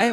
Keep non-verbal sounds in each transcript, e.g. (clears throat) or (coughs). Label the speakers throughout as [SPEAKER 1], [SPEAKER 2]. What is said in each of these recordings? [SPEAKER 1] 哎，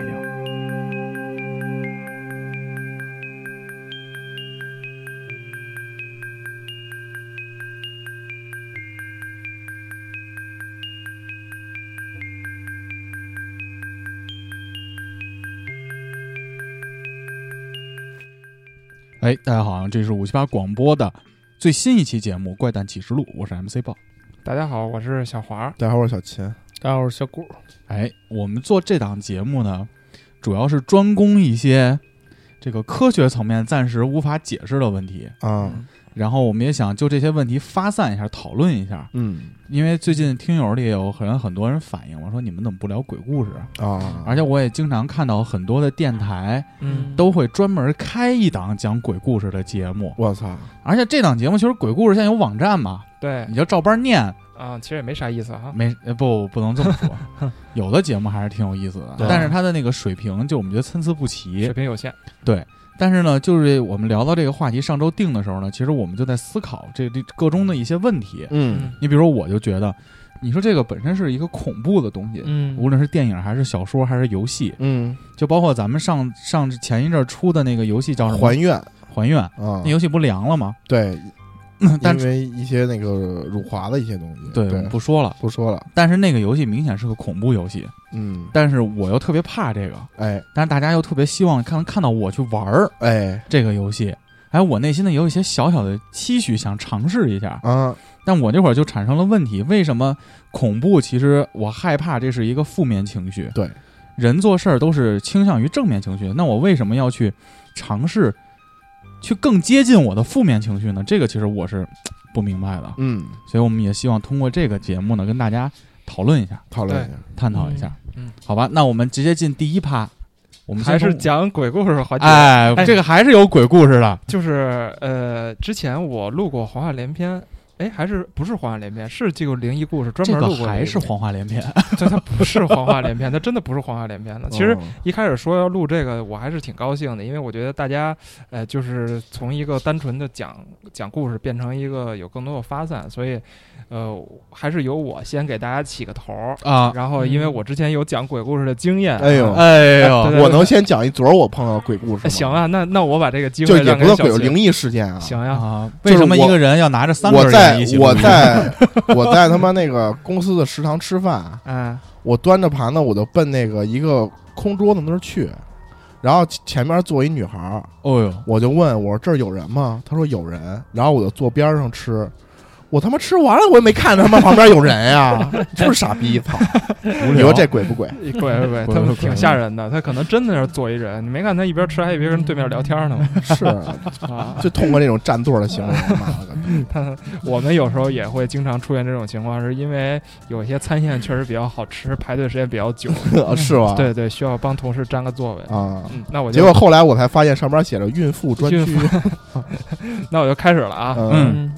[SPEAKER 2] 聊。哎，大家好，这是五七八广播的最新一期节目《怪诞启示录》，我是 MC 豹。
[SPEAKER 3] 大家好，我是小华儿。
[SPEAKER 4] 大家好，我是小秦。
[SPEAKER 3] 大家好，我是小顾。
[SPEAKER 2] 哎，我们做这档节目呢，主要是专攻一些这个科学层面暂时无法解释的问题，
[SPEAKER 4] 啊，
[SPEAKER 2] 然后我们也想就这些问题发散一下，讨论一下。
[SPEAKER 4] 嗯
[SPEAKER 2] 因为最近听友里有很很多人反映，我说你们怎么不聊鬼故事？
[SPEAKER 4] 啊，
[SPEAKER 2] 而且我也经常看到很多的电台
[SPEAKER 3] 嗯
[SPEAKER 2] 都会专门开一档讲鬼故事的节目，
[SPEAKER 4] 我操，
[SPEAKER 2] 而且这档节目其实鬼故事现在有网站嘛，
[SPEAKER 3] 对
[SPEAKER 2] 你就照搬念，
[SPEAKER 3] 啊，其实也没啥意思
[SPEAKER 2] (laughs)
[SPEAKER 3] 哈。
[SPEAKER 2] 没呃不不能这么
[SPEAKER 4] (laughs)
[SPEAKER 2] 说，有的节目还是挺有意思的，
[SPEAKER 4] 对
[SPEAKER 2] 但是它的那个水平就我们觉得参差不齐
[SPEAKER 3] 水。平有限，
[SPEAKER 2] 但是呢，就是我们聊到这个话题上周定的时候呢，其实我们就在思考这这个中的一些问题。
[SPEAKER 4] 嗯
[SPEAKER 2] 你比如我就觉得，你说这个本身是一个恐怖的东西，
[SPEAKER 3] 嗯
[SPEAKER 2] 无论是电影还是小说还是游戏，
[SPEAKER 4] 嗯，
[SPEAKER 2] 就包括咱们上上前一阵儿出的那个游戏叫什么
[SPEAKER 4] 还愿
[SPEAKER 2] 还愿，
[SPEAKER 4] 啊
[SPEAKER 2] 那，游戏不凉了吗？
[SPEAKER 4] 对，
[SPEAKER 2] 但
[SPEAKER 4] 因为一些那个辱华的一些东西，
[SPEAKER 2] 对，
[SPEAKER 4] 对
[SPEAKER 2] 我，们不说了。
[SPEAKER 4] 不说了，
[SPEAKER 2] 但是那个游戏明显是个恐怖游戏，
[SPEAKER 4] 嗯，
[SPEAKER 2] 但是我又特别怕这个，
[SPEAKER 4] 哎
[SPEAKER 2] 但是大家又特别希望看看到我去玩儿
[SPEAKER 4] 哎
[SPEAKER 2] 这个游戏。哎，我内心呢也有一些小小的期许，想尝试一下。
[SPEAKER 4] 啊，
[SPEAKER 2] 但我这会儿就产生了问题：为什么恐怖？其实我害怕，这是一个负面情绪。
[SPEAKER 4] 对，
[SPEAKER 2] 人做事儿都是倾向于正面情绪，那我为什么要去尝试去更接近我的负面情绪呢？这个其实我是不明白的。
[SPEAKER 4] 嗯，
[SPEAKER 2] 所以我们也希望通过这个节目呢，跟大家讨论一下、
[SPEAKER 4] 讨论一下，
[SPEAKER 2] 探讨一下，
[SPEAKER 3] 嗯，
[SPEAKER 2] 好吧？那我们直接进第一趴，我们先
[SPEAKER 3] 还是
[SPEAKER 2] 从
[SPEAKER 3] 讲鬼故事环节。
[SPEAKER 2] 哎，
[SPEAKER 3] 哎
[SPEAKER 2] 这个还是有鬼故事的。
[SPEAKER 3] 就是呃，之前我录过《黄话连篇》，哎，还是不是《黄话连篇》？是这个灵异故事专
[SPEAKER 2] 这
[SPEAKER 3] 门
[SPEAKER 2] 个
[SPEAKER 3] 录过的
[SPEAKER 2] 还
[SPEAKER 3] 一
[SPEAKER 2] 是
[SPEAKER 3] 个，
[SPEAKER 2] 黄花连篇，
[SPEAKER 3] 对，它不是《黄话连篇》，它真的不是《黄话连篇》的。其实
[SPEAKER 4] 哦
[SPEAKER 3] 一开始说要录这个，我还是挺高兴的，因为我觉得大家，呃，就是从一个单纯的讲讲故事变成一个有更多的发散，所以，呃，还是由我先给大家起个头儿。
[SPEAKER 2] (laughs) 啊！
[SPEAKER 3] 然后，因为我之前有讲鬼故事的经验，
[SPEAKER 4] 嗯哎呦
[SPEAKER 2] 哎
[SPEAKER 3] 哎对
[SPEAKER 2] 呦，
[SPEAKER 3] 对
[SPEAKER 4] 我能先讲一昨儿我碰到的鬼故事
[SPEAKER 3] 哎 (laughs)
[SPEAKER 4] 吗？
[SPEAKER 3] 行，啊，那那我把这个机
[SPEAKER 4] 就
[SPEAKER 3] 会
[SPEAKER 4] 也
[SPEAKER 3] 让
[SPEAKER 4] 不
[SPEAKER 3] 给
[SPEAKER 4] 算
[SPEAKER 3] 小
[SPEAKER 4] 鬼，
[SPEAKER 3] 秦。
[SPEAKER 4] 灵异事件啊。
[SPEAKER 3] 行呀，
[SPEAKER 2] 啊，
[SPEAKER 4] 就
[SPEAKER 2] 为
[SPEAKER 4] 是
[SPEAKER 2] 什么一
[SPEAKER 4] 我
[SPEAKER 2] 个人要拿着三个
[SPEAKER 4] 我在
[SPEAKER 2] 人一起录
[SPEAKER 4] 我
[SPEAKER 2] 呢？
[SPEAKER 4] 在我在他妈那个公司的食堂吃饭，
[SPEAKER 3] 嗯，
[SPEAKER 4] 我端着盘子，我就奔那个一个空桌子那儿去，然后前面坐一女孩儿，
[SPEAKER 2] (laughs) 哦呦，
[SPEAKER 4] 我就问我说这儿有人吗？他说有人，然后我就坐边上吃，我他妈吃完了我也没看他妈旁边有人呀、
[SPEAKER 3] (laughs)
[SPEAKER 4] 就是傻逼，操！
[SPEAKER 2] 无
[SPEAKER 4] 你
[SPEAKER 2] 聊
[SPEAKER 4] 说这鬼不鬼？
[SPEAKER 3] 哎
[SPEAKER 4] (laughs)
[SPEAKER 3] 鬼鬼鬼，
[SPEAKER 2] 鬼
[SPEAKER 3] 他们
[SPEAKER 2] 鬼
[SPEAKER 3] 挺吓人的，他可能真的是坐一人，你没看他一边吃还一边跟对面聊天
[SPEAKER 4] (laughs)
[SPEAKER 3] 呢吗？
[SPEAKER 4] 是，
[SPEAKER 3] 啊，
[SPEAKER 4] 就通过这种占座的形容，妈
[SPEAKER 3] (laughs)
[SPEAKER 4] 了个逼！
[SPEAKER 3] 他 (laughs) 我们有时候也会经常出现这种情况，是因为有些餐线确实比较好吃，排队时间比较久，
[SPEAKER 4] 啊是吧？
[SPEAKER 3] 对对，需要帮同事占个座位。
[SPEAKER 4] 啊。
[SPEAKER 3] 嗯，那我
[SPEAKER 4] 结
[SPEAKER 3] 就
[SPEAKER 4] 果后来我才发现上边写着孕妇专
[SPEAKER 3] 孕
[SPEAKER 4] 区，
[SPEAKER 3] 那我就开始了啊。
[SPEAKER 4] 嗯
[SPEAKER 2] 嗯，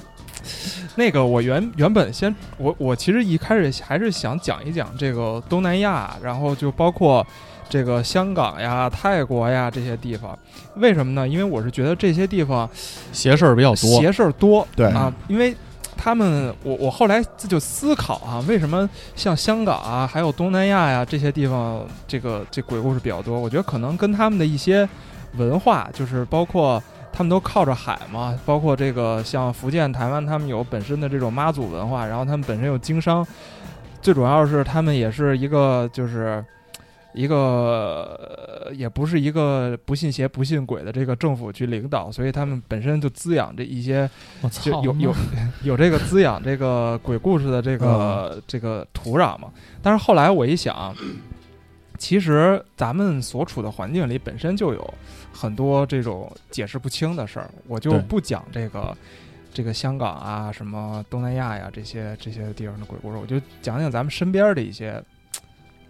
[SPEAKER 3] 那个我原原本先我我其实一开始还是想讲一讲这个东南亚，然后就包括这个香港呀、泰国呀这些地方。为什么呢？因为我是觉得这些地方
[SPEAKER 2] 邪事儿比较多，
[SPEAKER 3] 邪事儿多
[SPEAKER 4] 对
[SPEAKER 3] 啊，因为。他们，我我后来自就思考啊，为什么像香港啊，还有东南亚呀、这些地方，这个这鬼故事比较多？我觉得可能跟他们的一些文化，就是包括他们都靠着海嘛，包括这个像福建、台湾，他们有本身的这种妈祖文化，然后他们本身有经商，最主要是他们也是一个就是一个呃也不是一个不信邪不信鬼的这个政府去领导，所以他们本身就滋养这一些
[SPEAKER 2] 我
[SPEAKER 3] 就有有有这个滋养这个鬼故事的这个、这个土壤嘛。但是后来我一想，其实咱们所处的环境里本身就有很多这种解释不清的事儿，我就
[SPEAKER 2] 对
[SPEAKER 3] 不讲这个。这个香港啊，什么东南亚呀，这些这些地方的鬼故事，我就讲讲咱们身边的一些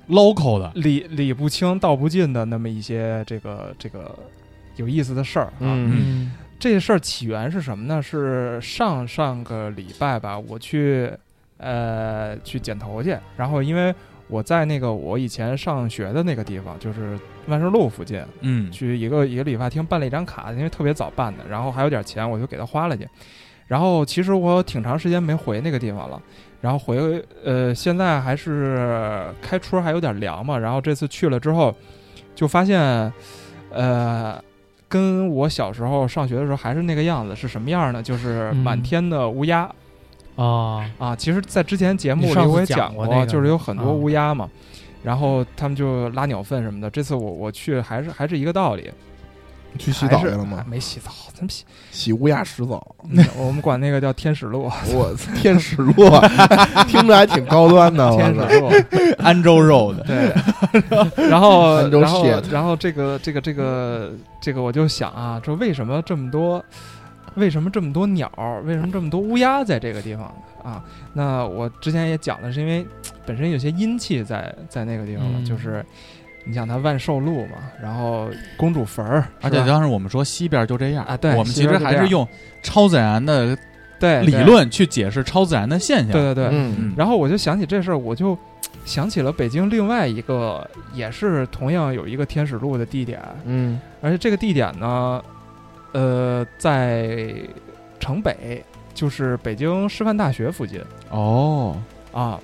[SPEAKER 2] local 的，
[SPEAKER 3] 理理不清、道不尽的那么一些这个这个有意思的事儿啊。
[SPEAKER 2] 嗯
[SPEAKER 3] 这事儿起源是什么呢？是上上个礼拜吧，我去呃去剪头去，然后因为。我在那个我以前上学的那个地方，就是万寿路附近，
[SPEAKER 2] 嗯
[SPEAKER 3] 去一个一个理发厅办了一张卡，因为特别早办的，然后还有点钱，我就给他花了去。然后其实我挺长时间没回那个地方了，然后回呃现在还是开春还有点凉嘛，然后这次去了之后，就发现，呃。跟我小时候上学的时候还是那个样子，是什么样呢？就是满
[SPEAKER 5] 嗯
[SPEAKER 3] 天的乌鸦， (laughs)
[SPEAKER 5] 啊，
[SPEAKER 3] 啊，其实，在之前节目
[SPEAKER 5] 你
[SPEAKER 3] 里
[SPEAKER 5] 上次
[SPEAKER 3] 我也
[SPEAKER 5] 讲
[SPEAKER 3] 讲
[SPEAKER 5] 过那个
[SPEAKER 3] 就是有很多
[SPEAKER 5] 啊
[SPEAKER 3] 乌鸦嘛，然后他们就拉鸟粪什么的。这次我我去还是还是一个道理，
[SPEAKER 4] 去洗
[SPEAKER 3] 还
[SPEAKER 4] 澡去
[SPEAKER 3] 是
[SPEAKER 4] 了吗
[SPEAKER 3] 啊？没洗澡，咱们洗，
[SPEAKER 4] 洗乌鸦石
[SPEAKER 3] (laughs)
[SPEAKER 4] 澡，
[SPEAKER 3] 我们管那个叫天使路，
[SPEAKER 4] 我天使路啊， (laughs) 听着还挺高端的。我
[SPEAKER 3] 天
[SPEAKER 4] 操
[SPEAKER 3] 使路，
[SPEAKER 2] 安州 (laughs) road，
[SPEAKER 3] 对。
[SPEAKER 4] (laughs)
[SPEAKER 3] 然后
[SPEAKER 4] 兰州
[SPEAKER 3] 然后
[SPEAKER 4] shit
[SPEAKER 3] 然后这个这个这个这个我就想啊，说为什么这么多，为什么这么多鸟儿，为什么这么多乌鸦在这个地方啊？那我之前也讲了，是因为本身有些阴气在在那个地方嘛，
[SPEAKER 5] 嗯
[SPEAKER 3] 就是你想它万寿路嘛，然后公主坟儿，
[SPEAKER 2] 而
[SPEAKER 3] 是
[SPEAKER 2] 且
[SPEAKER 3] 吧
[SPEAKER 2] 当时我们说西边就这样
[SPEAKER 3] 啊对
[SPEAKER 2] 我们其
[SPEAKER 3] 西边
[SPEAKER 2] 实
[SPEAKER 3] 就
[SPEAKER 2] 还
[SPEAKER 3] 这
[SPEAKER 2] 是
[SPEAKER 3] 样
[SPEAKER 2] 用超自然的
[SPEAKER 3] 对
[SPEAKER 2] 理
[SPEAKER 3] 对
[SPEAKER 2] 论去解释超自然的现象。
[SPEAKER 3] 对对对，
[SPEAKER 4] 嗯，
[SPEAKER 2] 嗯，
[SPEAKER 3] 然后我就想起这事儿，我就想起了北京另外一个也是同样有一个天使路的地点，
[SPEAKER 4] 嗯
[SPEAKER 3] 而且这个地点呢，呃，在城北，就是北京师范大学附近
[SPEAKER 2] 哦，
[SPEAKER 3] 啊。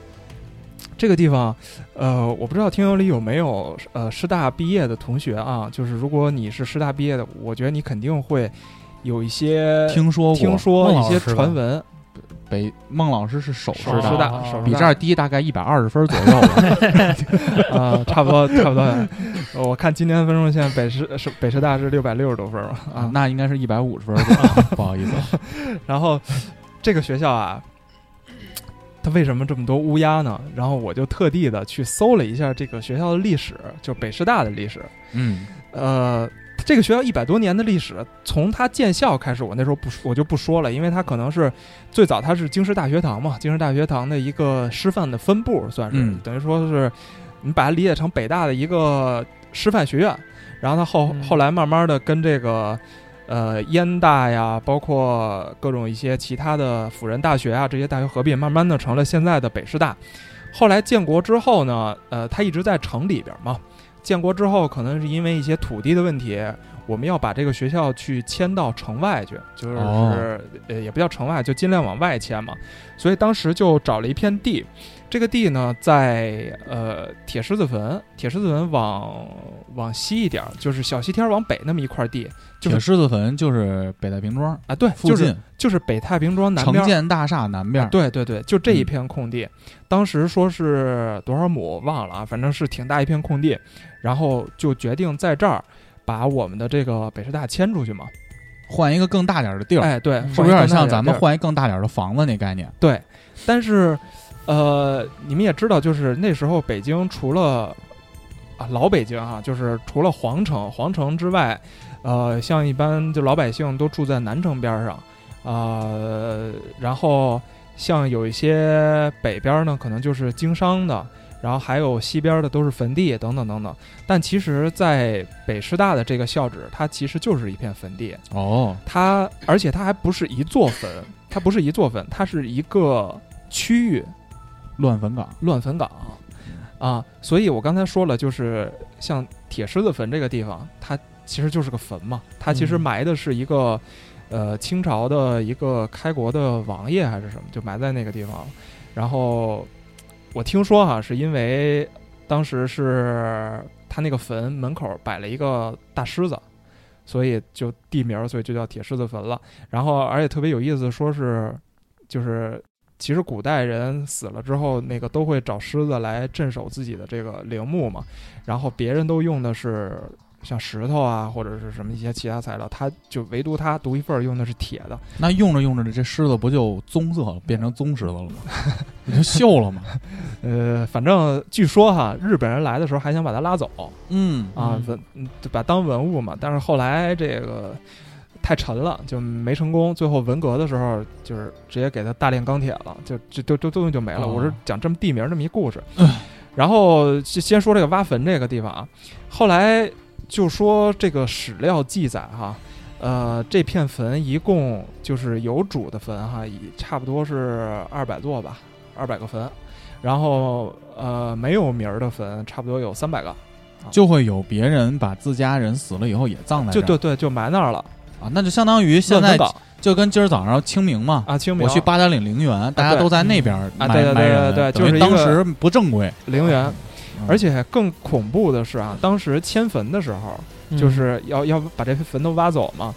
[SPEAKER 3] 这个地方，呃，我不知道听友里有没有呃师大毕业的同学啊，就是如果你是师大毕业的，我觉得你肯定会有一些
[SPEAKER 2] 听说过，
[SPEAKER 3] 听说
[SPEAKER 5] 孟
[SPEAKER 3] 一
[SPEAKER 5] 老
[SPEAKER 3] 些
[SPEAKER 5] 师吧
[SPEAKER 3] 传闻，
[SPEAKER 2] 北孟老师是首师
[SPEAKER 5] 首
[SPEAKER 3] 师
[SPEAKER 5] 师
[SPEAKER 2] 的，
[SPEAKER 5] 大
[SPEAKER 3] 大，首
[SPEAKER 5] 哦
[SPEAKER 3] 师
[SPEAKER 2] 比这
[SPEAKER 3] 大
[SPEAKER 2] 儿低大概一百二十分左右吧。
[SPEAKER 3] 啊，差不多，差不多。呃我看今天的分数线，北师是北师大是六百六十多分嘛 (laughs) 啊。
[SPEAKER 2] 那应该是一百五十分左
[SPEAKER 3] (laughs)
[SPEAKER 2] 右，不好意思。
[SPEAKER 3] 然后这个学校啊，它为什么这么多乌鸦呢？然后我就特地的去搜了一下这个学校的历史，就是北师大的历史。
[SPEAKER 2] 嗯，
[SPEAKER 3] 呃，这个学校一百多年的历史，从它建校开始，我那时候不说我就不说了，因为它可能是最早它是京师大学堂嘛，京师大学堂的一个师范的分部，算是、
[SPEAKER 2] 嗯
[SPEAKER 3] 等于说是你把它理解成北大的一个师范学院，然后它后、
[SPEAKER 5] 嗯
[SPEAKER 3] 后来慢慢的跟这个。呃，燕大呀，包括各种一些其他的辅仁大学啊，这些大学合并，慢慢的成了现在的北师大。后来建国之后呢，呃，它一直在城里边嘛。建国之后，可能是因为一些土地的问题，我们要把这个学校去迁到城外去，就是、
[SPEAKER 2] 哦
[SPEAKER 3] 呃，也不叫城外，就尽量往外迁嘛。所以当时就找了一片地，这个地呢，在呃铁狮子坟，铁狮子坟往往西一点儿，就是小西天往北那么一块地就是
[SPEAKER 2] 铁狮子坟就是北太平庄
[SPEAKER 3] 啊，对，
[SPEAKER 2] 附
[SPEAKER 3] 就是
[SPEAKER 2] 近
[SPEAKER 3] 就是北太平庄南边
[SPEAKER 2] 城
[SPEAKER 3] 儿。
[SPEAKER 2] 建大厦南边。，
[SPEAKER 3] 对对对，就这一
[SPEAKER 2] 嗯
[SPEAKER 3] 片空地，当时说是多少亩忘了啊，反正是挺大一片空地，然后就决定在这儿把我们的这个北师大迁出去嘛。
[SPEAKER 2] 换一个更大点儿的地儿，
[SPEAKER 3] 哎，对，
[SPEAKER 5] 嗯
[SPEAKER 2] 是不是有点像咱们
[SPEAKER 3] 换
[SPEAKER 2] 换一
[SPEAKER 3] 一个那样的地儿？
[SPEAKER 2] 更大点儿的房子那概念？
[SPEAKER 3] 对，但是，呃，你们也知道，就是那时候北京除了啊老北京啊，就是除了皇城、皇城之外，呃，像一般就老百姓都住在南城边儿上，呃，然后像有一些北边儿呢，可能就是经商的。然后还有西边儿的都是坟地等等等等，但其实，在北师大的这个校址，它其实就是一片坟地。
[SPEAKER 2] 哦，
[SPEAKER 3] 它而且它还不是一座坟，它不是一座坟，它是一个区域
[SPEAKER 2] 乱坟岗。
[SPEAKER 3] 乱坟岗啊。所以我刚才说了，就是像铁狮子坟这个地方，它其实就是个坟嘛，它其实
[SPEAKER 5] 嗯
[SPEAKER 3] 埋的是一个、呃清朝的一个开国的王爷还是什么，就埋在那个地方了。然后我听说哈、是因为当时是他那个坟门口摆了一个大狮子，所以就地名儿，所以就叫铁狮子坟了。然后而且特别有意思，说是就是其实古代人死了之后，那个都会找狮子来镇守自己的这个陵墓嘛。然后别人都用的是像石头啊，或者是什么一些其他材料，他就唯独他独一份儿用的是铁的。
[SPEAKER 2] 那用着用着，这狮子不就棕色了，变成棕狮子了吗？不就锈了吗？ (laughs)
[SPEAKER 3] 呃，反正据说哈，日本人来的时候还想把它拉走
[SPEAKER 2] 嗯
[SPEAKER 3] 啊
[SPEAKER 5] 嗯，
[SPEAKER 3] 文嗯就把它当文物嘛。但是后来这个太沉了，就没成功。最后文革的时候，就是直接给它大炼钢铁了，就这都都东西就没了。
[SPEAKER 2] 哦
[SPEAKER 3] 我是讲这么地名这么一故事。 (sniffs) 然后先先说这个挖坟这个地方啊，后来就说这个史料记载哈、呃，这片坟一共就是有主的坟哈，以差不多是二百座吧，二百个坟，然后呃没有名儿的坟差不多有三百个，
[SPEAKER 2] 就会有别人把自家人死了以后也葬在
[SPEAKER 3] 就
[SPEAKER 2] 这
[SPEAKER 3] 对
[SPEAKER 2] 儿
[SPEAKER 3] 对，就埋那儿了。
[SPEAKER 2] 啊，那就相当于现
[SPEAKER 3] 乱
[SPEAKER 2] 在
[SPEAKER 3] 坟岗
[SPEAKER 2] 就跟今儿早上清明嘛，
[SPEAKER 3] 啊，清明啊
[SPEAKER 2] 我去八达岭陵园，大家
[SPEAKER 3] 对
[SPEAKER 2] 都在那边儿
[SPEAKER 3] 啊
[SPEAKER 2] 埋
[SPEAKER 3] 对对对
[SPEAKER 2] 埋人
[SPEAKER 3] 对对
[SPEAKER 2] 等
[SPEAKER 3] 对
[SPEAKER 2] 于
[SPEAKER 3] 就是一个
[SPEAKER 2] 当时不正规，
[SPEAKER 3] 陵园
[SPEAKER 2] 嗯，
[SPEAKER 3] 而且更恐怖的是啊，当时迁坟的时候，
[SPEAKER 5] 嗯
[SPEAKER 2] 嗯
[SPEAKER 3] 就是要要把这些坟都挖走嘛，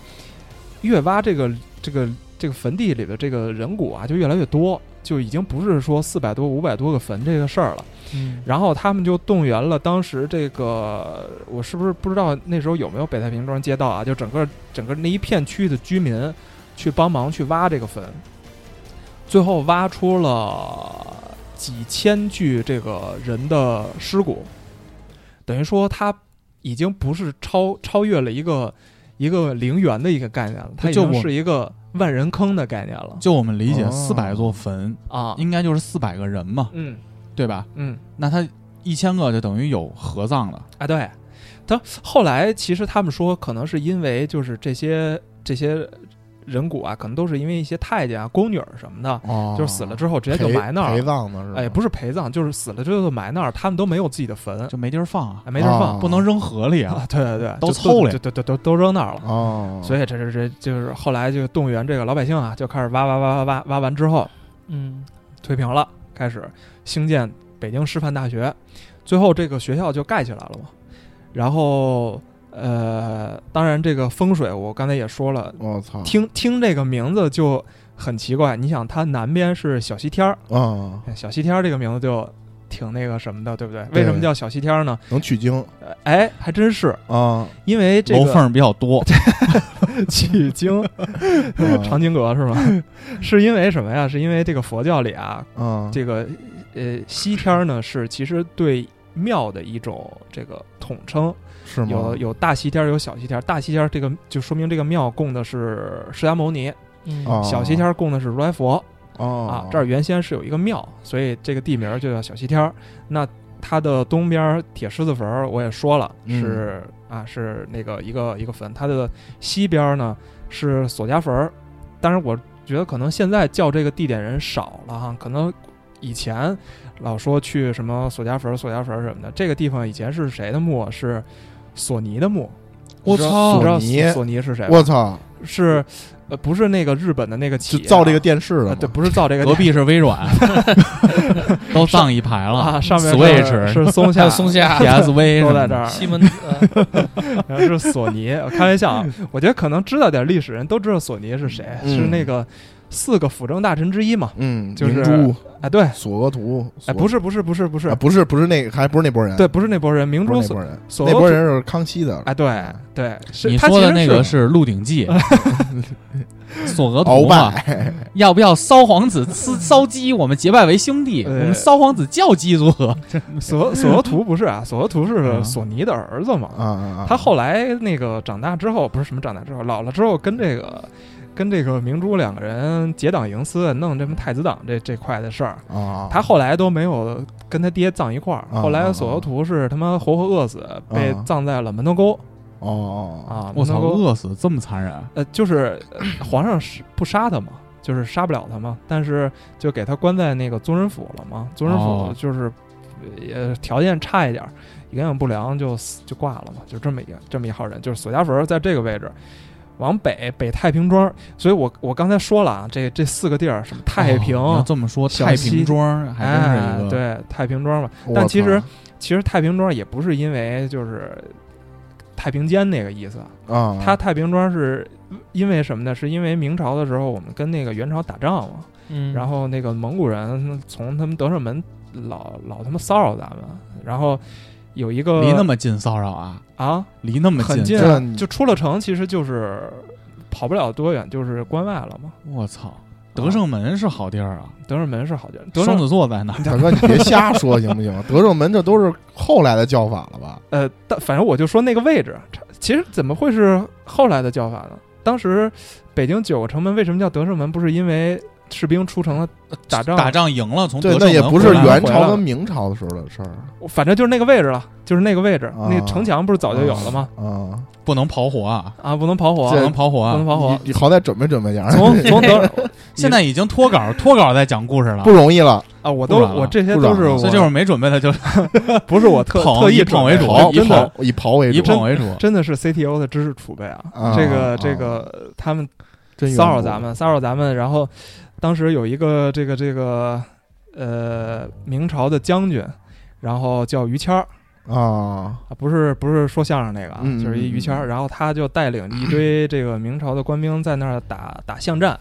[SPEAKER 3] 越挖这个这个这个坟地里的这个人骨啊，就越来越多，就已经不是说四百多五百多个坟这个事儿了。
[SPEAKER 1] 嗯
[SPEAKER 3] 然后他们就动员了当时这个，我是不是不知道那时候有没有北太平庄街道啊？就整个整个那一片区的居民去帮忙去挖这个坟，最后挖出了几千具这个人的尸骨，等于说他已经不是超超越了一个一个陵园的一个概念了，它已
[SPEAKER 2] 就
[SPEAKER 3] 经
[SPEAKER 2] 我
[SPEAKER 3] 是一个万人坑的概念了
[SPEAKER 2] 就我们理解
[SPEAKER 4] 哦
[SPEAKER 2] 四百座坟
[SPEAKER 3] 啊！
[SPEAKER 2] 应该就是四百个人嘛，
[SPEAKER 3] 嗯
[SPEAKER 2] 对吧？
[SPEAKER 3] 嗯。
[SPEAKER 2] 那他一千个就等于有合葬的，
[SPEAKER 3] 啊，对，他后来其实他们说，可能是因为就是这些这些人骨啊，可能都是因为一些太监啊、宫女儿什么的，
[SPEAKER 2] 哦
[SPEAKER 3] 就是死了之后直接就
[SPEAKER 4] 陪
[SPEAKER 3] 埋那儿
[SPEAKER 4] 陪
[SPEAKER 3] 了。
[SPEAKER 4] 葬呢是吧？
[SPEAKER 3] 哎，不是陪葬，就是死了之后就埋那儿，他们都没有自己的坟，
[SPEAKER 2] 就没地儿放啊
[SPEAKER 3] 哎，没地儿放
[SPEAKER 4] 啊
[SPEAKER 2] 不能扔河里啊。
[SPEAKER 3] 啊。对对对，
[SPEAKER 2] 都
[SPEAKER 3] 就
[SPEAKER 2] 凑了啊
[SPEAKER 3] 就就就都都扔那儿了。
[SPEAKER 4] 哦，
[SPEAKER 3] 所以这这这就是后来就动员这个老百姓啊，就开始挖挖挖挖挖挖完之后，
[SPEAKER 1] 嗯，
[SPEAKER 3] 推平了，开始兴建北京师范大学，最后这个学校就盖起来了嘛。然后呃，当然这个风水我刚才也说
[SPEAKER 2] 啊
[SPEAKER 3] 了，
[SPEAKER 4] 我操，
[SPEAKER 3] 听听这个名字就很奇怪。你想，它南边是小西天儿，
[SPEAKER 4] 啊，
[SPEAKER 3] 小西天儿这个名字就挺那个什么的，对不对？
[SPEAKER 4] 对
[SPEAKER 3] 为什么叫小西天儿呢？
[SPEAKER 4] 能取经
[SPEAKER 3] 呃哎，还真是
[SPEAKER 4] 啊，
[SPEAKER 3] 因为 (laughs) (laughs) 这
[SPEAKER 2] 楼
[SPEAKER 3] 个
[SPEAKER 2] 缝儿比较多，
[SPEAKER 3] 取经
[SPEAKER 4] 啊
[SPEAKER 3] (laughs) 长经阁是
[SPEAKER 4] (laughs)
[SPEAKER 3] 吗？是因为什么呀？是因为这个佛教里啊，
[SPEAKER 4] 啊，
[SPEAKER 3] 这个呃西天儿呢是其实对庙的一种这个统称，
[SPEAKER 4] 是吗？
[SPEAKER 3] 有有大西天儿，有小西天儿。大西天儿这个就说明这个庙供的是释迦牟尼，
[SPEAKER 5] 嗯
[SPEAKER 2] 哦
[SPEAKER 4] 啊
[SPEAKER 3] 小西天儿供的是如来佛啊
[SPEAKER 4] 啊。
[SPEAKER 3] 这儿原先是有一个庙，所以这个地名儿就叫小西天儿。那它的东边儿铁狮子坟儿我也说了
[SPEAKER 4] 嗯
[SPEAKER 3] 是、啊是那个一个一个坟，它的西边儿呢是索家坟儿，但是我觉得可能现在叫这个地点人少了哈，可能以前老说去什么索家坟儿、索家坟儿什么的，这个地方以前是谁的墓啊？是索尼的墓。
[SPEAKER 2] 我操
[SPEAKER 3] 你知道
[SPEAKER 4] 索尼
[SPEAKER 3] 索索尼是谁吗？
[SPEAKER 4] 我操，
[SPEAKER 3] 是，呃，不是那个日本的那个企
[SPEAKER 4] 就
[SPEAKER 3] 业啊
[SPEAKER 4] 造这个电视
[SPEAKER 3] 啊
[SPEAKER 4] 的
[SPEAKER 3] 对，
[SPEAKER 4] 嘛，
[SPEAKER 3] 不是造
[SPEAKER 4] (laughs)
[SPEAKER 3] 这个
[SPEAKER 2] 隔壁是微
[SPEAKER 3] (laughs)
[SPEAKER 2] 软，都葬一排了
[SPEAKER 3] 啊，上面是
[SPEAKER 2] Switch 啊
[SPEAKER 3] 是松
[SPEAKER 1] 还
[SPEAKER 3] 下，
[SPEAKER 1] 有松下
[SPEAKER 3] (laughs)
[SPEAKER 2] ，PSV
[SPEAKER 3] 都
[SPEAKER 2] 什么的
[SPEAKER 3] 在这儿，
[SPEAKER 1] 西门
[SPEAKER 5] (laughs)
[SPEAKER 1] 呃
[SPEAKER 3] 然后是索尼。我开玩笑啊，我觉得可能知道点历史人都知道索尼是谁，
[SPEAKER 4] 嗯
[SPEAKER 3] 是那个四个辅政大臣之一嘛。
[SPEAKER 4] 嗯，
[SPEAKER 3] 就是
[SPEAKER 4] 明珠
[SPEAKER 3] 哎，对，
[SPEAKER 4] 索额图，
[SPEAKER 3] 哎，不
[SPEAKER 4] 是
[SPEAKER 3] 是，不是，不是，不是
[SPEAKER 4] 啊，，不是不是那个，还不是那波人，
[SPEAKER 3] 对，不是那波人，明
[SPEAKER 4] 不
[SPEAKER 3] 珠
[SPEAKER 4] 是那
[SPEAKER 3] 索
[SPEAKER 4] 波人，
[SPEAKER 3] 索
[SPEAKER 4] 那波人是康熙的，
[SPEAKER 3] 哎，对对，是
[SPEAKER 2] 你
[SPEAKER 3] 他
[SPEAKER 2] 说
[SPEAKER 3] 其
[SPEAKER 2] 的
[SPEAKER 3] 实
[SPEAKER 2] 那
[SPEAKER 3] 是
[SPEAKER 2] 个是《鹿鼎
[SPEAKER 3] (laughs)
[SPEAKER 2] 记》，索额
[SPEAKER 4] 鳌
[SPEAKER 2] 图嘛？
[SPEAKER 4] 拜，
[SPEAKER 2] (laughs) 要不要烧皇子吃烧鸡？我们结拜为兄弟，我
[SPEAKER 3] 对
[SPEAKER 2] 们烧皇子叫鸡如何？
[SPEAKER 3] 索索额图不是啊，索额图是
[SPEAKER 2] 嗯
[SPEAKER 3] 索尼的儿子嘛。
[SPEAKER 4] 啊啊啊，
[SPEAKER 3] 哎他后来那个长大之后，不是什么长大之后，老了之后跟这个跟这个明珠两个人结党营私，弄这么太子党这这块的事儿。
[SPEAKER 4] 啊，
[SPEAKER 3] 他后来都没有跟他爹葬一块儿，
[SPEAKER 4] 啊
[SPEAKER 3] 后来索额图是他妈活活饿死，被葬在了门头沟
[SPEAKER 4] 哦哦哦
[SPEAKER 3] 啊！
[SPEAKER 2] 啊我
[SPEAKER 3] 门
[SPEAKER 2] 操，
[SPEAKER 3] 头沟
[SPEAKER 2] 饿死这么残忍！
[SPEAKER 3] 呃，就是呃皇上是不杀他嘛，就是杀不了他嘛，但是就给他关在那个宗人府了嘛。宗人府
[SPEAKER 2] 哦
[SPEAKER 3] 就是呃也条件差一点儿，营养不良就死就挂了嘛，就这么一个这么一号人，就是索家坟儿在这个位置。往北，北太平庄，所以我我刚才说了啊，这这四个地儿，什么太平，
[SPEAKER 2] 哦你要这么说，
[SPEAKER 3] 小
[SPEAKER 2] 太
[SPEAKER 3] 西
[SPEAKER 2] 平庄还真是
[SPEAKER 3] 哎
[SPEAKER 2] 一个，，
[SPEAKER 3] 对，太平庄嘛。
[SPEAKER 4] 我
[SPEAKER 3] 但其
[SPEAKER 4] 操
[SPEAKER 3] 实其实太平庄也不是因为就是太平间那个意思，
[SPEAKER 4] 啊，
[SPEAKER 3] 它太平庄是因为什么呢？是因为明朝的时候我们跟那个元朝打仗嘛，
[SPEAKER 1] 嗯，
[SPEAKER 3] 然后那个蒙古人从他们德胜门老老他妈骚扰咱们，然后有一个
[SPEAKER 2] 离那么近骚扰啊，
[SPEAKER 3] 啊
[SPEAKER 2] 离那么
[SPEAKER 3] 很
[SPEAKER 2] 近
[SPEAKER 3] 近，啊
[SPEAKER 4] 这，
[SPEAKER 3] 就出了城，其实就是跑不了多远，就是关外了嘛。
[SPEAKER 2] 我操！德胜门是好地儿啊，
[SPEAKER 3] 德胜门是好地儿，德
[SPEAKER 2] 双
[SPEAKER 3] 胜
[SPEAKER 2] 子座在那儿。
[SPEAKER 4] 大哥，你别瞎说行不行？
[SPEAKER 3] (laughs)
[SPEAKER 4] 德胜门这都是后来的叫法了吧？
[SPEAKER 3] 呃，但反正我就说那个位置，其实怎么会是后来的叫法呢？当时北京九个城门为什么叫德胜门？不是因为士兵出城了 (laughs) 打仗，
[SPEAKER 2] 呃打仗赢了，从
[SPEAKER 4] 对
[SPEAKER 2] 德，
[SPEAKER 4] 那
[SPEAKER 2] 胜
[SPEAKER 4] 也
[SPEAKER 2] 门
[SPEAKER 4] 不
[SPEAKER 2] 回
[SPEAKER 4] 是
[SPEAKER 2] 来了
[SPEAKER 4] 元朝跟明朝的时候的事儿
[SPEAKER 3] 反正就是那个位置了，就是那个位置，
[SPEAKER 4] 啊
[SPEAKER 3] 那城墙不是早就有了吗？
[SPEAKER 4] 啊。
[SPEAKER 2] 不能跑火啊，
[SPEAKER 3] 啊，不能跑火，
[SPEAKER 2] 不
[SPEAKER 4] 这
[SPEAKER 2] 能跑火
[SPEAKER 3] 不能
[SPEAKER 2] 啊！
[SPEAKER 3] 跑火
[SPEAKER 4] 你，你好歹准备准备点儿，
[SPEAKER 2] (laughs)
[SPEAKER 3] 从从德
[SPEAKER 2] 现在已经脱稿，脱稿在讲故事了
[SPEAKER 4] (laughs) 不。容易了。
[SPEAKER 3] 啊，我都
[SPEAKER 2] 不软了
[SPEAKER 3] 我这些都是
[SPEAKER 4] 不
[SPEAKER 3] 我
[SPEAKER 2] 所以这会儿没准备的就
[SPEAKER 3] 不是我特
[SPEAKER 2] 捧
[SPEAKER 3] 特意
[SPEAKER 2] 以捧为
[SPEAKER 3] 准
[SPEAKER 2] 主以
[SPEAKER 3] 备的真
[SPEAKER 4] 刨真
[SPEAKER 3] 的
[SPEAKER 4] 的以刨为
[SPEAKER 2] 以
[SPEAKER 4] 主，
[SPEAKER 2] 捧为
[SPEAKER 3] (laughs)
[SPEAKER 2] 主，
[SPEAKER 3] 真的是 CTO 的知识储备啊，
[SPEAKER 4] 啊
[SPEAKER 3] 这
[SPEAKER 4] 啊
[SPEAKER 3] 个这个他们
[SPEAKER 4] 真
[SPEAKER 3] 骚扰咱们，骚扰咱们。然后当时有一个这个这个呃明朝的将军，然后叫于谦儿
[SPEAKER 4] 啊，
[SPEAKER 3] 啊，不是不是说相声那个啊，
[SPEAKER 4] 嗯
[SPEAKER 3] 就是一于谦儿。然后他就带领一
[SPEAKER 4] (clears throat)
[SPEAKER 3] 堆这个明朝的官兵在那儿打打巷战。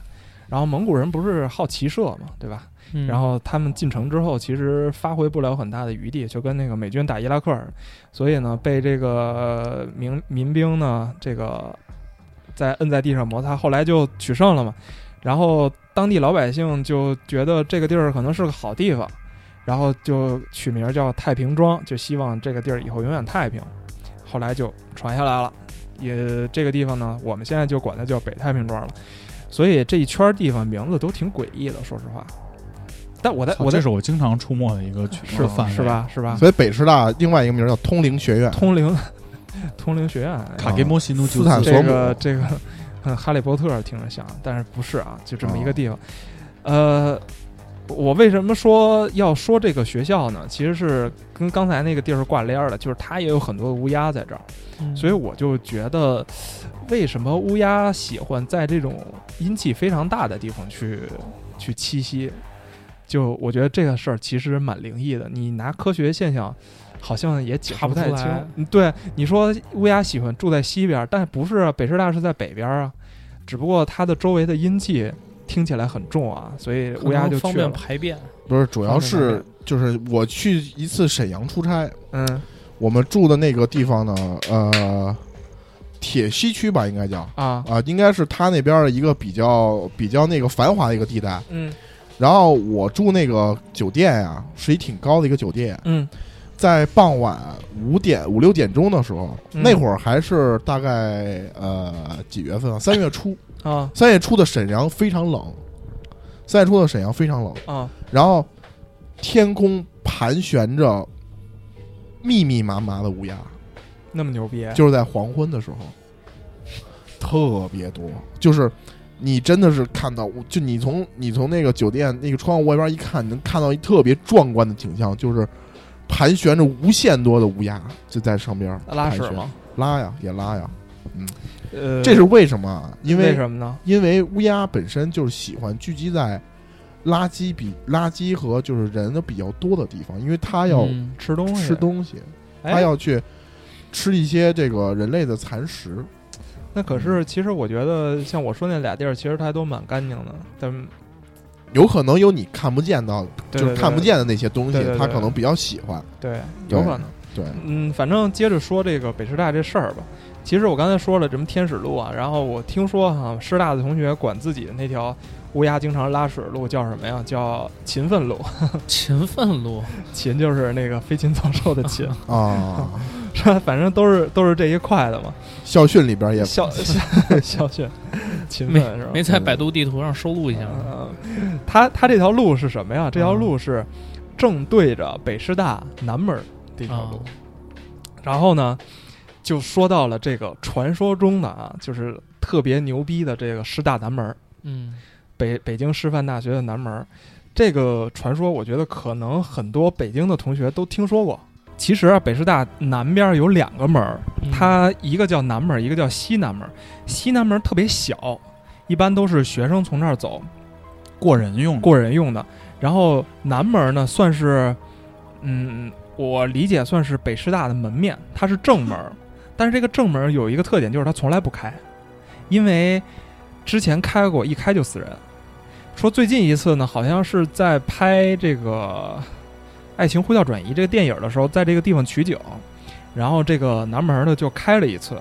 [SPEAKER 3] 然后蒙古人不是好骑射嘛，对吧？
[SPEAKER 1] 嗯
[SPEAKER 3] 然后他们进城之后，其实发挥不了很大的余地，就跟那个美军打伊拉克儿，所以呢，被这个呃民民兵呢，这个在摁在地上摩擦，后来就取胜了嘛。然后当地老百姓就觉得这个地儿可能是个好地方，然后就取名儿叫太平庄，就希望这个地儿以后永远太平。后来就传下来了，也这个地方呢，我们现在就管它叫北太平庄了。所以这一圈儿地方名字都挺诡异的，说实话。但我在
[SPEAKER 2] 操
[SPEAKER 3] 我在
[SPEAKER 2] 这是我经常出没的一个群
[SPEAKER 3] 是
[SPEAKER 2] 范围，
[SPEAKER 3] 是？吧？是吧？
[SPEAKER 4] 所以北师大另外一个名儿叫通灵学院，
[SPEAKER 3] 通灵，通灵学院，
[SPEAKER 2] 卡给莫
[SPEAKER 3] 嗯
[SPEAKER 2] 西努
[SPEAKER 4] 斯坦索
[SPEAKER 3] 这
[SPEAKER 4] 姆
[SPEAKER 3] 个这个，嗯，哈利波特听着像，但是不是啊？就这么
[SPEAKER 4] 哦
[SPEAKER 3] 一个地方。呃，我为什么说要说这个学校呢？其实是跟刚才那个地儿是挂帘儿的，就是它也有很多乌鸦在这儿，
[SPEAKER 5] 嗯
[SPEAKER 3] 所以我就觉得，为什么乌鸦喜欢在这种阴气非常大的地方去去栖息？就我觉得这个事儿其实蛮灵异的，你拿科学现象好像也解释
[SPEAKER 1] 查不
[SPEAKER 3] 太
[SPEAKER 1] 出
[SPEAKER 3] 清
[SPEAKER 1] 来。
[SPEAKER 3] 嗯对，你说乌鸦喜欢住在西边儿，但不是啊，北师大是在北边儿啊，只不过它的周围的阴气听起来很重啊，所以乌鸦就
[SPEAKER 5] 方
[SPEAKER 3] 去
[SPEAKER 5] 便
[SPEAKER 3] 了。
[SPEAKER 5] 排便，
[SPEAKER 4] 不是主要
[SPEAKER 3] 方便
[SPEAKER 4] 是就是我去一次沈阳出差，
[SPEAKER 3] 嗯
[SPEAKER 4] 我们住的那个地方呢，呃，铁西区吧，应该叫。
[SPEAKER 3] 啊
[SPEAKER 4] 啊、应该是他那边的一个比较比较那个繁华的一个地带。
[SPEAKER 3] 嗯
[SPEAKER 4] 然后我住那个酒店呀、是一挺高的一个酒店，
[SPEAKER 3] 嗯
[SPEAKER 4] 在傍晚五点五六点钟的时候，
[SPEAKER 3] 嗯
[SPEAKER 4] 那会儿还是大概呃几月份啊？三月初，
[SPEAKER 3] 啊
[SPEAKER 4] 三月初的沈阳非常冷，三月初的沈阳非常冷，
[SPEAKER 3] 啊
[SPEAKER 4] 然后天空盘旋着密密麻麻的乌鸦，
[SPEAKER 3] 那么牛逼，
[SPEAKER 4] 就是在黄昏的时候，特别多，就是。你真的是看到，就你从你从那个酒店那个窗户外边一看，能看到一特别壮观的景象，就是盘旋着无限多的乌鸦就在上边
[SPEAKER 3] 拉屎
[SPEAKER 4] 盘旋
[SPEAKER 3] 吗？
[SPEAKER 4] 拉呀，也拉呀。
[SPEAKER 3] 呃，
[SPEAKER 4] 这是为什么啊？因
[SPEAKER 3] 为
[SPEAKER 4] 为
[SPEAKER 3] 什么呢？
[SPEAKER 4] 因为乌鸦本身就是喜欢聚集在垃圾比垃圾和就是人的比较多的地方，因为它要
[SPEAKER 5] 嗯
[SPEAKER 3] 吃东西，
[SPEAKER 4] 吃东西，它
[SPEAKER 3] 哎，
[SPEAKER 4] 要去吃一些这个人类的残食。
[SPEAKER 3] 那可
[SPEAKER 5] 嗯
[SPEAKER 3] 是，其实我觉得像我说那俩地儿，其实它都蛮干净的，但
[SPEAKER 4] 有可能有你看不见到，
[SPEAKER 3] 对
[SPEAKER 4] 就是
[SPEAKER 3] 对
[SPEAKER 4] 看不
[SPEAKER 3] 对
[SPEAKER 4] 见的那些东西
[SPEAKER 3] 对对，对
[SPEAKER 4] 它可能比较喜欢。
[SPEAKER 3] 对，
[SPEAKER 4] 对
[SPEAKER 3] 有可能。
[SPEAKER 4] 对，
[SPEAKER 3] 嗯，反正接着说这个北师大这事儿吧。其实我刚才说了什么天使路啊，然后我听说哈、师大的同学管自己的那条乌鸦经常拉屎路叫什么呀？叫勤奋路， (laughs)
[SPEAKER 5] 勤奋路，
[SPEAKER 3] 勤就是那个飞禽走兽的勤，
[SPEAKER 4] 啊，
[SPEAKER 3] 是吧？反正都是都是这一块的嘛。
[SPEAKER 4] 校训里边也
[SPEAKER 3] 校 (laughs) 校校训，勤
[SPEAKER 5] 没
[SPEAKER 3] 奋是吧？
[SPEAKER 5] 没在百度地图上收录一下吗，
[SPEAKER 3] 呃，他他这条路是什么呀？这条路是正对着北师大南门儿的一条路。
[SPEAKER 5] 啊
[SPEAKER 3] 然后呢，就说到了这个传说中的啊，就是特别牛逼的这个师大南门儿，
[SPEAKER 5] 嗯，
[SPEAKER 3] 北北京师范大学的南门儿。这个传说，我觉得可能很多北京的同学都听说过。其实啊，北师大南边儿有两个门儿，
[SPEAKER 5] 嗯
[SPEAKER 3] 它一个叫南门，一个叫西南门。西南门特别小，一般都是学生从这儿走，
[SPEAKER 2] 过人用的，
[SPEAKER 3] (laughs) 过人用的。然后南门呢，算是，嗯，我理解算是北师大的门面，它是正门。 (laughs) 但是这个正门有一个特点，就是它从来不开，因为之前开过，一开就死人。说最近一次呢，好像是在拍这个《爱情呼叫转移》这个电影的时候，在这个地方取景，然后这个南门呢就开了一次。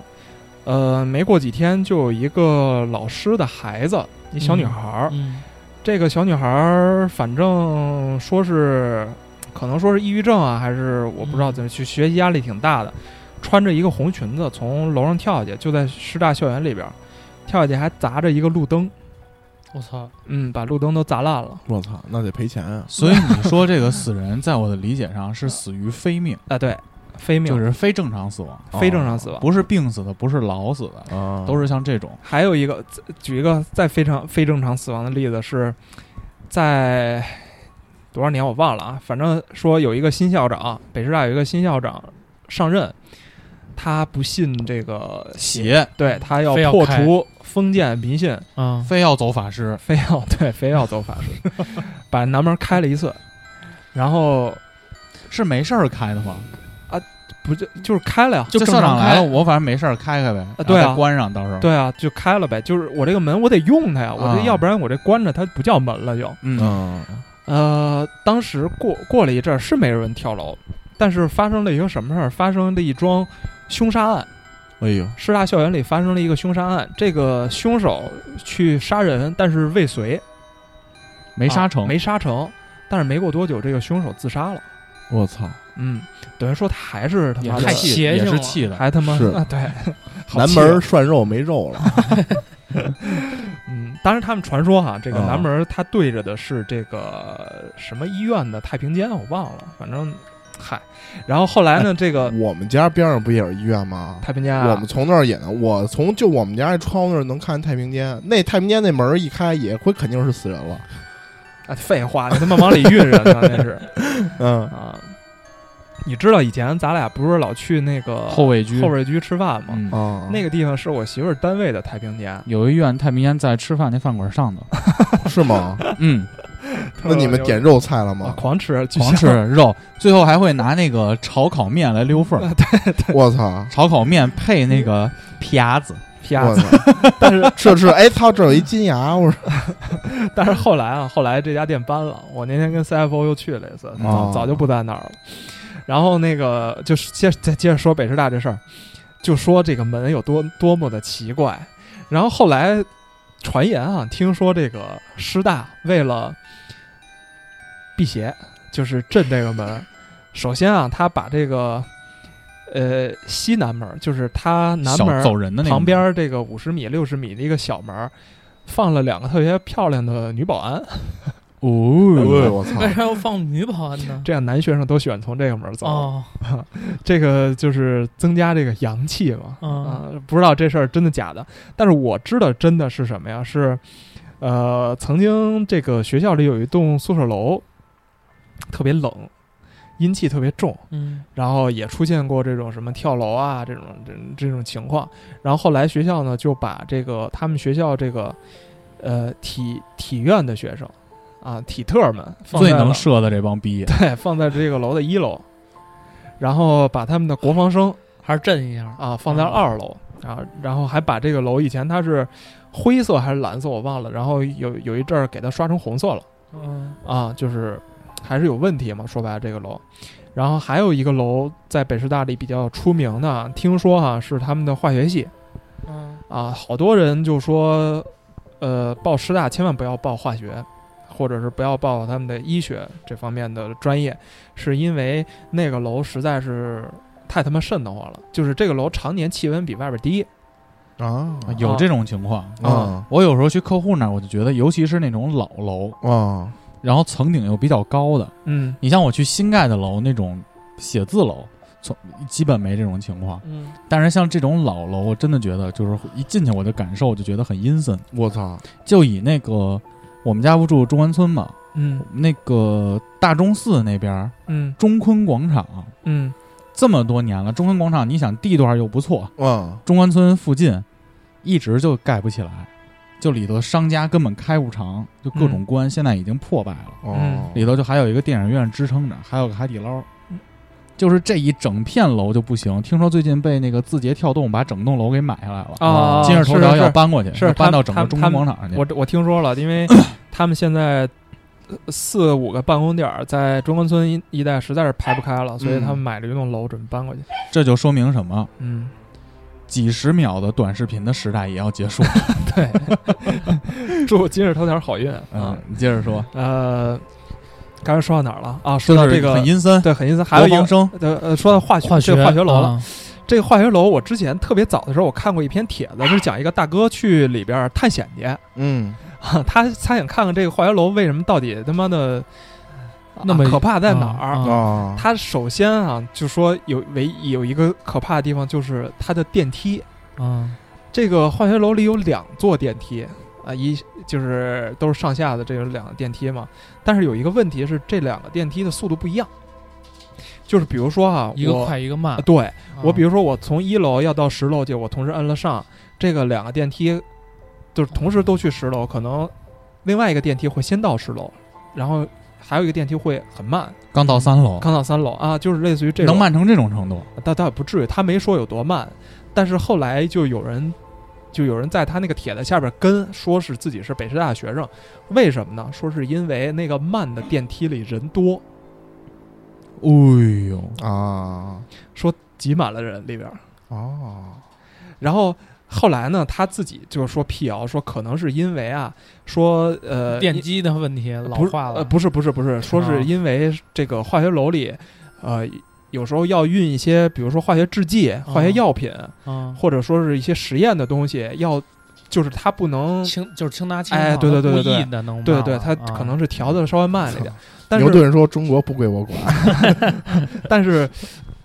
[SPEAKER 3] 呃，没过几天，就有一个老师的孩子，一小女孩儿，
[SPEAKER 5] 嗯
[SPEAKER 3] 这个小女孩儿，反正说是，可能说是抑郁症啊，还是我不知道
[SPEAKER 5] 嗯
[SPEAKER 3] 怎么去，学习压力挺大的，穿着一个红裙子从楼上跳下去，就在师大校园里边儿跳下去，还砸着一个路灯，
[SPEAKER 5] 我操，
[SPEAKER 3] 嗯，把路灯都砸烂了。
[SPEAKER 4] 嗯我操，那得赔钱啊！
[SPEAKER 2] 所以你说这个死人，在我的理解上是死于非命，
[SPEAKER 3] 啊，对， (laughs) 非命，
[SPEAKER 2] 就是哦非正常死亡，
[SPEAKER 3] 非正常死亡。嗯
[SPEAKER 2] 不是病死的，不是老死的，
[SPEAKER 4] 啊，
[SPEAKER 2] 都是像这种
[SPEAKER 3] 还有一个，举一个再非常非正常死亡的例子是，在多少年我忘了啊，反正说有一个新校长，北师大有一个新校长上任，他不信这个，
[SPEAKER 2] 邪
[SPEAKER 3] 对他要
[SPEAKER 5] 非要
[SPEAKER 3] 破
[SPEAKER 5] 开
[SPEAKER 3] 除封建迷信，
[SPEAKER 5] 啊，
[SPEAKER 2] 非要走法师，
[SPEAKER 3] 非要 (laughs) 对非要走法术，把南门开了一次，然后
[SPEAKER 2] 是没事儿开的吗？
[SPEAKER 3] 不就就是开了呀？
[SPEAKER 5] 就正
[SPEAKER 2] 校长
[SPEAKER 5] 常
[SPEAKER 2] 来
[SPEAKER 5] 开
[SPEAKER 2] 了，，我反正没事儿开开呗，然后
[SPEAKER 3] 对啊
[SPEAKER 2] 再关上到时候。，
[SPEAKER 3] 对啊，就开了呗。就是我这个门我得用它呀，我
[SPEAKER 2] 啊
[SPEAKER 3] 这要不然我这关着它不叫门了就。
[SPEAKER 2] 嗯，
[SPEAKER 4] 嗯，
[SPEAKER 3] 呃，当时过过了一阵儿是没有人跳楼，但是发生了一个什么事儿？发生了一桩凶杀案，
[SPEAKER 4] 哎呦，
[SPEAKER 3] 师大校园里发生了一个凶杀案，这个凶手去杀人，但是未遂，
[SPEAKER 2] 没杀
[SPEAKER 3] 啊
[SPEAKER 2] 成，
[SPEAKER 3] 没杀成，但是没过多久这个凶手自杀了。
[SPEAKER 4] 我操，
[SPEAKER 3] 嗯，等于说他还是他
[SPEAKER 2] 也
[SPEAKER 3] 妈
[SPEAKER 2] 是
[SPEAKER 3] 的
[SPEAKER 5] 太
[SPEAKER 2] 气
[SPEAKER 5] 邪
[SPEAKER 2] 也
[SPEAKER 5] 性
[SPEAKER 2] 是
[SPEAKER 5] 了
[SPEAKER 2] 气的。
[SPEAKER 3] 还他妈
[SPEAKER 4] 是
[SPEAKER 3] 啊对，好
[SPEAKER 4] 南
[SPEAKER 3] 气
[SPEAKER 4] 门
[SPEAKER 3] 啊
[SPEAKER 4] 涮肉没肉了，
[SPEAKER 3] (laughs) 嗯，当然他们传说哈，这个
[SPEAKER 4] 啊
[SPEAKER 3] 南门儿它对着的是这个什么医院的太平间，我忘了，反正嗨。然后后来呢，这
[SPEAKER 2] 嗯
[SPEAKER 3] 个
[SPEAKER 4] 我们家边上不也有医院吗？
[SPEAKER 3] 太平间
[SPEAKER 4] 我
[SPEAKER 3] 啊
[SPEAKER 4] 们，从那儿也能，我从就我们家窗户那儿能看见太平间，那太平间那门儿一开，也会肯定是死人了。
[SPEAKER 3] 啊废话，你他妈往里运人呢，那是
[SPEAKER 4] 嗯，
[SPEAKER 3] 啊。你知道以前咱俩不是老去那个
[SPEAKER 2] 后卫居
[SPEAKER 3] 后卫居吃饭吗？
[SPEAKER 2] 嗯，
[SPEAKER 4] 啊，
[SPEAKER 3] 那个地方是我媳妇儿单位的太平间，
[SPEAKER 2] 有一院太平间在吃饭那饭馆上
[SPEAKER 3] (laughs)
[SPEAKER 2] 头，
[SPEAKER 4] 个 (laughs) 是吗？
[SPEAKER 2] 嗯，
[SPEAKER 4] 那你们点肉菜了
[SPEAKER 3] (laughs) 啊
[SPEAKER 4] 吗？
[SPEAKER 3] 狂
[SPEAKER 4] (laughs)
[SPEAKER 3] 吃巨
[SPEAKER 2] 狂
[SPEAKER 3] 香
[SPEAKER 2] 吃肉，最后还会拿那个炒烤面来溜缝
[SPEAKER 3] 嗯
[SPEAKER 2] 儿，
[SPEAKER 4] 我操！
[SPEAKER 2] 炒烤面配那个皮牙子，
[SPEAKER 3] 啪
[SPEAKER 4] 我！操！但是这是哎操，这有一金牙，我说
[SPEAKER 3] (laughs) 但是后来啊，后来这家店搬了，我那天跟 CFO 又去了一次，早
[SPEAKER 4] 哦
[SPEAKER 3] 早就不在那儿了。然后那个就是接再接着说北师大这事儿，就说这个门有多多么的奇怪。然后后来传言啊，听说这个师大为了辟邪，就是镇这个门，首先啊，他把这个呃西南门儿，就是他南
[SPEAKER 2] 小
[SPEAKER 3] 门儿
[SPEAKER 2] 走人的那个
[SPEAKER 3] 旁边儿这个五十米、六十米的一个小门儿，放了两个特别漂亮的女保安，
[SPEAKER 4] 哎
[SPEAKER 2] 哦，
[SPEAKER 4] 我操！
[SPEAKER 5] (laughs) 为啥要放女保安
[SPEAKER 2] (laughs)
[SPEAKER 5] 呢？
[SPEAKER 3] 这样男学生都喜欢从这个门儿走。
[SPEAKER 5] 哦，
[SPEAKER 3] 这个就是增加这个阳气嘛。
[SPEAKER 5] 嗯
[SPEAKER 3] 啊、不知道这事儿真的假的，但是我知道真的是什么呀？是，呃，曾经这个学校里有一栋宿舍楼，特别冷，阴气特别重。
[SPEAKER 5] 嗯，
[SPEAKER 3] 然后也出现过这种什么跳楼啊这种这这种情况。然后后来学校呢就把这个他们学校这个呃体体院的学生啊体特儿们放在
[SPEAKER 2] 最能
[SPEAKER 3] 了
[SPEAKER 2] 射的这帮逼
[SPEAKER 3] 对放在这个楼的一楼，然后把他们的国防生
[SPEAKER 5] 还是震一下。
[SPEAKER 3] 啊放在二楼啊，然后还把这个楼以前它是灰色还是蓝色我忘了，然后有有一阵儿给它刷成红色了。
[SPEAKER 5] 嗯，
[SPEAKER 3] 啊，就是还是有问题嘛。说白了，这个楼，然后还有一个楼在北师大里比较出名的，听说哈、是他们的化学系
[SPEAKER 5] 嗯，
[SPEAKER 3] 啊，好多人就说，呃，报师大千万不要报化学，或者是不要报他们的医学这方面的专业，是因为那个楼实在是太他妈瘆得慌了，就是这个楼常年气温比外边低
[SPEAKER 4] 啊
[SPEAKER 2] 有这种情况。
[SPEAKER 4] 啊
[SPEAKER 2] 我有时候去客户那儿，我就觉得，尤其是那种老楼，
[SPEAKER 4] 啊！
[SPEAKER 2] 然后层顶又比较高的，
[SPEAKER 3] 嗯
[SPEAKER 2] 你像我去新盖的楼那种写字楼，从基本没这种情况。
[SPEAKER 5] 嗯，
[SPEAKER 2] 但是像这种老楼，我真的觉得就是一进去我就感受就觉得很阴森。
[SPEAKER 4] 我操！
[SPEAKER 2] 就以那个我们家不住中关村嘛，
[SPEAKER 3] 嗯
[SPEAKER 2] 那个大钟寺那边儿
[SPEAKER 3] 嗯
[SPEAKER 2] 中坤广场
[SPEAKER 3] 嗯
[SPEAKER 2] 这么多年了，中坤广场你想地段又不错，
[SPEAKER 4] 嗯，
[SPEAKER 2] 中关村附近一直就盖不起来，就里头商家根本开不长，就各种
[SPEAKER 3] 嗯
[SPEAKER 2] 关，现在已经破败了。
[SPEAKER 4] 哦，
[SPEAKER 2] 里头就还嗯有一个电影院支撑着，还有个海底捞
[SPEAKER 3] 嗯。
[SPEAKER 2] 就是这一整片楼就不行，听说最近被那个字节跳动把整栋楼给买下来了，
[SPEAKER 3] 啊，
[SPEAKER 2] 今日头条
[SPEAKER 3] 是是
[SPEAKER 2] 要搬过去，
[SPEAKER 3] 是
[SPEAKER 2] 要
[SPEAKER 3] 他
[SPEAKER 2] 搬
[SPEAKER 3] 们
[SPEAKER 2] 到整
[SPEAKER 3] 他
[SPEAKER 2] 个
[SPEAKER 3] 们
[SPEAKER 2] 中
[SPEAKER 3] 他
[SPEAKER 2] 坤
[SPEAKER 3] 们
[SPEAKER 2] 广场去。
[SPEAKER 3] 我我听说了，
[SPEAKER 2] (coughs)
[SPEAKER 3] 因为他们现在呃四五个办公点儿在中关村一一带实在是排不开了，所以
[SPEAKER 4] 嗯
[SPEAKER 3] 他们买了一栋楼准备搬过去。
[SPEAKER 2] 这就说明什么？
[SPEAKER 3] 嗯，
[SPEAKER 2] 几十秒的短视频的时代也要结
[SPEAKER 3] (laughs)
[SPEAKER 2] 束了。
[SPEAKER 3] 对，
[SPEAKER 2] (laughs)
[SPEAKER 3] 祝今日头条好运啊
[SPEAKER 2] 嗯！，你接着说，
[SPEAKER 3] 呃，刚才说到哪儿了啊？说到
[SPEAKER 2] 就是
[SPEAKER 3] 这个
[SPEAKER 2] 很阴森，
[SPEAKER 3] 对很意思，还有一
[SPEAKER 2] 国防
[SPEAKER 3] 个
[SPEAKER 2] 生
[SPEAKER 3] 呃呃，说到化学
[SPEAKER 5] 化学
[SPEAKER 3] 这个化学楼了。
[SPEAKER 2] 嗯
[SPEAKER 5] 啊
[SPEAKER 3] 这个化学楼，我之前特别早的时候，我看过一篇帖子，是讲一个大哥去里边儿探险去，
[SPEAKER 4] 嗯，
[SPEAKER 3] 啊，他他想看看这个化学楼为什么到底他妈的、啊
[SPEAKER 5] 那么
[SPEAKER 3] 可怕在哪儿。
[SPEAKER 5] 啊
[SPEAKER 4] 啊，
[SPEAKER 3] 他首先啊，就说有唯一有一个可怕的地方就是它的电梯。
[SPEAKER 5] 嗯，
[SPEAKER 3] 这个化学楼里有两座电梯，啊，一就是都是上下的这个两个电梯嘛。但是有一个问题是，这两个电梯的速度不一样，就是比如说啊，
[SPEAKER 5] 一个
[SPEAKER 3] 我
[SPEAKER 5] 快一个慢
[SPEAKER 3] 啊，。对
[SPEAKER 2] 哦
[SPEAKER 3] 我比
[SPEAKER 5] 如
[SPEAKER 3] 如说我从一楼要到十楼去，我同时摁了上，这个两个电梯就是同时都去十楼，可能另外一个电梯会先到十楼，然后还有一个电梯会很慢，
[SPEAKER 2] 刚到三楼，
[SPEAKER 3] 刚到三楼啊，就是类似于这
[SPEAKER 2] 哦
[SPEAKER 3] 种
[SPEAKER 2] 能，慢成这种程度，
[SPEAKER 3] 倒倒也不至于，他没说有多慢，但是后来就有人。就有人在他那个帖子下边跟说是自己是北师大的学生，为什么呢？说是因为那个慢的电梯里人多，
[SPEAKER 2] 哎呦，
[SPEAKER 4] 啊
[SPEAKER 3] 说挤满了人里边儿。
[SPEAKER 4] 哦，
[SPEAKER 3] 然后后来呢，他自己就是说辟谣，说可能是因为啊，说呃
[SPEAKER 5] 电
[SPEAKER 3] 因
[SPEAKER 5] 机的问题老
[SPEAKER 3] 不是
[SPEAKER 5] 化了，啊
[SPEAKER 3] 呃不是不是不是，说是因为这个化学楼里，呃有时候要运一些，比如说化学制剂、化学药品，
[SPEAKER 5] 嗯，
[SPEAKER 3] 或者说是一些实验的东西，要就是它不能。
[SPEAKER 5] 轻就是轻拿轻放，
[SPEAKER 3] 嗯哎对对对
[SPEAKER 5] 它
[SPEAKER 3] 对
[SPEAKER 5] 故
[SPEAKER 3] 对
[SPEAKER 5] 意的弄慢
[SPEAKER 3] 对
[SPEAKER 5] 了，
[SPEAKER 3] 对，它
[SPEAKER 5] 啊
[SPEAKER 3] 可能是调的稍微慢
[SPEAKER 5] (laughs)
[SPEAKER 3] 了一点，但
[SPEAKER 4] 牛
[SPEAKER 3] 是
[SPEAKER 4] 顿说中国不归我管，
[SPEAKER 3] 但是，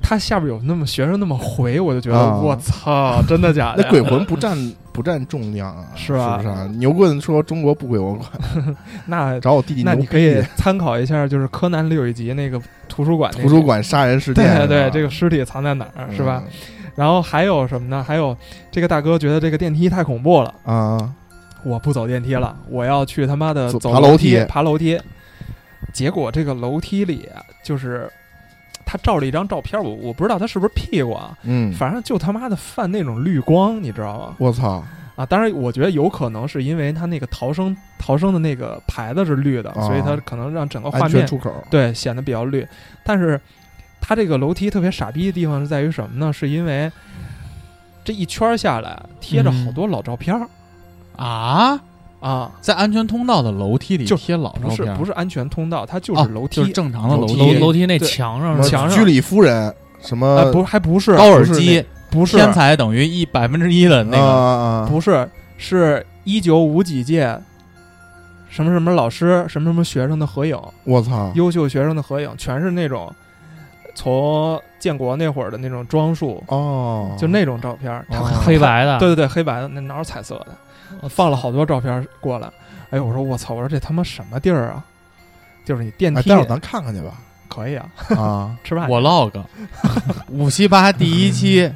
[SPEAKER 3] 它下边有那么学生那么回，我就觉得
[SPEAKER 4] 啊
[SPEAKER 3] 我操，真的假的
[SPEAKER 4] 那
[SPEAKER 3] 呀？
[SPEAKER 4] 鬼魂不占不占重量啊，
[SPEAKER 3] 是
[SPEAKER 4] 是
[SPEAKER 3] 吧
[SPEAKER 4] 不是啊？牛顿说中国不归我管，
[SPEAKER 3] (laughs) 那
[SPEAKER 4] 找我弟弟
[SPEAKER 3] 那
[SPEAKER 4] 牛
[SPEAKER 3] 你
[SPEAKER 4] 逼。
[SPEAKER 3] 可
[SPEAKER 4] (laughs)
[SPEAKER 3] 以参考一下，就是柯南里有一集那个图书馆那
[SPEAKER 4] 图书馆啊杀人事
[SPEAKER 3] 对对
[SPEAKER 4] 件
[SPEAKER 3] 啊
[SPEAKER 4] 是
[SPEAKER 3] 对，
[SPEAKER 4] 吧，
[SPEAKER 3] 这个尸体藏在哪儿是吧？
[SPEAKER 4] 嗯
[SPEAKER 3] 然后还有什么呢？还有这个大哥觉得这个电梯太恐怖了，
[SPEAKER 4] 嗯？啊，
[SPEAKER 3] 我不走电梯了，我要去他妈的
[SPEAKER 4] 走
[SPEAKER 3] 走
[SPEAKER 4] 爬
[SPEAKER 3] 楼
[SPEAKER 4] 楼梯
[SPEAKER 3] 爬楼梯。结果这个楼梯里啊就是他照了一张照片，我我不知道他是不是屁股啊，
[SPEAKER 4] 嗯，
[SPEAKER 3] 反正就他妈的泛那种绿光，你知道吗？
[SPEAKER 4] 我操，
[SPEAKER 3] 啊，当然，我觉得有可能是因为他那个逃生逃生的那个牌子是绿的，
[SPEAKER 4] 啊
[SPEAKER 3] 所以他可能让整个哦画
[SPEAKER 4] 安
[SPEAKER 3] 面
[SPEAKER 4] 全出口，
[SPEAKER 3] 对，显得比较绿。但是它这个楼梯特别傻逼的地方是在于什么呢？是因为这一圈儿下来贴着好
[SPEAKER 2] 嗯
[SPEAKER 3] 多老照片儿、
[SPEAKER 2] 啊，
[SPEAKER 3] 啊，
[SPEAKER 2] 在安全通道的楼梯里
[SPEAKER 3] 就
[SPEAKER 2] 贴老照
[SPEAKER 3] 不是
[SPEAKER 2] 片，
[SPEAKER 3] 不
[SPEAKER 2] 是
[SPEAKER 3] 是安全通道，它就
[SPEAKER 2] 哦
[SPEAKER 3] 是楼梯，
[SPEAKER 2] 就是正常的
[SPEAKER 4] 楼
[SPEAKER 2] 梯，
[SPEAKER 5] 楼
[SPEAKER 4] 梯
[SPEAKER 5] 楼梯那
[SPEAKER 3] 对
[SPEAKER 5] 墙
[SPEAKER 4] 什
[SPEAKER 5] 上
[SPEAKER 4] 么
[SPEAKER 5] 是吧
[SPEAKER 3] 墙上
[SPEAKER 4] 居里夫人什么
[SPEAKER 3] 呃，不是还不是
[SPEAKER 2] 高尔
[SPEAKER 4] 不是
[SPEAKER 2] 基
[SPEAKER 3] 不是
[SPEAKER 2] 天才等于一百分之一的那
[SPEAKER 4] 啊
[SPEAKER 2] 个，
[SPEAKER 4] 啊
[SPEAKER 3] 不是是一九五几届。什么什么老师，什么什么学生的合影，
[SPEAKER 4] 我操，
[SPEAKER 3] 优秀学生的合影，全是那种从建国那会儿的那种装束，
[SPEAKER 4] 哦，
[SPEAKER 3] 就那种照片儿，他
[SPEAKER 4] 哦
[SPEAKER 5] 黑白的，
[SPEAKER 3] 对对对，黑白的，那哪有彩色的？放了好多照片过来。哎，我说我操，我说这他妈什么地儿啊？就是你电
[SPEAKER 4] 哎，
[SPEAKER 3] 梯、
[SPEAKER 4] 待会儿咱看看去
[SPEAKER 3] (laughs)
[SPEAKER 4] 吧，
[SPEAKER 3] 可以啊，
[SPEAKER 4] 啊，
[SPEAKER 3] 吃饭
[SPEAKER 2] (laughs)
[SPEAKER 3] 去。
[SPEAKER 2] ，vlog，五七八第一期，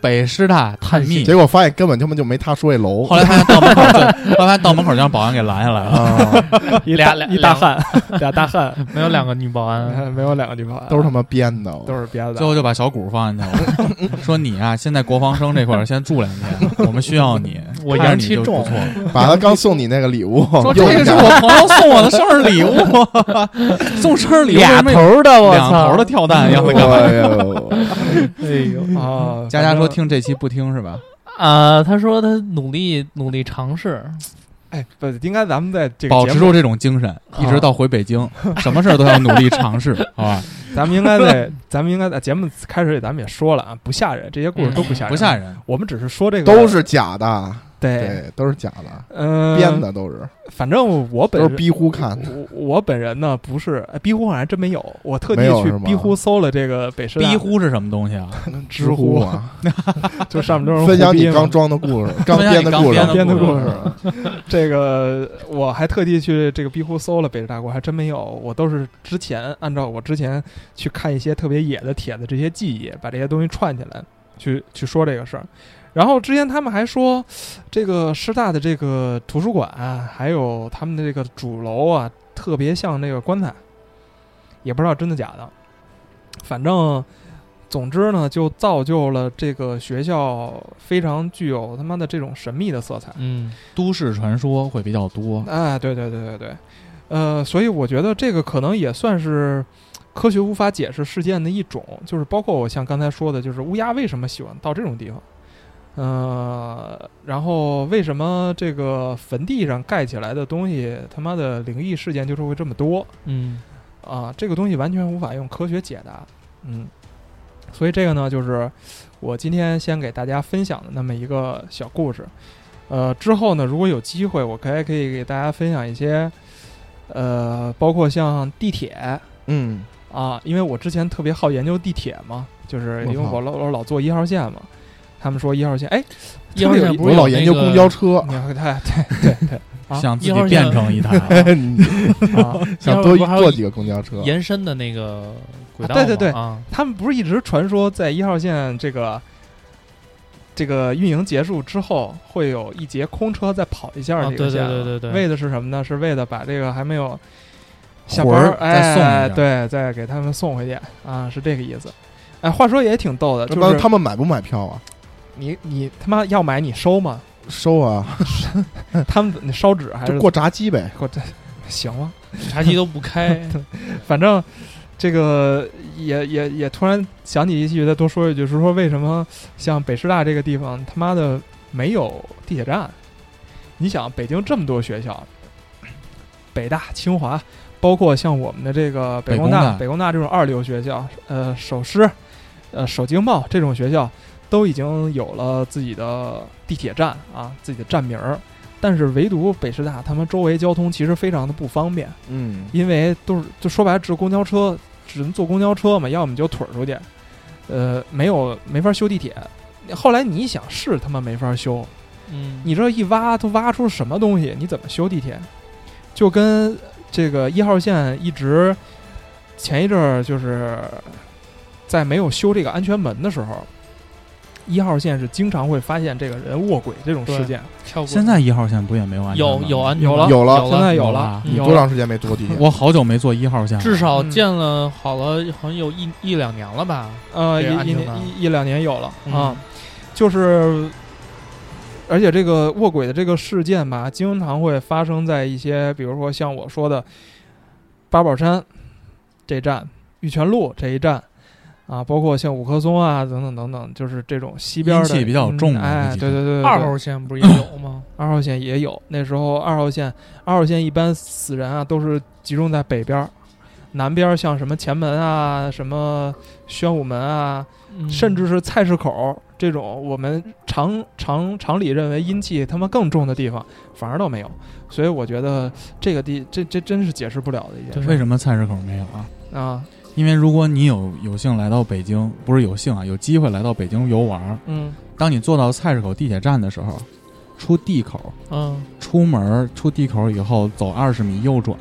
[SPEAKER 2] 北师大探秘
[SPEAKER 4] 结，果发现根本他妈就没他说这楼
[SPEAKER 2] 后来发现到门口就，后来发现到门口就让保安给拦下 (laughs) 来了。
[SPEAKER 4] 啊，
[SPEAKER 3] 一
[SPEAKER 5] 俩
[SPEAKER 3] 大
[SPEAKER 5] 俩
[SPEAKER 3] 一大汉，俩大汉，
[SPEAKER 5] 没有两个女保安，
[SPEAKER 3] 哎 (laughs) 没有两个女朋友，
[SPEAKER 4] 都是他妈编的，
[SPEAKER 3] 都是别的。啊
[SPEAKER 2] 最后就把小谷放进去 (laughs) 了，说你啊，先在国防生这块儿先住两天，我们需要 (laughs) 你。
[SPEAKER 5] 我
[SPEAKER 2] 看着
[SPEAKER 5] 阳
[SPEAKER 2] 你
[SPEAKER 5] 气
[SPEAKER 2] 就不
[SPEAKER 5] 重
[SPEAKER 2] 错 (laughs) 了
[SPEAKER 4] 把他刚送你那个
[SPEAKER 3] (laughs)
[SPEAKER 4] 礼物，
[SPEAKER 2] 说这
[SPEAKER 4] 又一
[SPEAKER 2] 个是
[SPEAKER 4] 张
[SPEAKER 2] 我朋友送我的生日礼物， (laughs) 送生日
[SPEAKER 5] (laughs)
[SPEAKER 2] 礼物
[SPEAKER 5] 俩
[SPEAKER 2] 为什么有
[SPEAKER 5] 头的，我
[SPEAKER 2] 两
[SPEAKER 5] 操，
[SPEAKER 2] 头的跳蛋，要不干嘛？
[SPEAKER 4] 哎呦
[SPEAKER 5] 哎呦
[SPEAKER 3] 啊，
[SPEAKER 2] (laughs) 佳佳说
[SPEAKER 3] 反正
[SPEAKER 2] 听这期不听是吧？
[SPEAKER 5] 啊，他说他努力努力尝试，
[SPEAKER 3] 哎，不应该咱们在这个
[SPEAKER 2] 保
[SPEAKER 3] 节
[SPEAKER 2] 持
[SPEAKER 3] 目，
[SPEAKER 2] 住这啊种精神，一直到回北 (laughs) 京，什么事儿都要努力尝 (laughs) 试，好吧？
[SPEAKER 3] 咱们应该在 (laughs) 咱们应该在节目开始里，咱们也说了啊，不吓人，这些故事都不吓人，
[SPEAKER 2] 不吓。人。
[SPEAKER 3] 我们只是说这 (laughs) 个
[SPEAKER 4] 都是假的，
[SPEAKER 3] 对，
[SPEAKER 4] 对，都是假的，
[SPEAKER 3] 嗯，
[SPEAKER 4] 编。的都是，
[SPEAKER 3] 反正我本
[SPEAKER 4] 都
[SPEAKER 3] 人
[SPEAKER 4] 是逼呼看的，
[SPEAKER 3] 我我本人呢不是，哎，逼呼好像真没有，我特地
[SPEAKER 4] 没有
[SPEAKER 3] 去
[SPEAKER 4] 是吗
[SPEAKER 3] 逼呼搜了这个北师大
[SPEAKER 2] 逼呼是什么东西 (laughs) 啊？
[SPEAKER 3] 知
[SPEAKER 4] 乎
[SPEAKER 3] (laughs) 乎，
[SPEAKER 4] 啊，
[SPEAKER 3] 就上面都是
[SPEAKER 4] 分享你
[SPEAKER 3] 胡逼嘛
[SPEAKER 4] 刚装的故事，刚
[SPEAKER 2] 分享
[SPEAKER 4] 编
[SPEAKER 2] 你
[SPEAKER 4] 的
[SPEAKER 2] 刚
[SPEAKER 4] 故事
[SPEAKER 2] 编，
[SPEAKER 3] 编的
[SPEAKER 2] 故
[SPEAKER 3] 故事。这个我还特地去这个逼呼搜了北师大国，还真没有，我都是之前按照我之前去看一些特别野的帖子，这些记忆把这些东西串起来，去去说这个事儿。然后之前他们还说，这个师大的这个图书馆、啊还有他们的这个主楼啊，特别像那个棺材，也不知道真的假的。反正，总之呢，就造就了这个学校非常具有他妈的这种神秘的色彩。
[SPEAKER 5] 嗯，
[SPEAKER 2] 都市传说会比较多，
[SPEAKER 3] 哎，对对对对对，呃，所以我觉得这个可能也算是科学无法解释事件的一种，就是包括我像刚才说的，就是乌鸦为什么喜欢到这种地方，呃，然后为什么这个坟地上盖起来的东西，他妈的灵异事件就是会这么多
[SPEAKER 5] 嗯，
[SPEAKER 3] 啊、这个东西完全无法用科学解答，嗯。所以这个呢，就是我今天先给大家分享的那么一个小故事。呃，之后呢，如果有机会，我可以可以给大家分享一些，呃，包括像地铁
[SPEAKER 4] 嗯，
[SPEAKER 3] 啊，因为我之前特别好研究地铁嘛，就是
[SPEAKER 4] 我
[SPEAKER 3] 因为
[SPEAKER 4] 靠
[SPEAKER 3] 我老我老坐一号线嘛，他们说一号线，哎，
[SPEAKER 5] 一号线不
[SPEAKER 4] 我
[SPEAKER 5] 是有
[SPEAKER 4] 老研究
[SPEAKER 5] 那个
[SPEAKER 4] 公交
[SPEAKER 3] (laughs)
[SPEAKER 4] 车，，
[SPEAKER 3] 你看他对对对，啊
[SPEAKER 2] 想自
[SPEAKER 5] 一
[SPEAKER 2] 己
[SPEAKER 5] 会儿
[SPEAKER 2] 变
[SPEAKER 5] 想
[SPEAKER 2] 成一台
[SPEAKER 4] 你
[SPEAKER 5] 啊，
[SPEAKER 4] 想
[SPEAKER 5] 一号
[SPEAKER 4] 多
[SPEAKER 5] 线不还有
[SPEAKER 4] 坐几个公交车？
[SPEAKER 5] 嗯延伸的那个轨道
[SPEAKER 3] 啊
[SPEAKER 5] 吗、
[SPEAKER 3] 对对对
[SPEAKER 5] 啊，
[SPEAKER 3] 他们不是一直传说在一号线这个这个运营结束之后，会有一节空车再跑一下
[SPEAKER 5] 啊
[SPEAKER 3] 这个线吗、
[SPEAKER 5] 对对对对对
[SPEAKER 3] 为的是什么呢？是为了把这个还没有下
[SPEAKER 2] 活
[SPEAKER 3] 班
[SPEAKER 2] 儿
[SPEAKER 3] 儿
[SPEAKER 2] 再送一
[SPEAKER 3] 哎，
[SPEAKER 2] 下
[SPEAKER 3] 对，再给他们送回去啊，是这个意思。哎，话说也挺逗的，就
[SPEAKER 4] 那
[SPEAKER 3] 是
[SPEAKER 4] 他们买不买票啊？
[SPEAKER 3] 你你他妈要买你收吗？
[SPEAKER 4] 收啊，
[SPEAKER 3] 他们你烧纸还
[SPEAKER 4] 就是过闸机呗。
[SPEAKER 3] 过这 (laughs) 行吗？
[SPEAKER 5] 啊茶几都不
[SPEAKER 3] (laughs)
[SPEAKER 5] 开，
[SPEAKER 3] 反正这个也也也突然想起一句，再多说一句，是说为什么像北师大这个地方他妈的没有地铁站？你想，北京这么多学校，北大、清华，包括像我们的这个北工大、
[SPEAKER 2] 北
[SPEAKER 3] 北工大这种二流学校，呃，首师、呃，首经贸这种学校，都已经有了自己的地铁站啊，自己的站名儿。但是唯独北师大，他们周围交通其实非常的不方便。
[SPEAKER 4] 嗯，
[SPEAKER 3] 因为都是就说白了，只有公交车，只能坐公交车嘛，要么你就腿儿出去，呃，没有没法修地铁。后来你一想是他妈没法修，
[SPEAKER 5] 嗯，
[SPEAKER 3] 你这一挖都挖出什么东西？你怎么修地铁？就跟这个一号线一直前一阵儿就是在没有修这个安全门的时候，一号线是经常会发现这个人卧轨这种事
[SPEAKER 5] 对
[SPEAKER 3] 件。
[SPEAKER 5] 跳过
[SPEAKER 2] (laughs) 现在一号线不也没有安全
[SPEAKER 5] 有
[SPEAKER 2] 吗
[SPEAKER 5] 有安
[SPEAKER 3] 有
[SPEAKER 5] 了
[SPEAKER 3] 了
[SPEAKER 5] 有
[SPEAKER 4] 有了
[SPEAKER 3] 现在有
[SPEAKER 2] 有
[SPEAKER 3] 啊了
[SPEAKER 2] 了，
[SPEAKER 4] 你
[SPEAKER 5] 有
[SPEAKER 4] 多
[SPEAKER 5] 了
[SPEAKER 4] 长时间没坐地铁？
[SPEAKER 2] 我好久没坐一号线了，
[SPEAKER 5] 至少
[SPEAKER 3] 嗯
[SPEAKER 5] 建了好了，好像有一一两年了吧？
[SPEAKER 3] 呃，
[SPEAKER 5] 这
[SPEAKER 3] 一
[SPEAKER 5] 个安
[SPEAKER 3] 一
[SPEAKER 5] 全
[SPEAKER 3] 年
[SPEAKER 5] 门
[SPEAKER 3] 一一两年有了啊。
[SPEAKER 5] 嗯
[SPEAKER 3] 就是，而且这个卧轨的这个事件吧，经常会发生在一些，比如说像我说的八宝山这站、玉泉路这一站。啊，包括像五棵松啊，等等等等，就是这种西边的
[SPEAKER 2] 阴气比较重的
[SPEAKER 3] 嗯
[SPEAKER 2] 那
[SPEAKER 3] 哎，
[SPEAKER 2] 几
[SPEAKER 3] 对对对，对
[SPEAKER 5] 二
[SPEAKER 3] 对
[SPEAKER 5] 号线不是也有吗？
[SPEAKER 3] (coughs) 二号线也有。那时候二号线，二号线一般死人啊都是集中在北边儿，南边儿像什么前门啊、什么宣武门啊、
[SPEAKER 5] 嗯
[SPEAKER 3] 甚至是菜市口这种我们常常常理认为阴气他妈更重的地方，反而倒没有。所以我觉得这个地这这真是解释不了的一件事
[SPEAKER 2] 为什么菜市口没有啊？
[SPEAKER 3] 啊。
[SPEAKER 2] 因为如果你有有幸来到北京，不是有幸啊，有机会来到北京游玩儿，
[SPEAKER 3] 嗯
[SPEAKER 2] 当你坐到菜市口地铁站的时候，出 D 口，
[SPEAKER 5] 嗯，
[SPEAKER 2] 出门儿出 D 口以后走二十米右转，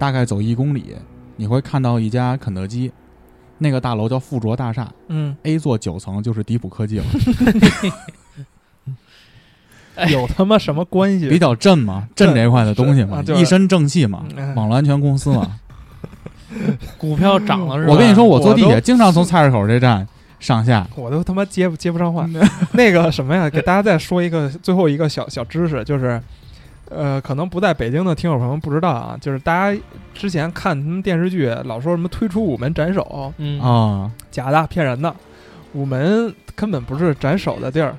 [SPEAKER 2] 大概走一公里，你会看到一家肯德基，那个大楼叫富卓大厦
[SPEAKER 3] 嗯， (laughs)
[SPEAKER 2] ，A 座九层就是迪普科技了，
[SPEAKER 3] 有他妈什么关系？
[SPEAKER 2] 比较震嘛，震这一块的东西嘛
[SPEAKER 3] 是啊，对
[SPEAKER 2] 一身正气嘛
[SPEAKER 3] 嗯，
[SPEAKER 2] 网络安全公司嘛。
[SPEAKER 3] (laughs)
[SPEAKER 5] 股票涨了是吧？
[SPEAKER 2] 我跟你说，我坐地
[SPEAKER 3] 嗯我
[SPEAKER 2] 铁
[SPEAKER 3] 都
[SPEAKER 2] 经常从菜市口这站上下，
[SPEAKER 3] 我都他妈接不接不上话。 (laughs) 那个什么呀，给大家再说一个最后一个小小知识，就是，呃，可能不在北京的听友朋友们不知道啊，就是大家之前看他们电视剧老说什么推出午门斩首，
[SPEAKER 5] 嗯
[SPEAKER 2] 啊，
[SPEAKER 3] 假的骗人的，午门根本不是斩首的地儿，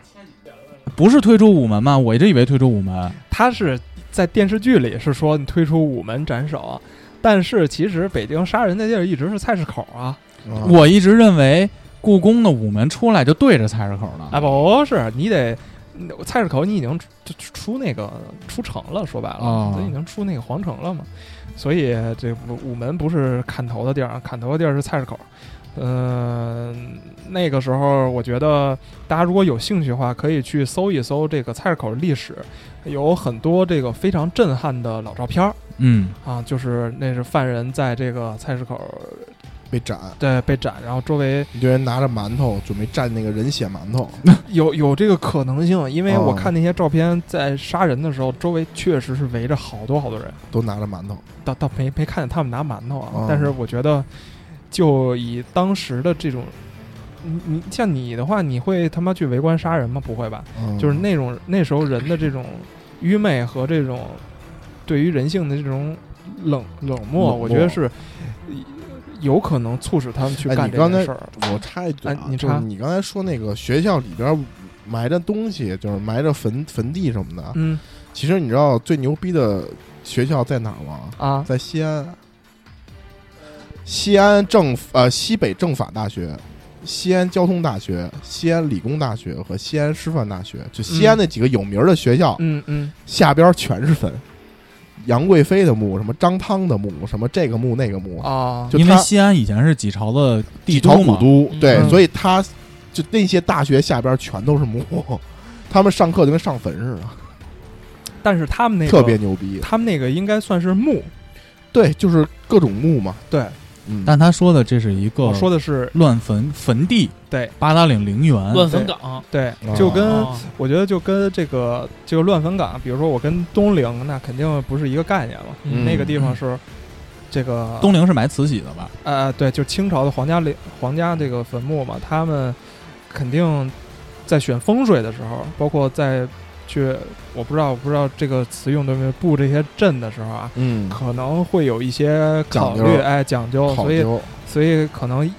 [SPEAKER 2] 不是推出午门吗？我一直以为推出午门。
[SPEAKER 3] 他是在电视剧里是说你推出午门斩首，但是其实北京杀人那地儿一直是菜市口啊。
[SPEAKER 4] 啊
[SPEAKER 2] 我一直认为故宫的午门出来就对着菜市口呢。
[SPEAKER 3] 啊，不是，你得嗯菜市口你已经出就出那个出城了，说白了，
[SPEAKER 2] 哦
[SPEAKER 3] 你已经出那个皇城了嘛。所以这午午门不是砍头的地儿，啊砍头的地儿是菜市口。嗯、那个时候我觉得大家如果有兴趣的话，可以去搜一搜这个菜市口的历史，有很多这个非常震撼的老照片儿。
[SPEAKER 2] 嗯，
[SPEAKER 3] 啊，就是那是犯人在这个菜市口
[SPEAKER 4] 被斩，
[SPEAKER 3] 对被斩，然后周围
[SPEAKER 4] 一堆人拿着馒头准备蘸那个人血馒头，
[SPEAKER 3] 有有这个可能性，因为我
[SPEAKER 4] 哦
[SPEAKER 3] 看那些照片，在杀人的时候，周围确实是围着好多好多人，
[SPEAKER 4] 都拿着馒头。
[SPEAKER 3] 倒倒没没看见他们拿馒头啊，
[SPEAKER 4] 哦
[SPEAKER 3] 但是我觉得，就以当时的这种，你你像你的话，你会他妈去围观杀人吗？不会吧，
[SPEAKER 4] 嗯
[SPEAKER 3] 就是那种那时候人的这种愚昧和这种对于人性的这种冷冷漠，
[SPEAKER 4] 冷漠
[SPEAKER 3] 我觉得是呃有可能促使他们去
[SPEAKER 4] 哎
[SPEAKER 3] 干
[SPEAKER 4] 你
[SPEAKER 3] 这
[SPEAKER 4] 刚才
[SPEAKER 3] 件事儿。
[SPEAKER 4] 我插一句啊
[SPEAKER 3] 哎，你
[SPEAKER 4] 就是
[SPEAKER 3] 插
[SPEAKER 4] 你刚才说那个学校里边埋着东西，就是埋着坟坟地什么的。
[SPEAKER 3] 嗯
[SPEAKER 4] 其实你知道最牛逼的学校在哪儿吗？
[SPEAKER 3] 啊，
[SPEAKER 4] 在西安，西安政府呃西北政法大学、西安交通大学、西安理工大学和西安师范大学，就西安那几个有名儿的学校，
[SPEAKER 3] 嗯嗯，
[SPEAKER 4] 下边全是坟，杨贵妃的墓，什么张汤的墓，什么这个墓那个墓，
[SPEAKER 3] 啊，
[SPEAKER 4] 就
[SPEAKER 2] 因为
[SPEAKER 4] 它
[SPEAKER 2] 西安以前是几朝的帝
[SPEAKER 4] 几朝
[SPEAKER 2] 都
[SPEAKER 4] 古
[SPEAKER 2] 嘛，
[SPEAKER 4] 都，
[SPEAKER 5] 嗯
[SPEAKER 4] 对，
[SPEAKER 3] 嗯
[SPEAKER 4] 所以它就那些大学下边全都是墓， (laughs) 他们上课就跟上坟似的，
[SPEAKER 3] 但是他们那个
[SPEAKER 4] 特别，牛逼。
[SPEAKER 3] 他们那个应该算是墓，
[SPEAKER 4] 对，就是各种墓嘛。
[SPEAKER 3] 对，
[SPEAKER 4] 嗯，
[SPEAKER 2] 但他说的这是一
[SPEAKER 3] 我
[SPEAKER 2] 个
[SPEAKER 3] 哦说的是
[SPEAKER 2] 乱坟坟地，
[SPEAKER 3] 对，
[SPEAKER 2] 八达岭陵园，
[SPEAKER 5] 乱坟岗，
[SPEAKER 3] 对
[SPEAKER 4] 哦，
[SPEAKER 3] 就跟、
[SPEAKER 5] 哦
[SPEAKER 3] 我觉得就跟这个这个乱坟岗，比如说我跟东陵，那肯定不是一个概念了。
[SPEAKER 4] 嗯
[SPEAKER 3] 那个地方是这个
[SPEAKER 2] 东陵是埋慈禧的吧？
[SPEAKER 3] 呃，对，就清朝的皇家陵皇家这个坟墓嘛，他们肯定在选风水的时候，包括在去我不知道我不知道这个词用对不对，布这些阵的时候啊，
[SPEAKER 4] 嗯，
[SPEAKER 3] 可能会有一些考
[SPEAKER 4] 讲
[SPEAKER 3] 虑，
[SPEAKER 4] 究
[SPEAKER 3] 哎，讲究，
[SPEAKER 4] 考
[SPEAKER 3] 所以
[SPEAKER 4] 究
[SPEAKER 3] 所以可能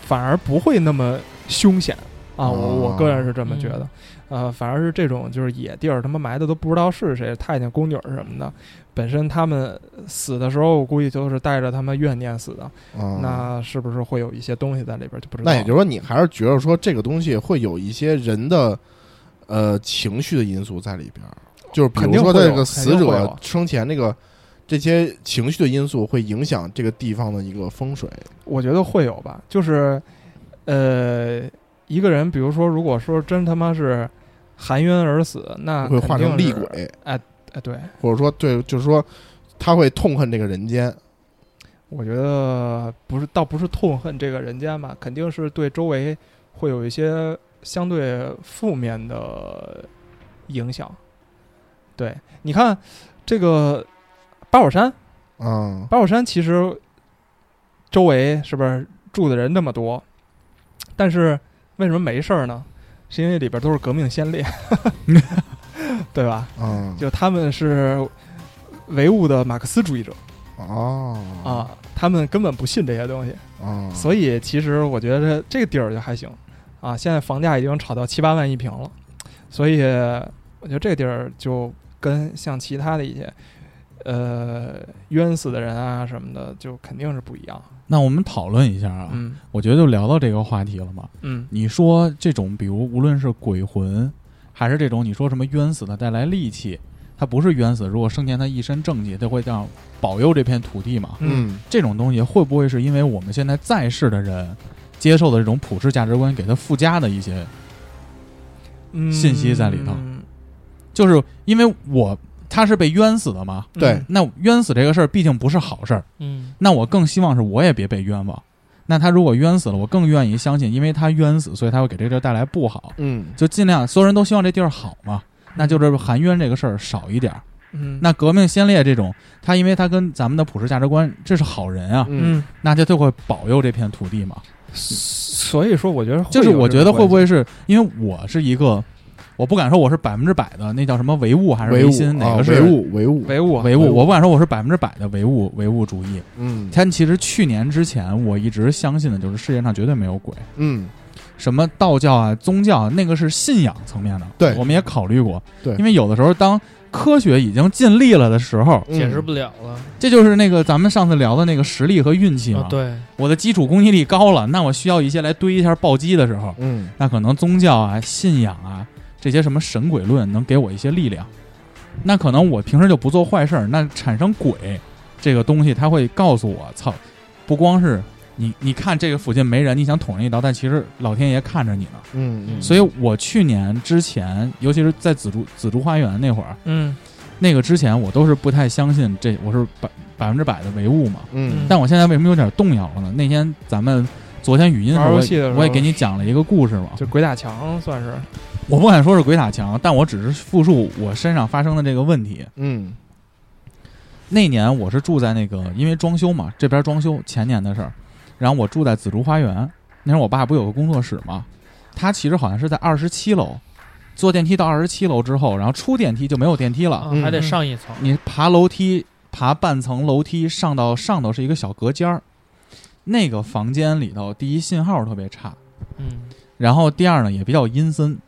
[SPEAKER 3] 反而不会那么凶险啊，我
[SPEAKER 4] 哦
[SPEAKER 3] 我个人是这么觉得，
[SPEAKER 4] 嗯
[SPEAKER 3] 呃，反而是这种就是野地儿，他们埋的都不知道是谁，太监宫女儿什么的，本身他们死的时候，我估计就是带着他们怨念死的，
[SPEAKER 4] 啊。
[SPEAKER 3] 那是不是会有一些东西在里边就不知道？
[SPEAKER 4] 那也就是说，你还是觉得说这个东西会有一些人的呃情绪的因素在里边儿，就是比如
[SPEAKER 3] 肯定
[SPEAKER 4] 说
[SPEAKER 3] 会有
[SPEAKER 4] 这个死
[SPEAKER 3] 肯定会
[SPEAKER 4] 者
[SPEAKER 3] 有
[SPEAKER 4] 生前那个这些情绪的因素会影响这个地方的一个风水。
[SPEAKER 3] 我觉得会有吧，就是呃，一个人，比如说，如果说真他妈是含冤而死，那
[SPEAKER 4] 会化成
[SPEAKER 3] 啊肯定
[SPEAKER 4] 厉
[SPEAKER 3] 是，
[SPEAKER 4] 鬼，
[SPEAKER 3] 哎，对。
[SPEAKER 4] 或者说对，就是说他会痛恨这个人间。
[SPEAKER 3] 我觉得不是，倒不是痛恨这个人间吧，肯定是对周围会有一些相对负面的影响。对，你看这个八宝山，
[SPEAKER 4] 嗯，
[SPEAKER 3] 八宝山其实周围是不是住的人那么多？但是为什么没事儿呢？是因为里边都是革命先烈， (laughs) 对吧？
[SPEAKER 4] 嗯，
[SPEAKER 3] 就他们是唯物的马克思主义者
[SPEAKER 4] 哦
[SPEAKER 3] 啊，他们根本不信这些东西。
[SPEAKER 4] 啊，
[SPEAKER 3] 所以其实我觉得这个地儿就还行啊，现在房价已经炒到七八万一平了，所以我觉得这个地儿就跟像其他的一些呃冤死的人啊什么的，就肯定是不一样。
[SPEAKER 2] 那我们讨论一下啊，
[SPEAKER 3] 嗯
[SPEAKER 2] 我觉得就聊到这个话题了嘛。
[SPEAKER 3] 嗯
[SPEAKER 2] 你说这种，比如无论是鬼魂，还是这种你说什么冤死的带来戾气，他不是冤死，如果生前他一身正气，他会让保佑这片土地嘛。
[SPEAKER 4] 嗯
[SPEAKER 2] 这种东西会不会是因为我们现在在世的人接受的这种普世价值观给他附加的一些？
[SPEAKER 3] 嗯，
[SPEAKER 2] 信息在里头
[SPEAKER 3] 嗯
[SPEAKER 2] 就是因为我他是被冤死的嘛，
[SPEAKER 4] 对，
[SPEAKER 2] 那冤死这个事儿毕竟不是好事儿，
[SPEAKER 5] 嗯，
[SPEAKER 2] 那我更希望是我也别被冤枉。那他如果冤死了，我更愿意相信，因为他冤死，所以他会给这个地儿带来不好。
[SPEAKER 4] 嗯
[SPEAKER 2] 就尽量所有人都希望这地儿好嘛，那就是含冤这个事儿少一点儿。
[SPEAKER 3] 嗯
[SPEAKER 2] 那革命先烈这种，他因为他跟咱们的普世价值观，这是好人啊，
[SPEAKER 4] 嗯
[SPEAKER 3] 嗯，
[SPEAKER 2] 那他就会保佑这片土地嘛。
[SPEAKER 3] 所以说我觉得
[SPEAKER 2] 就是我觉得会不
[SPEAKER 3] 会
[SPEAKER 2] 会
[SPEAKER 3] 有
[SPEAKER 2] 是因为我是一个，我不敢说我是百分之百的那叫什么唯物还是
[SPEAKER 4] 唯
[SPEAKER 2] 唯
[SPEAKER 4] 物
[SPEAKER 2] 心，哪
[SPEAKER 4] 啊
[SPEAKER 2] 个是
[SPEAKER 4] 唯物唯物
[SPEAKER 3] 这个？唯物啊
[SPEAKER 2] 唯
[SPEAKER 4] 唯
[SPEAKER 2] 物？
[SPEAKER 4] 物
[SPEAKER 2] 我不敢说我是百分之百的唯物唯物主义。
[SPEAKER 4] 嗯
[SPEAKER 2] 但其实去年之前，我一直相信的就是世界上绝对没有鬼。
[SPEAKER 4] 嗯
[SPEAKER 2] 什么道教啊、宗教啊，那个是信仰层面的。
[SPEAKER 4] 对
[SPEAKER 2] 我们也考虑过。
[SPEAKER 4] 对
[SPEAKER 2] 因为有的时候当科学已经尽力了的时候，
[SPEAKER 4] 嗯
[SPEAKER 5] 解释不了了。
[SPEAKER 2] 这就是那个咱们上次聊的那个实力和运气
[SPEAKER 3] 嗯
[SPEAKER 2] 嘛。
[SPEAKER 5] 啊，，对，
[SPEAKER 2] 我的基础攻击力高了，那我需要一些来堆一下暴击的时候，
[SPEAKER 4] 嗯
[SPEAKER 2] 那可能宗教啊、信仰啊这些什么神鬼论能给我一些力量。那可能我平时就不做坏事儿，那产生鬼这个东西，它会告诉我，操，不光是你， (laughs) 你看这个附近没人，你想捅人一刀，但其实老天爷看着你呢。
[SPEAKER 4] 嗯嗯，
[SPEAKER 2] 所以我去年之前，尤其是在紫竹紫竹花园那会儿，
[SPEAKER 3] 嗯
[SPEAKER 2] 那个之前我都是不太相信这，我是百百分之百的唯物嘛。
[SPEAKER 4] 嗯
[SPEAKER 2] 但我现在为什么有点动摇了呢？那天咱们昨天语音
[SPEAKER 3] 玩游
[SPEAKER 2] 我也
[SPEAKER 3] 戏的时候
[SPEAKER 2] 我也给你讲了一个故事嘛，
[SPEAKER 3] 就鬼打墙算是
[SPEAKER 2] 我不敢说是鬼打墙，但我只是复述我身上发生的这个问题。
[SPEAKER 4] 嗯
[SPEAKER 2] 那年我是住在那个，因为装修嘛，这边装修前年的事儿，然后我住在紫竹花园。那时候我爸不有个工作室嘛，他其实好像是在二十七楼，坐电梯到二十七楼之后，然后出电梯就没有电梯了，
[SPEAKER 5] 啊
[SPEAKER 4] 嗯
[SPEAKER 5] 还得上一层。
[SPEAKER 2] 你爬楼梯爬半层楼梯上到上头是一个小隔间儿，那个房间里头第一信号特别差，
[SPEAKER 5] 嗯，
[SPEAKER 2] 然后第二呢也比较阴森，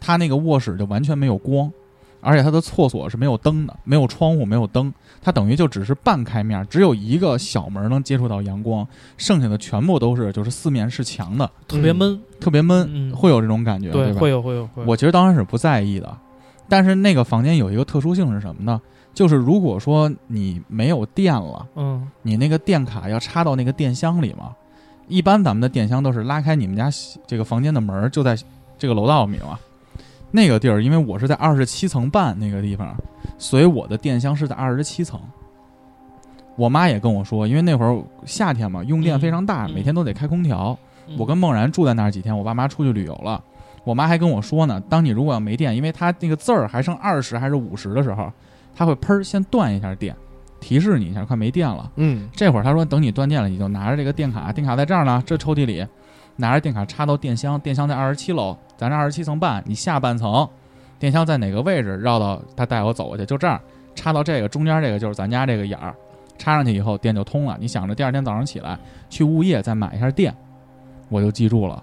[SPEAKER 2] 他那个卧室就完全没有光，而且他的厕所是没有灯的，没有窗户，没有灯，它等于就只是半开面，只有一个小门能接触到阳光，剩下的全部都是就是四面是墙的，
[SPEAKER 5] 特别闷，
[SPEAKER 2] 特别闷，
[SPEAKER 5] 嗯
[SPEAKER 2] 会有这种感觉，对吧？
[SPEAKER 5] 会有会有会有。
[SPEAKER 2] 我其实当时是不在意的，但是那个房间有一个特殊性是什么呢？就是如果说你没有电了，
[SPEAKER 5] 嗯
[SPEAKER 2] 你那个电卡要插到那个电箱里嘛，一般咱们的电箱都是拉开你们家洗这个房间的门儿，就在这个楼道里面啊。那个地儿，因为我是在二十七层半那个地方，所以我的电箱是在二十七层。我妈也跟我说，因为那会儿夏天嘛，用电非常大，
[SPEAKER 5] 嗯
[SPEAKER 2] 每天都得开空调。
[SPEAKER 5] 嗯
[SPEAKER 2] 我跟梦然住在那儿几天，我爸妈出去旅游了，我妈还跟我说呢，当你如果要没电，因为它那个字儿还剩二十还是五十的时候，它会喷儿先断一下电，提示你一下快没电了。
[SPEAKER 4] 嗯，
[SPEAKER 2] 这会儿他说等你断电了，你就拿着这个电卡，电卡在这儿呢，这抽屉里，拿着电卡插到电箱，电箱在二十七楼，咱这二十七层半，你下半层，电箱在哪个位置？绕到他带我走过去，就这儿插到这个中间这个就是咱家这个眼儿，插上去以后电就通了。你想着第二天早上起来去物业再买一下电，我就记住了。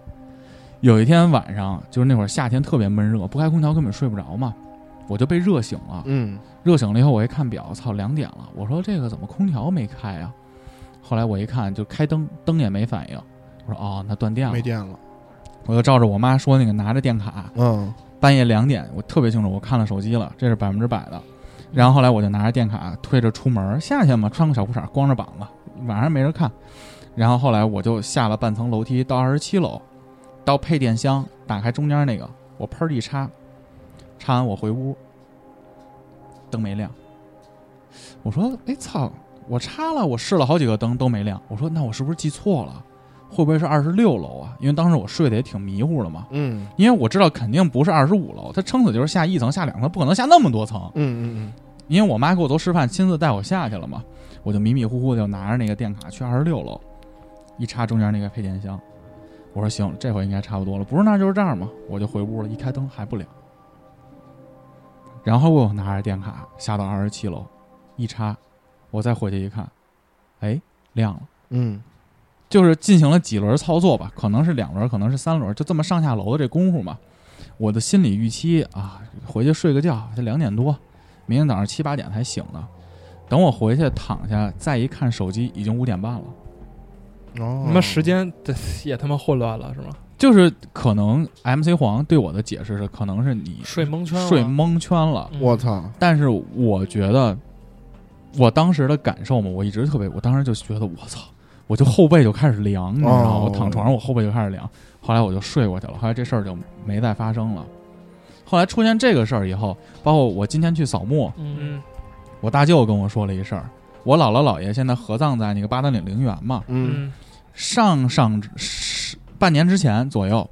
[SPEAKER 2] 有一天晚上，就是那会儿夏天特别闷热，不开空调根本睡不着嘛，我就被热醒了。
[SPEAKER 4] 嗯，
[SPEAKER 2] 热醒了以后，我一看表，操，两点了。我说这个怎么空调没开啊？后来我一看，就开灯，灯也没反应。我说哦，那断电了。
[SPEAKER 4] 没电了，
[SPEAKER 2] 我就照着我妈说那个拿着电卡，
[SPEAKER 4] 嗯
[SPEAKER 2] 半夜两点，我特别清楚，我看了手机了，这是百分之百的。然后后来我就拿着电卡推着出门，夏天嘛，穿个小裤衩，光着膀子，晚上没人看。然后后来我就下了半层楼梯到二十七楼，到配电箱，打开中间那个，我喷儿一插，插完我回屋，灯没亮。我说，哎操！我插了，我试了好几个灯都没亮。我说，那我是不是记错了？会不会是二十六楼啊？因为当时我睡得也挺迷糊的嘛。
[SPEAKER 4] 嗯
[SPEAKER 2] 因为我知道肯定不是二十五楼，他撑死就是下一层、下两层，不可能下那么多层。
[SPEAKER 4] 嗯嗯
[SPEAKER 2] 因为我妈给我做示范，亲自带我下去了嘛，我就迷迷糊糊就拿着那个电卡去二十六楼，一插中间那个配电箱，我说行，这回应该差不多了，不是那就是这儿嘛，我就回屋了，一开灯还不亮，然后我又拿着电卡下到二十七楼，一插，我再回去一看，哎，亮了。
[SPEAKER 4] 嗯
[SPEAKER 2] 就是进行了几轮操作吧，可能是两轮，可能是三轮，就这么上下楼的这功夫嘛。我的心理预期啊，回去睡个觉，才两点多，明天早上七八点才醒呢。等我回去躺下再一看手机，已经五点半了。
[SPEAKER 4] 嗯，哦，
[SPEAKER 3] 他妈时间这也他妈混乱了是吗？
[SPEAKER 2] 就是可能 MC 黄对我的解释是，可能是你
[SPEAKER 5] 睡蒙圈了，
[SPEAKER 2] 睡蒙圈了。
[SPEAKER 5] 嗯
[SPEAKER 4] 我操，
[SPEAKER 2] 但是我觉得，我当时的感受嘛，我一直特别，我当时就觉得我操，我就后背就开始凉，你知道吗？
[SPEAKER 4] 哦
[SPEAKER 2] 我躺床上，我后背就开始凉。后来我就睡过去了，后来这事儿就没再发生了。后来出现这个事儿以后，包括我今天去扫墓，
[SPEAKER 5] 嗯，
[SPEAKER 3] 嗯
[SPEAKER 2] 我大舅跟我说了一事儿。我姥姥姥爷现在合葬在那个八达岭陵园嘛，
[SPEAKER 4] 嗯
[SPEAKER 3] 嗯
[SPEAKER 2] 上上十半年之前左右，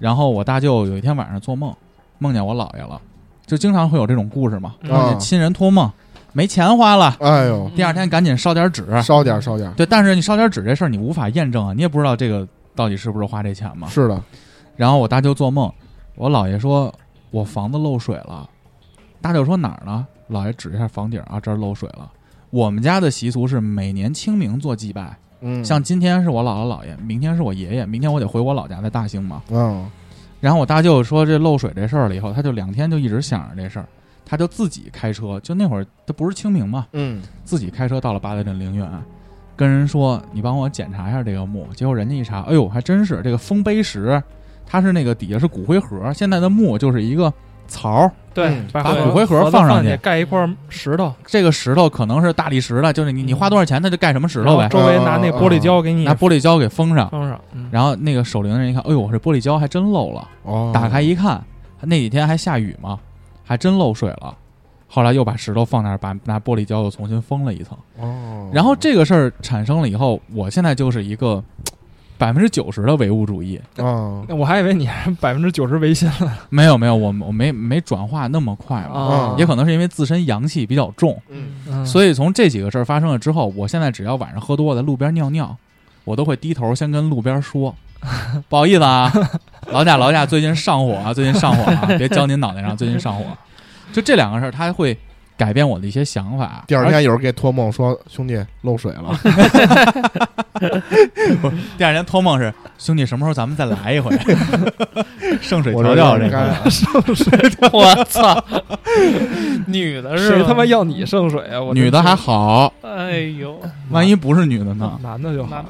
[SPEAKER 2] 然后我大舅有一天晚上做梦，梦见我姥爷了，就经常会有这种故事嘛。
[SPEAKER 5] 嗯
[SPEAKER 4] 啊
[SPEAKER 2] 这亲人托梦，没钱花了，
[SPEAKER 4] 哎呦，
[SPEAKER 2] 第二天赶紧烧点纸。
[SPEAKER 4] 烧点儿烧点儿，
[SPEAKER 2] 对，但是你烧点纸这事儿你无法验证啊，你也不知道这个到底是不是花这钱嘛。
[SPEAKER 4] 是的，
[SPEAKER 2] 然后我大舅做梦，我姥爷说我房子漏水了，大舅说哪儿呢？姥爷指一下房顶啊，这儿漏水了。我们家的习俗是每年清明做祭拜，
[SPEAKER 4] 嗯，
[SPEAKER 2] 像今天是我姥姥姥爷，明天是我爷爷，明天我得回我老家在大兴嘛。
[SPEAKER 4] 嗯
[SPEAKER 2] 然后我大舅说这漏水这事儿了以后，他就两天就一直想着这事儿，他就自己开车，就那会儿他不是清明嘛，
[SPEAKER 4] 嗯
[SPEAKER 2] 自己开车到了八达岭陵园，跟人说你帮我检查一下这个墓。结果人家一查，哎呦，还真是这个丰碑石，它是那个底下是骨灰盒，现在的墓就是一个槽儿，
[SPEAKER 3] 对
[SPEAKER 4] 嗯，
[SPEAKER 3] 把
[SPEAKER 2] 把
[SPEAKER 3] 盒
[SPEAKER 2] 骨灰盒
[SPEAKER 3] 子
[SPEAKER 2] 放上
[SPEAKER 3] 去
[SPEAKER 2] 去，
[SPEAKER 3] 盖一块石头，
[SPEAKER 2] 这个石头可能是大理石的，就是你你花多少钱它就盖什么石头呗嗯
[SPEAKER 3] 然后，周围拿那玻璃胶给你
[SPEAKER 2] 拿玻璃胶给封上。
[SPEAKER 3] 封上，嗯
[SPEAKER 2] 然后那个守灵的人一看，哎呦，这玻璃胶还真漏了。
[SPEAKER 4] 哦，
[SPEAKER 2] 打开一看，那几天还下雨嘛，还真漏水了。后来又把石头放那儿，把拿玻璃胶又重新封了一层。
[SPEAKER 4] 哦，
[SPEAKER 2] 然后这个事儿产生了以后，我现在就是一个百分之九十的唯物主义。
[SPEAKER 4] 哦
[SPEAKER 3] 那我还以为你还百分之九十违心了
[SPEAKER 2] 没有没有，我我没没转化那么快嘛，
[SPEAKER 4] 啊
[SPEAKER 2] 也可能是因为自身阳气比较重，
[SPEAKER 4] 嗯
[SPEAKER 3] 嗯
[SPEAKER 2] 嗯所以从这几个事儿发生了之后，我现在只要晚上喝多了在路边尿尿，我都会低头先跟路边
[SPEAKER 4] (laughs)
[SPEAKER 2] 说，不好意思啊，劳驾劳驾，最近上火啊，最 (laughs) 近上火啊，别浇您脑袋上，最近上火。啊就这两个事儿，它会改变我的一些想法。
[SPEAKER 4] 第二
[SPEAKER 2] 而
[SPEAKER 4] 天有人给托梦说兄弟漏
[SPEAKER 2] (laughs)
[SPEAKER 4] 水了，
[SPEAKER 2] 第二天托梦是兄弟，什么时候咱们再来
[SPEAKER 4] (laughs)
[SPEAKER 2] 一回？圣水
[SPEAKER 4] 我
[SPEAKER 2] 调
[SPEAKER 4] 这
[SPEAKER 2] 料这
[SPEAKER 4] 应
[SPEAKER 2] 个，
[SPEAKER 4] 该
[SPEAKER 5] (laughs) 我操，女的是
[SPEAKER 3] 谁他妈
[SPEAKER 5] 要？
[SPEAKER 3] 要你圣水啊？我
[SPEAKER 2] 女的还好，
[SPEAKER 5] 哎呦，
[SPEAKER 2] 万一不是女的呢？
[SPEAKER 3] 男的就好
[SPEAKER 5] 男，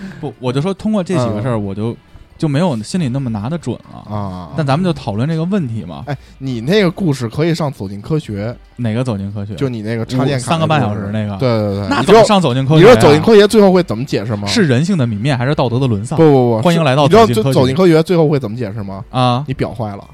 [SPEAKER 4] 嗯
[SPEAKER 2] 不，我就说通过这几个事儿，我就就没有心里那么拿得准了。
[SPEAKER 4] 啊。
[SPEAKER 2] 但咱们就讨论这个问题嘛，
[SPEAKER 4] 哎，你那个故事可以上《走进科学
[SPEAKER 2] 哪个走进科学？》，
[SPEAKER 4] 就你那个插电
[SPEAKER 2] 五
[SPEAKER 4] 卡
[SPEAKER 2] 三个半小
[SPEAKER 4] 那
[SPEAKER 2] 时
[SPEAKER 4] 个
[SPEAKER 2] 那个，
[SPEAKER 4] 故事。，对对对，
[SPEAKER 2] 那怎
[SPEAKER 4] 你知
[SPEAKER 2] 么
[SPEAKER 4] 道
[SPEAKER 2] 上走进科学、
[SPEAKER 4] 你
[SPEAKER 2] 啊？
[SPEAKER 4] 知道《走进科学》最后会怎么解释吗？
[SPEAKER 2] 是人性的泯灭，还是道德的沦丧
[SPEAKER 4] 不？不不，
[SPEAKER 2] 欢迎来到
[SPEAKER 4] 你知道
[SPEAKER 2] 走进
[SPEAKER 4] 就
[SPEAKER 2] 科
[SPEAKER 4] 《
[SPEAKER 2] 学
[SPEAKER 4] 走进科学》最后会怎么解释吗？
[SPEAKER 2] 啊！
[SPEAKER 4] 你表坏了，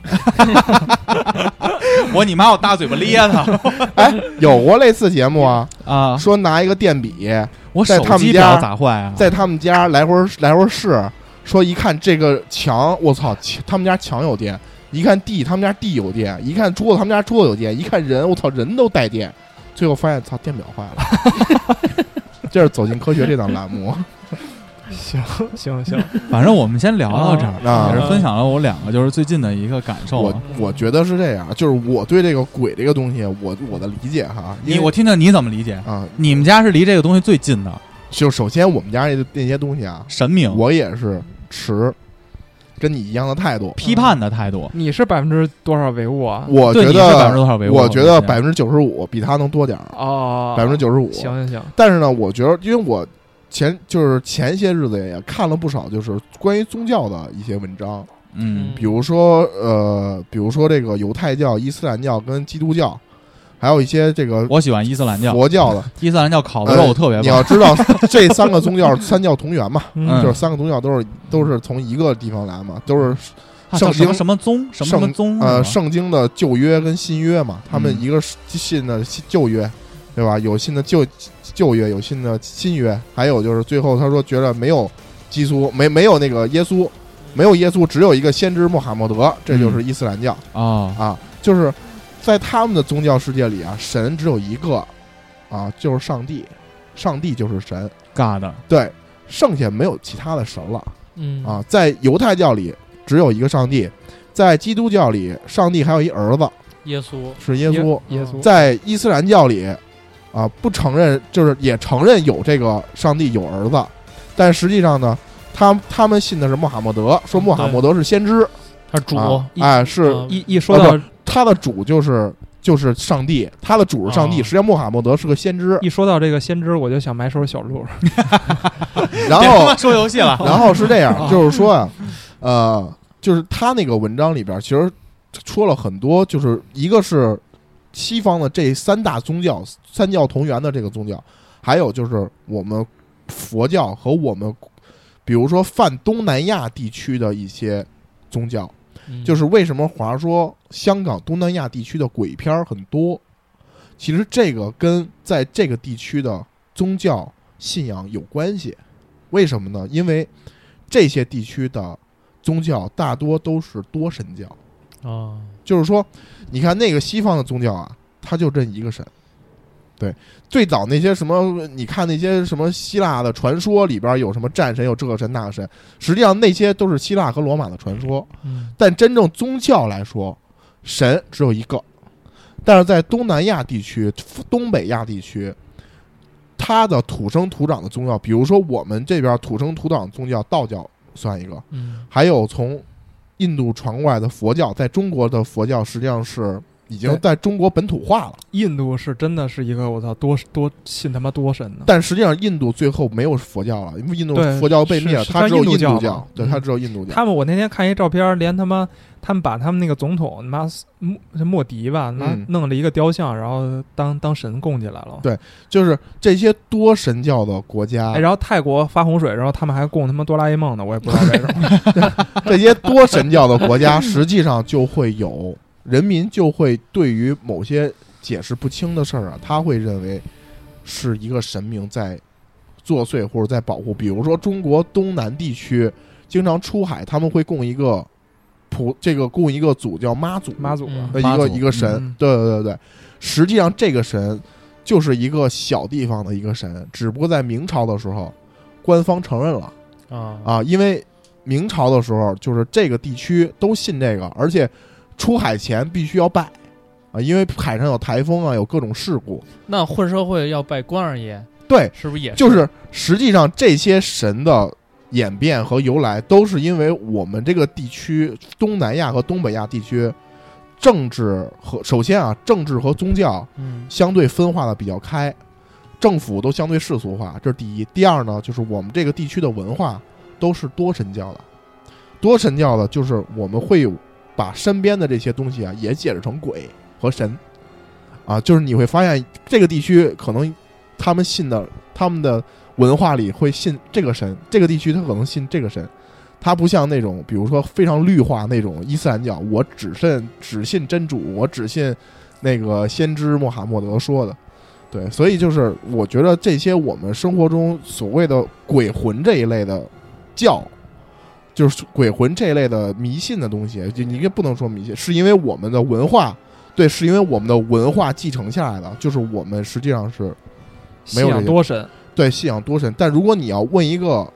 [SPEAKER 2] 我你妈，我大嘴巴咧
[SPEAKER 4] (laughs)
[SPEAKER 2] 他
[SPEAKER 4] 有过类似节目啊，
[SPEAKER 2] 啊！
[SPEAKER 4] 说拿一个电笔
[SPEAKER 2] 我
[SPEAKER 4] 在
[SPEAKER 2] 手
[SPEAKER 4] 他们
[SPEAKER 2] 机
[SPEAKER 4] 家
[SPEAKER 2] 表咋坏啊？
[SPEAKER 4] 在他们家来回来回试，说一看这个墙，我操，墙他们家墙有电；一看地，他们家地有电；一看桌子，他们家桌子有电；一看人，我操，人都带电。最后发现，操，电表坏了。 (laughs) 这是走进科学这档栏目，
[SPEAKER 3] 行 (laughs) 行行，
[SPEAKER 2] 反正我们先聊到这儿，
[SPEAKER 4] 啊
[SPEAKER 2] 也是分享了我两个就是最近的一个感受
[SPEAKER 4] 我
[SPEAKER 2] 啊。
[SPEAKER 4] 我觉得是这样，就是我对这个鬼这个东西，我我的理解哈，因
[SPEAKER 2] 你
[SPEAKER 4] 为
[SPEAKER 2] 我听听你怎么理解？
[SPEAKER 4] 啊，
[SPEAKER 2] 你们家是离这个东西最近的
[SPEAKER 4] 就首先我们家那那些东西啊，
[SPEAKER 2] 神明，
[SPEAKER 4] 我也是持跟你一样的态度，
[SPEAKER 2] 批判的态度。
[SPEAKER 3] 你是百分之多少唯物啊？
[SPEAKER 4] 我
[SPEAKER 2] 对
[SPEAKER 4] 觉
[SPEAKER 2] 你是百分之
[SPEAKER 4] 得
[SPEAKER 2] 多少维护？
[SPEAKER 4] 我觉得百分之九十五比他能多点儿，啊
[SPEAKER 3] 哦，
[SPEAKER 4] 百分之九十五。
[SPEAKER 3] 行行行，
[SPEAKER 4] 但是呢，我觉得，因为我前就是前些日子也看了不少，就是关于宗教的一些文章，
[SPEAKER 2] 嗯
[SPEAKER 4] 比如说呃，比如说这个犹太教、伊斯兰教跟基督教，还有一些这
[SPEAKER 5] 嗯
[SPEAKER 4] 个
[SPEAKER 2] 我喜欢伊斯兰教，
[SPEAKER 4] 佛教的。
[SPEAKER 2] 伊斯兰教烤的肉
[SPEAKER 4] 呃
[SPEAKER 2] 特别
[SPEAKER 4] 你
[SPEAKER 2] 棒。
[SPEAKER 4] 要知道，这三个宗教三教同源嘛，
[SPEAKER 2] 嗯
[SPEAKER 4] 就是三个宗教都是都是从一个地方来嘛，都是
[SPEAKER 2] 啊叫
[SPEAKER 4] 圣
[SPEAKER 2] 什么
[SPEAKER 4] 经
[SPEAKER 2] 什么宗什么什么
[SPEAKER 4] 圣
[SPEAKER 2] 宗
[SPEAKER 4] 呃，
[SPEAKER 2] 是吗
[SPEAKER 4] 圣经的旧约跟新约嘛，他们
[SPEAKER 2] 嗯
[SPEAKER 4] 一个是信的新旧约，对吧？有信的旧旧约，有信的新约，还有就是最后他说觉得没有基督，没没有那个耶稣，没有耶稣，只有一个先知穆罕默德，这就是
[SPEAKER 2] 嗯
[SPEAKER 4] 伊斯兰教、
[SPEAKER 2] 哦
[SPEAKER 4] 啊，就是在他们的宗教世界里啊，神只有一个啊，就是上帝，上帝就是神，
[SPEAKER 2] ，God
[SPEAKER 4] 对，剩下没有其他的神了。
[SPEAKER 5] 嗯
[SPEAKER 4] 啊，在犹太教里只有一个上帝，在基督教里，上帝还有一儿子
[SPEAKER 5] 耶稣
[SPEAKER 4] 是耶稣，
[SPEAKER 3] 耶稣
[SPEAKER 4] 在伊斯兰教里，啊，不承认，就是也承认有这个上帝有儿子，但实际上呢，他他们信的是穆罕默德，说穆罕默德是先知，
[SPEAKER 5] 他嗯是主
[SPEAKER 4] 啊，哎，是
[SPEAKER 5] 嗯
[SPEAKER 3] 一一说到
[SPEAKER 4] 他的主就是就是上帝，他的主是上帝，
[SPEAKER 5] 哦
[SPEAKER 4] 实际上穆罕默德是个先知，
[SPEAKER 3] 一说到这个先知，我就想埋首小鹿。
[SPEAKER 4] 然
[SPEAKER 2] 别他
[SPEAKER 4] 后
[SPEAKER 2] 妈说游戏了，
[SPEAKER 4] (laughs) 然后是这样，就是说啊，呃，就是他那个文章里边儿其实说了很多，就是一个是西方的这三大宗教三教同源的这个宗教，还有就是我们佛教和我们比如说泛东南亚地区的一些宗教，
[SPEAKER 5] 嗯
[SPEAKER 4] 就是为什么华说香港东南亚地区的鬼片儿很多，其实这个跟在这个地区的宗教信仰有关系。为什么呢？因为这些地区的宗教大多都是多神教，
[SPEAKER 5] 啊，
[SPEAKER 4] 就是说，你看那个西方的宗教啊，它就认一个神。对，最早那些什么，你看那些什么希腊的传说里边有什么战神，有这个神那个神，实际上那些都是希腊和罗马的传说。
[SPEAKER 5] 嗯
[SPEAKER 4] 但真正宗教来说，神只有一个。但是在东南亚地区、东北亚地区，它的土生土长的宗教，比如说我们这边土生土长的宗教，道教算一个，
[SPEAKER 5] 嗯
[SPEAKER 4] 还有从印度传过来的佛教，在中国的佛教实际上是已经
[SPEAKER 3] 对
[SPEAKER 4] 在中国本土化了。
[SPEAKER 3] (laughs) 印度是真的是一个我操多多信他妈多神呢。
[SPEAKER 4] 但实际上，印度最后没有佛教了，因为印度
[SPEAKER 3] 对
[SPEAKER 4] 佛教被灭了，
[SPEAKER 3] 是是
[SPEAKER 4] 它只有
[SPEAKER 3] 它印
[SPEAKER 4] 印
[SPEAKER 3] 度教
[SPEAKER 4] 度
[SPEAKER 3] 嘛
[SPEAKER 4] 教，对，
[SPEAKER 3] 嗯
[SPEAKER 4] 它只有印度教。
[SPEAKER 3] 他们，我那天看一照片，连他妈他们把他们那个总统他妈莫莫迪吧，他妈
[SPEAKER 4] 嗯
[SPEAKER 3] 弄了一个雕像，然后当当神供起来了。
[SPEAKER 4] 对就是这些多神教的国家，
[SPEAKER 3] 哎，然后泰国发洪水，然后他们还供他妈哆啦 A 梦呢，我也不知道为什么。 (laughs)
[SPEAKER 4] 这些多神教的国家， (laughs) 实际上就会有人民就会对于某些解释不清的事儿啊，他会认为是一个神明在作祟或者在保护。比如说中国东南地区经常出海，他们会供一个普这个供一个祖叫妈祖
[SPEAKER 3] 妈祖啊
[SPEAKER 5] 嗯，
[SPEAKER 4] 的一
[SPEAKER 2] 妈祖
[SPEAKER 4] 个一个神，
[SPEAKER 3] 嗯
[SPEAKER 4] 对对对对，实际上这个神就是一个小地方的一个神，只不过在明朝的时候官方承认了。
[SPEAKER 5] 啊
[SPEAKER 4] 啊，因为明朝的时候，就是这个地区都信这个，而且出海前必须要拜啊，因为海上有台风啊，有各种事故。
[SPEAKER 5] 那混社会要拜关二爷，
[SPEAKER 4] 对，
[SPEAKER 5] 是不是也是
[SPEAKER 4] 就是实际上这些神的演变和由来，都是因为我们这个地区东南亚和东北亚地区政治和首先啊，政治和宗教
[SPEAKER 5] 嗯
[SPEAKER 4] 相对分化的比较开，政府都相对世俗化，这是第一。第二呢，就是我们这个地区的文化都是多神教的，多神教的，就是我们会把身边的这些东西啊，也解释成鬼和神，啊，就是你会发现这个地区可能他们信的，他们的文化里会信这个神，这个地区他可能信这个神，他不像那种比如说非常绿化那种伊斯兰教，我只信只信真主，我只信那个先知穆罕默德说的。对，所以就是我觉得这些我们生活中所谓的鬼魂这一类的教，就是鬼魂这一类的迷信的东西，就你也不能说迷信，是因为我们的文化，对，是因为我们的文化继承下来的，就是我们实际上是没
[SPEAKER 3] 信
[SPEAKER 4] 有这
[SPEAKER 3] 仰
[SPEAKER 4] 些
[SPEAKER 3] 多神，
[SPEAKER 4] 对信仰多神。但如果你要问一个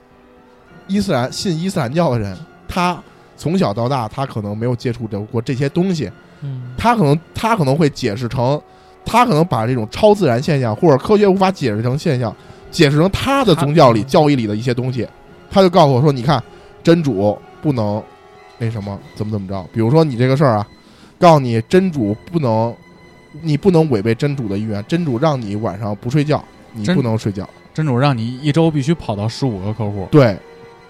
[SPEAKER 4] 伊斯兰信伊斯兰教的人，他从小到大他可能没有接触着过这些东西，
[SPEAKER 5] 嗯，
[SPEAKER 4] 他可能他可能会解释成，他可能把这种超自然现象或者科学无法解释成现象，解释成他的宗教里
[SPEAKER 5] 他
[SPEAKER 4] 教义里的一些东西。他就告诉我说：“你看，真主不能那什么，怎么怎么着？比如说你这个事儿啊，告诉你真主不能，你不能违背真主的意愿，真主让你晚上不睡觉，你
[SPEAKER 2] 真
[SPEAKER 4] 不能睡觉。”
[SPEAKER 2] 真主让你一周必须跑到十五个客户，
[SPEAKER 4] 对，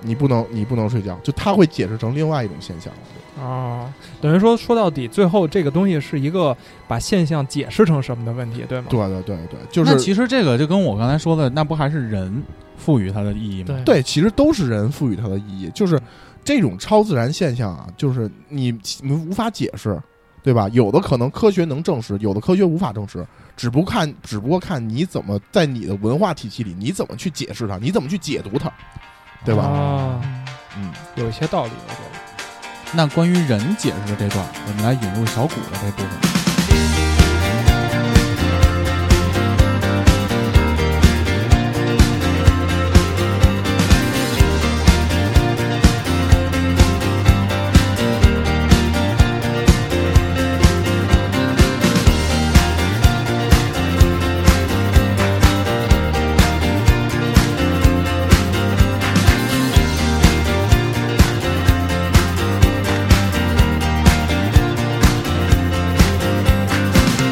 [SPEAKER 4] 你不能你不能睡觉，就他会解释成另外一种现象。
[SPEAKER 3] 哦，等于说说到底，最后这个东西是一个把现象解释成什么的问题，对吗？
[SPEAKER 4] 对对对对，就
[SPEAKER 2] 那
[SPEAKER 4] 是
[SPEAKER 2] 其实这个就跟我刚才说的，那不还是人赋予它的意义吗？
[SPEAKER 5] 对
[SPEAKER 4] 对，其实都是人赋予它的意义，就是这种超自然现象啊，就是你你无法解释，对吧？有的可能科学能证实，有的科学无法证实，只不过看只不过看你怎么在你的文化体系里，你怎么去解释它，你怎么去解读它，对吧？
[SPEAKER 3] 哦，
[SPEAKER 4] 嗯，
[SPEAKER 3] 有一些道理，我觉得。
[SPEAKER 2] 那关于人解释的这段，我们来引入小谷的这部分。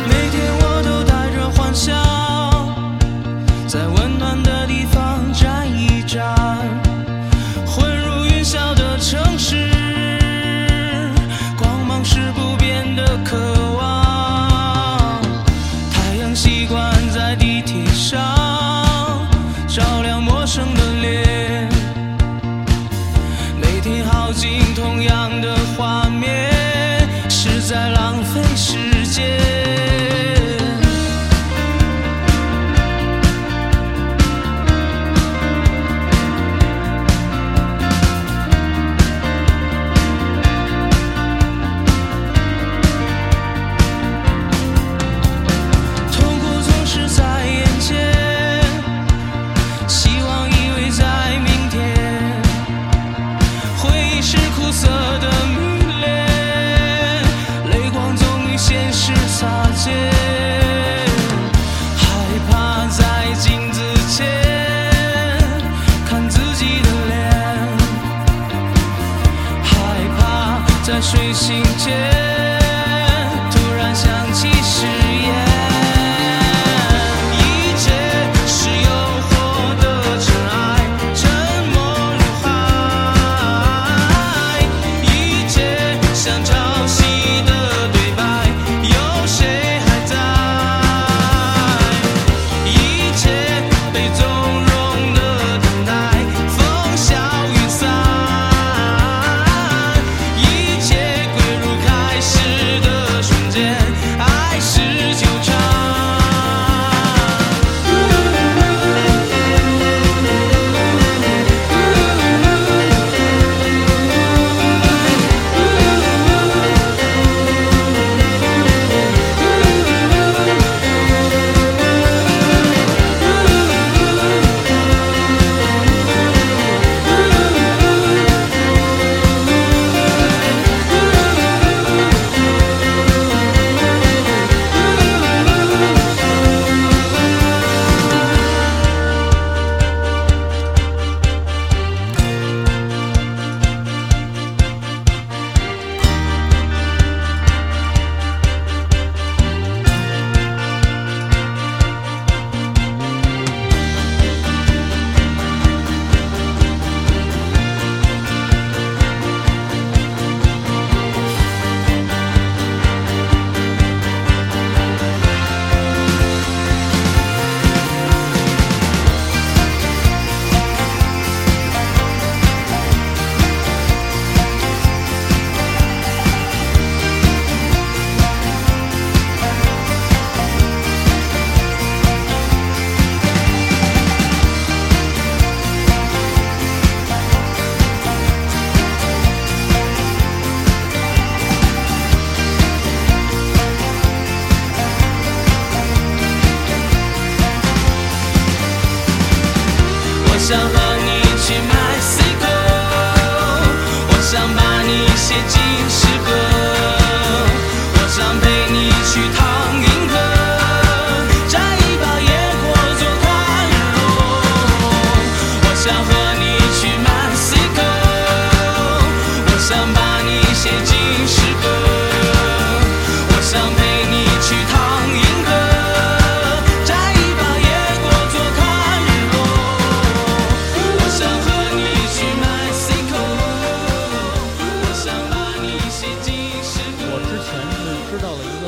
[SPEAKER 6] 每天我都带着欢笑，在温暖的地方站一站，混入云霄的城市，光芒是不变的渴望。太阳习惯在地铁上照亮陌生的脸，每天耗尽同样的画面，是在浪费时间。痛苦总是在眼前，希望依偎在明天。回忆是苦涩的迷恋，泪光总与现实擦肩，害怕在镜子前看自己的脸，害怕在睡醒前突然想起誓言。一切是诱惑的尘埃，沉默如海。一切像潮汐的对白，有谁还在？一切被纵容的等待，风消云散。一切归入开始的瞬间，爱是纠缠。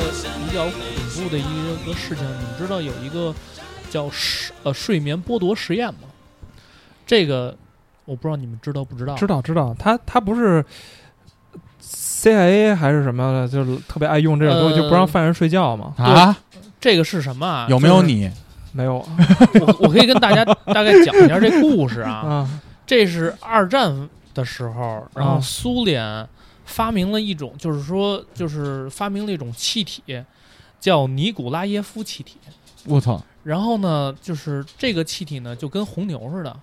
[SPEAKER 5] 的一个事情，你们知道有一个叫睡呃睡眠剥夺实验吗？这个我不知道你们知道不知道？
[SPEAKER 3] 知道知道，他他不是呃 CIA 还是什么的，就是特别爱用这种东西，就不让
[SPEAKER 5] 呃
[SPEAKER 3] 犯人睡觉嘛。
[SPEAKER 2] 啊，
[SPEAKER 5] 这个是什么啊？
[SPEAKER 2] 有没有你？
[SPEAKER 3] 没有
[SPEAKER 5] 就是我我可以跟大家大概讲一下这故事 (laughs) 啊。
[SPEAKER 2] 哦
[SPEAKER 3] 啊，
[SPEAKER 5] 这是二战的时候，然后
[SPEAKER 3] 嗯
[SPEAKER 5] 苏联发明了一种，就是说就是发明了一种气体，叫尼古拉耶夫气体。
[SPEAKER 2] 我操，
[SPEAKER 5] 然后呢，就是这个气体呢，就跟红牛似的，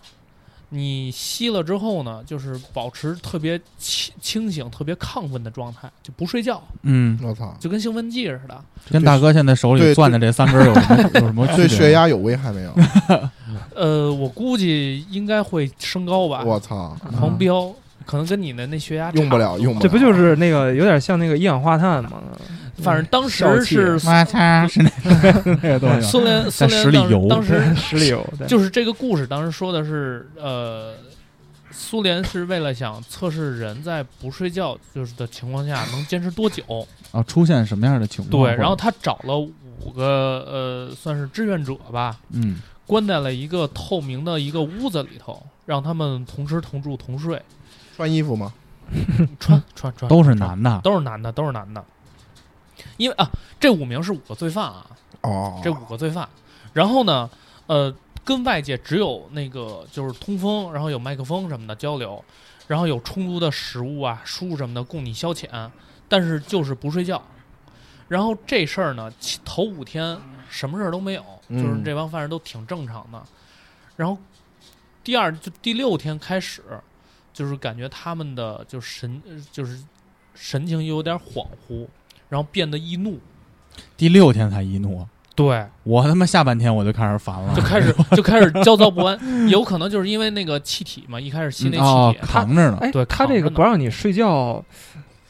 [SPEAKER 5] 你吸了之后呢，就是保持特别清清醒、特别亢奋的状态，就不睡觉，
[SPEAKER 2] 嗯，
[SPEAKER 4] 我操，
[SPEAKER 5] 就跟兴奋剂似的。
[SPEAKER 2] 跟大哥现在手里
[SPEAKER 4] 对
[SPEAKER 2] 攥的这三根有什么有
[SPEAKER 4] (laughs)
[SPEAKER 2] 什么区别
[SPEAKER 4] 对血？压有危害没有？
[SPEAKER 5] 呃，我估计应该会升高吧，
[SPEAKER 4] 我操，
[SPEAKER 2] 啊嗯
[SPEAKER 5] 狂飙，可能跟你的那血压差
[SPEAKER 4] 用不。了，用不了，
[SPEAKER 3] 这不就是那个有点像那个一氧化碳吗？嗯
[SPEAKER 5] 反正当
[SPEAKER 3] 笑
[SPEAKER 5] 时
[SPEAKER 4] 嗯
[SPEAKER 3] 气 (laughs)
[SPEAKER 5] 是
[SPEAKER 2] 妈擦，是那
[SPEAKER 4] (laughs)
[SPEAKER 2] 个那个东西
[SPEAKER 5] 苏联，苏
[SPEAKER 2] 在
[SPEAKER 5] 联
[SPEAKER 2] 十里
[SPEAKER 5] 当时
[SPEAKER 2] 游
[SPEAKER 5] 当
[SPEAKER 2] (laughs)
[SPEAKER 3] (laughs)
[SPEAKER 5] 时
[SPEAKER 3] 石里有，对
[SPEAKER 5] 就是这个故事，当时说的是，呃，苏联是为了想测试人在不睡觉就是的情况下能坚持多久。
[SPEAKER 2] 啊，出现什么样的情况？
[SPEAKER 5] 对，然后他找了五个呃，算是志愿者吧，
[SPEAKER 2] 嗯，
[SPEAKER 5] 关在了一个透明的一个屋子里头，让他们同吃同住同睡，
[SPEAKER 4] 穿衣服吗？
[SPEAKER 5] 穿穿穿
[SPEAKER 2] 都是
[SPEAKER 5] 穿
[SPEAKER 2] 男的，
[SPEAKER 5] 嗯都是男的，都是男的。因为啊，这五名是五个罪犯啊，
[SPEAKER 4] 哦，
[SPEAKER 5] 这五个罪犯。然后呢，呃，跟外界只有那个就是通风，然后有麦克风什么的交流，然后有充足的食物啊、书什么的供你消遣，但是就是不睡觉。然后这事儿呢，其头五天什么事儿都没有，
[SPEAKER 4] 嗯
[SPEAKER 5] 就是这帮犯人都挺正常的。然后第二就第六天开始，就是感觉他们的就神就是神情有点恍惚，然后变得易怒。
[SPEAKER 2] 第六天才一怒，
[SPEAKER 5] 对，
[SPEAKER 2] 我他妈下半天我就开始烦了，
[SPEAKER 5] 就开
[SPEAKER 2] (laughs)
[SPEAKER 5] 始就开始焦躁不安，有可能就是因为那个气体嘛，一开始吸
[SPEAKER 2] 嗯
[SPEAKER 5] 那
[SPEAKER 2] 哦
[SPEAKER 5] 气体，它
[SPEAKER 2] 扛着呢，
[SPEAKER 3] 哎，
[SPEAKER 5] 对
[SPEAKER 3] 他
[SPEAKER 5] 扛
[SPEAKER 3] 这
[SPEAKER 5] 着
[SPEAKER 3] 个
[SPEAKER 5] 呢
[SPEAKER 3] 不让你睡觉，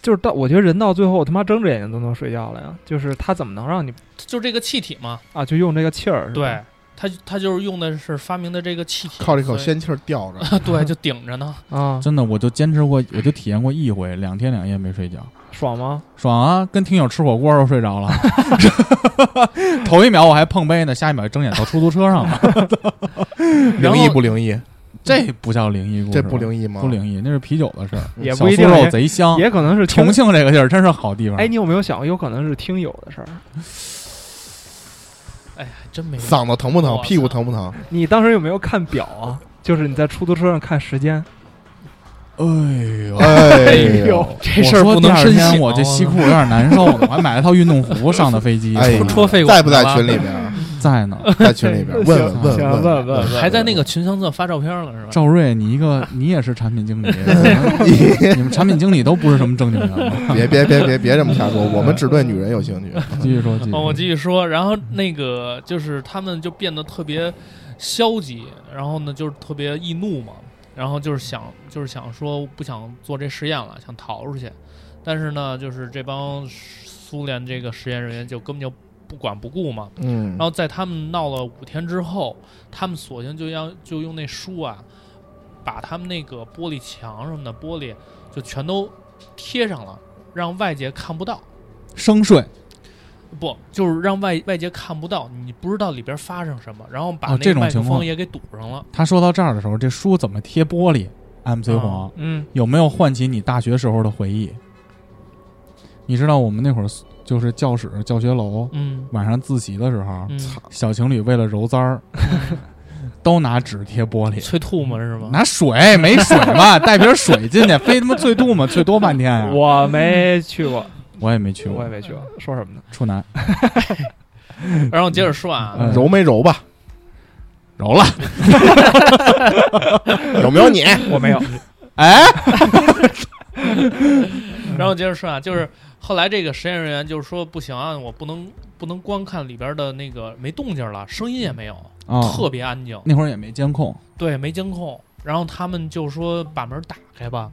[SPEAKER 3] 就是到我觉得人到最后他妈睁着眼睛都能睡觉了呀。就是他怎么能让你
[SPEAKER 5] 就这个气体嘛，
[SPEAKER 3] 啊？就用这个气儿，是吧
[SPEAKER 5] 对，，它它就是用的是发明的这个气体，
[SPEAKER 4] 靠这口
[SPEAKER 5] 所以，
[SPEAKER 4] 仙气儿吊着，
[SPEAKER 5] 对，就顶着呢。
[SPEAKER 3] 啊，
[SPEAKER 2] 真的，我就坚持过，我就体验过一回，两天两夜没睡觉，
[SPEAKER 3] 爽吗？
[SPEAKER 2] 爽啊！跟听友吃火锅都
[SPEAKER 5] (laughs)
[SPEAKER 2] 睡着了，头一秒我还碰杯呢，下一秒睁眼到出租车
[SPEAKER 5] (laughs)
[SPEAKER 2] 上了，
[SPEAKER 5] (laughs) 然
[SPEAKER 4] 灵异
[SPEAKER 5] 后
[SPEAKER 4] 不灵异？
[SPEAKER 2] 这不叫灵异故事
[SPEAKER 4] 这
[SPEAKER 2] 吧，
[SPEAKER 4] 不灵异吗？
[SPEAKER 2] 不灵异，那是啤酒的事儿，
[SPEAKER 3] 也
[SPEAKER 2] 小
[SPEAKER 3] 不一
[SPEAKER 2] 酥
[SPEAKER 3] 定，
[SPEAKER 2] 肉
[SPEAKER 3] 也
[SPEAKER 2] 贼香。
[SPEAKER 3] 也可
[SPEAKER 5] (laughs)
[SPEAKER 3] 能是听
[SPEAKER 2] 啊重。庆这啊个地儿真是好地方，
[SPEAKER 3] 哎，你有没有想过，有可能是听友的事儿？
[SPEAKER 5] 哎呀，还真没有
[SPEAKER 4] 嗓子疼不
[SPEAKER 5] 我
[SPEAKER 4] 疼？
[SPEAKER 5] 操
[SPEAKER 4] 屁股疼不疼？
[SPEAKER 3] 你当时有没有看表啊？就是你在出租车上看时间，
[SPEAKER 2] 哎呦，
[SPEAKER 4] 哎
[SPEAKER 3] 呦，
[SPEAKER 5] 这
[SPEAKER 2] 我
[SPEAKER 5] 事儿
[SPEAKER 2] 说
[SPEAKER 5] 不
[SPEAKER 2] 第
[SPEAKER 5] 能
[SPEAKER 2] 二
[SPEAKER 5] 深
[SPEAKER 2] 天
[SPEAKER 5] 信，
[SPEAKER 2] 我这西裤有点难受呢，我还买了套运动
[SPEAKER 5] (laughs)
[SPEAKER 2] 服上的飞机，
[SPEAKER 4] 哎呦，
[SPEAKER 5] 戳肺管
[SPEAKER 4] 在不在
[SPEAKER 5] 了
[SPEAKER 4] 群里边？啊
[SPEAKER 2] 在呢。
[SPEAKER 4] 在群里边
[SPEAKER 3] (laughs)
[SPEAKER 4] 问问问
[SPEAKER 3] 行问问问
[SPEAKER 5] 还在那个群相册发照片了是吧？
[SPEAKER 2] 赵瑞，你一个你也是产
[SPEAKER 5] (laughs)
[SPEAKER 2] 品经理，你们产品经理都不是什么正经
[SPEAKER 5] (laughs)
[SPEAKER 2] 人。
[SPEAKER 4] (laughs) 别别别别别这么瞎说，我们只对女人有兴趣。
[SPEAKER 2] 继续说，继续
[SPEAKER 5] 哦，
[SPEAKER 2] 说
[SPEAKER 5] 我继续说，然后那个就是他们就变得特别消极，然后呢就是特别易怒嘛，然后就是想就是想说不想做这实验了，想逃出去，但是呢就是这帮苏联这个实验人员就根本就不管不顾嘛，
[SPEAKER 4] 嗯
[SPEAKER 5] 然，后在他们闹了五天之后，他们索性就要就用那书啊，把他们那个玻璃墙什么的玻璃就全都贴上了，让外界看不到。
[SPEAKER 2] 生税，
[SPEAKER 5] 不，就是让外外界看不到，你不知道里边发生什么，然后把
[SPEAKER 2] 啊
[SPEAKER 5] 那
[SPEAKER 2] 这
[SPEAKER 5] 个
[SPEAKER 2] 种
[SPEAKER 5] 麦克
[SPEAKER 2] 情况
[SPEAKER 5] 风也给堵上了。
[SPEAKER 2] 他说到这儿的时候，这书怎么贴玻璃？MC
[SPEAKER 5] 哦
[SPEAKER 2] 黄、
[SPEAKER 3] 嗯，
[SPEAKER 2] 有没有唤起你大学时候的回忆？你知道我们那会儿就是教室、教学楼，
[SPEAKER 5] 嗯，
[SPEAKER 2] 晚上自习的时候，
[SPEAKER 5] 嗯，
[SPEAKER 2] 小情侣为了揉簪儿， (laughs) 都拿纸贴玻璃，
[SPEAKER 5] 催吐沫是吗？
[SPEAKER 2] 拿水没水嘛，带瓶水进去，非他妈最度嘛，最多半天哎呀、我
[SPEAKER 3] 我没去过，
[SPEAKER 2] 我也没去
[SPEAKER 3] 我
[SPEAKER 2] 过
[SPEAKER 3] 也，没去过，说什么呢？
[SPEAKER 2] 处男
[SPEAKER 5] 然后接着说啊，
[SPEAKER 2] 嗯
[SPEAKER 4] 哎揉没揉吧？
[SPEAKER 2] 揉了。
[SPEAKER 4] 有没有你？
[SPEAKER 3] 我没有，
[SPEAKER 2] 哎，
[SPEAKER 5] 然后接着说啊，就是后来这个实验人员就是说不行啊，我不能不能光看里边的那个没动静了，声音也没有，
[SPEAKER 2] 啊、
[SPEAKER 5] 特别安静，
[SPEAKER 2] 那会儿也没监控，
[SPEAKER 5] 对，没监控。然后他们就说把门打开吧，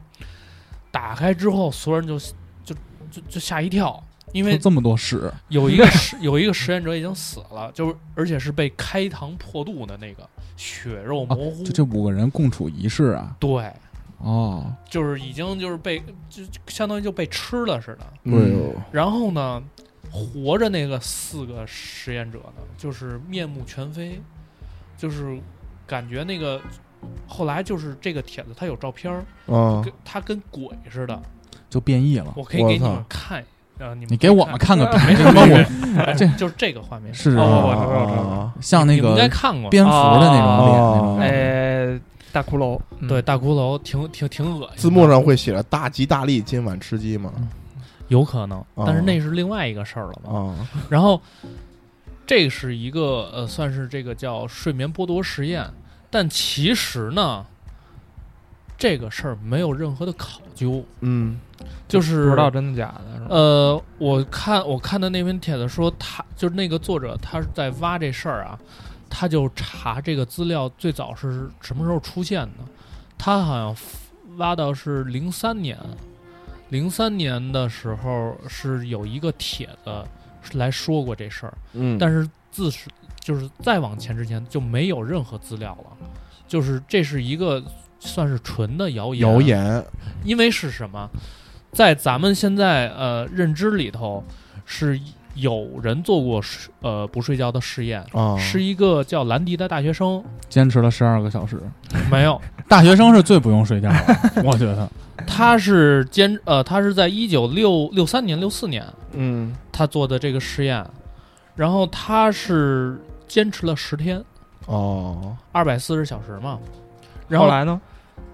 [SPEAKER 5] 打开之后，所有人就就就就吓一跳，因为
[SPEAKER 2] 就这么多屎，
[SPEAKER 5] (laughs) 有一个实有一个实验者已经死了，就是而且是被开膛破肚的那个血肉模糊，
[SPEAKER 2] 就这五个人共处一室啊。
[SPEAKER 5] 对，
[SPEAKER 2] 哦，
[SPEAKER 4] 啊
[SPEAKER 5] 就是已经就是被就就相当于就被吃了似的。
[SPEAKER 4] 哎呦，
[SPEAKER 5] 然后呢，活着那个四个实验者呢，就是面目全非，就是感觉那个后来就是这个帖子它有照片儿，
[SPEAKER 4] 啊
[SPEAKER 5] 跟它跟鬼似的，
[SPEAKER 2] 就变异了。
[SPEAKER 5] 我可以
[SPEAKER 4] 我
[SPEAKER 5] 给你
[SPEAKER 4] 操
[SPEAKER 5] 们看，啊，你们
[SPEAKER 2] 你给我们看看吧，
[SPEAKER 5] 没
[SPEAKER 2] 为
[SPEAKER 5] 事
[SPEAKER 2] 什么
[SPEAKER 5] 没
[SPEAKER 2] 我
[SPEAKER 5] 事哎
[SPEAKER 2] 这
[SPEAKER 5] 就是这个画面
[SPEAKER 2] 是
[SPEAKER 5] 哦
[SPEAKER 2] 啊
[SPEAKER 5] 我知道我知道我知道
[SPEAKER 4] 啊
[SPEAKER 2] 像那
[SPEAKER 5] 你们应该
[SPEAKER 2] 个
[SPEAKER 5] 看过。哦
[SPEAKER 2] 蝙蝠的那种脸那种
[SPEAKER 4] 啊
[SPEAKER 2] 感觉，
[SPEAKER 3] 哎，大骷髅，嗯
[SPEAKER 5] 对，大骷髅挺挺挺恶心的，
[SPEAKER 4] 字幕上会写着“大吉大利，今晚吃鸡”嘛？
[SPEAKER 5] 有可能，嗯但是
[SPEAKER 4] 哦
[SPEAKER 5] 那是另外一个事儿了嘛。
[SPEAKER 4] 啊
[SPEAKER 5] 然后这是一个呃，算是这个叫睡眠剥夺实验，但其实呢，这个事儿没有任何的考究，
[SPEAKER 4] 嗯
[SPEAKER 5] 就是
[SPEAKER 3] 不知道真的假的，是吧？
[SPEAKER 5] 呃，我看我看的那篇帖子说他，就是那个作者，他是在挖这事儿啊，他就查这个资料最早是什么时候出现的，他好像挖到是零三年，零三年的时候是有一个帖子是来说过这事儿，
[SPEAKER 4] 嗯
[SPEAKER 5] 但是自始就是再往前之前就没有任何资料了，就是这是一个算是纯的谣言，
[SPEAKER 4] 谣言
[SPEAKER 5] 因为是什么，在咱们现在呃认知里头，是有人做过睡呃不睡觉的试验，
[SPEAKER 4] 啊，
[SPEAKER 5] 是一个叫兰迪的大学生，
[SPEAKER 2] 坚持了十二个小时。
[SPEAKER 5] 没有，
[SPEAKER 2] 大学生是最不用睡觉
[SPEAKER 5] (laughs)
[SPEAKER 2] 的，我觉得。
[SPEAKER 5] 他是坚呃他是在一九六六三年六四年
[SPEAKER 4] 嗯
[SPEAKER 5] 他做的这个试验，然后他是坚持了十天，
[SPEAKER 4] 哦
[SPEAKER 5] 二百四十小时嘛，然
[SPEAKER 3] 后
[SPEAKER 5] 后
[SPEAKER 3] 来呢？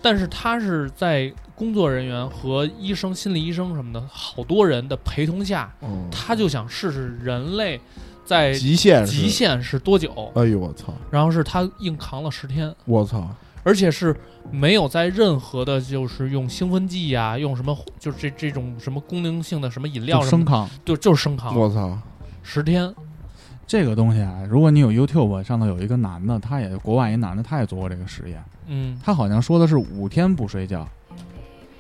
[SPEAKER 5] 但是他是在工作人员和医生、心理医生什么的好多人的陪同下。
[SPEAKER 4] 嗯，
[SPEAKER 5] 他就想试试人类在
[SPEAKER 4] 极限是
[SPEAKER 5] 极。限是多久，
[SPEAKER 4] 哎呦我操！
[SPEAKER 5] 然后是他硬扛了十天，
[SPEAKER 4] 我操！
[SPEAKER 5] 而且是没有在任何的，就是用兴奋剂呀、用什么，就是这这种什么功能性的什么饮料
[SPEAKER 2] 就
[SPEAKER 5] 什
[SPEAKER 2] 升
[SPEAKER 5] 么的，
[SPEAKER 2] 康
[SPEAKER 5] 就就是升糖
[SPEAKER 4] 我操！
[SPEAKER 5] 十天。
[SPEAKER 2] 这个东西啊，如果你有 YouTube 上头有一个男的，他也国外一男的，他也做过这个实验，
[SPEAKER 5] 嗯，
[SPEAKER 2] 他好像说的是五天不睡觉。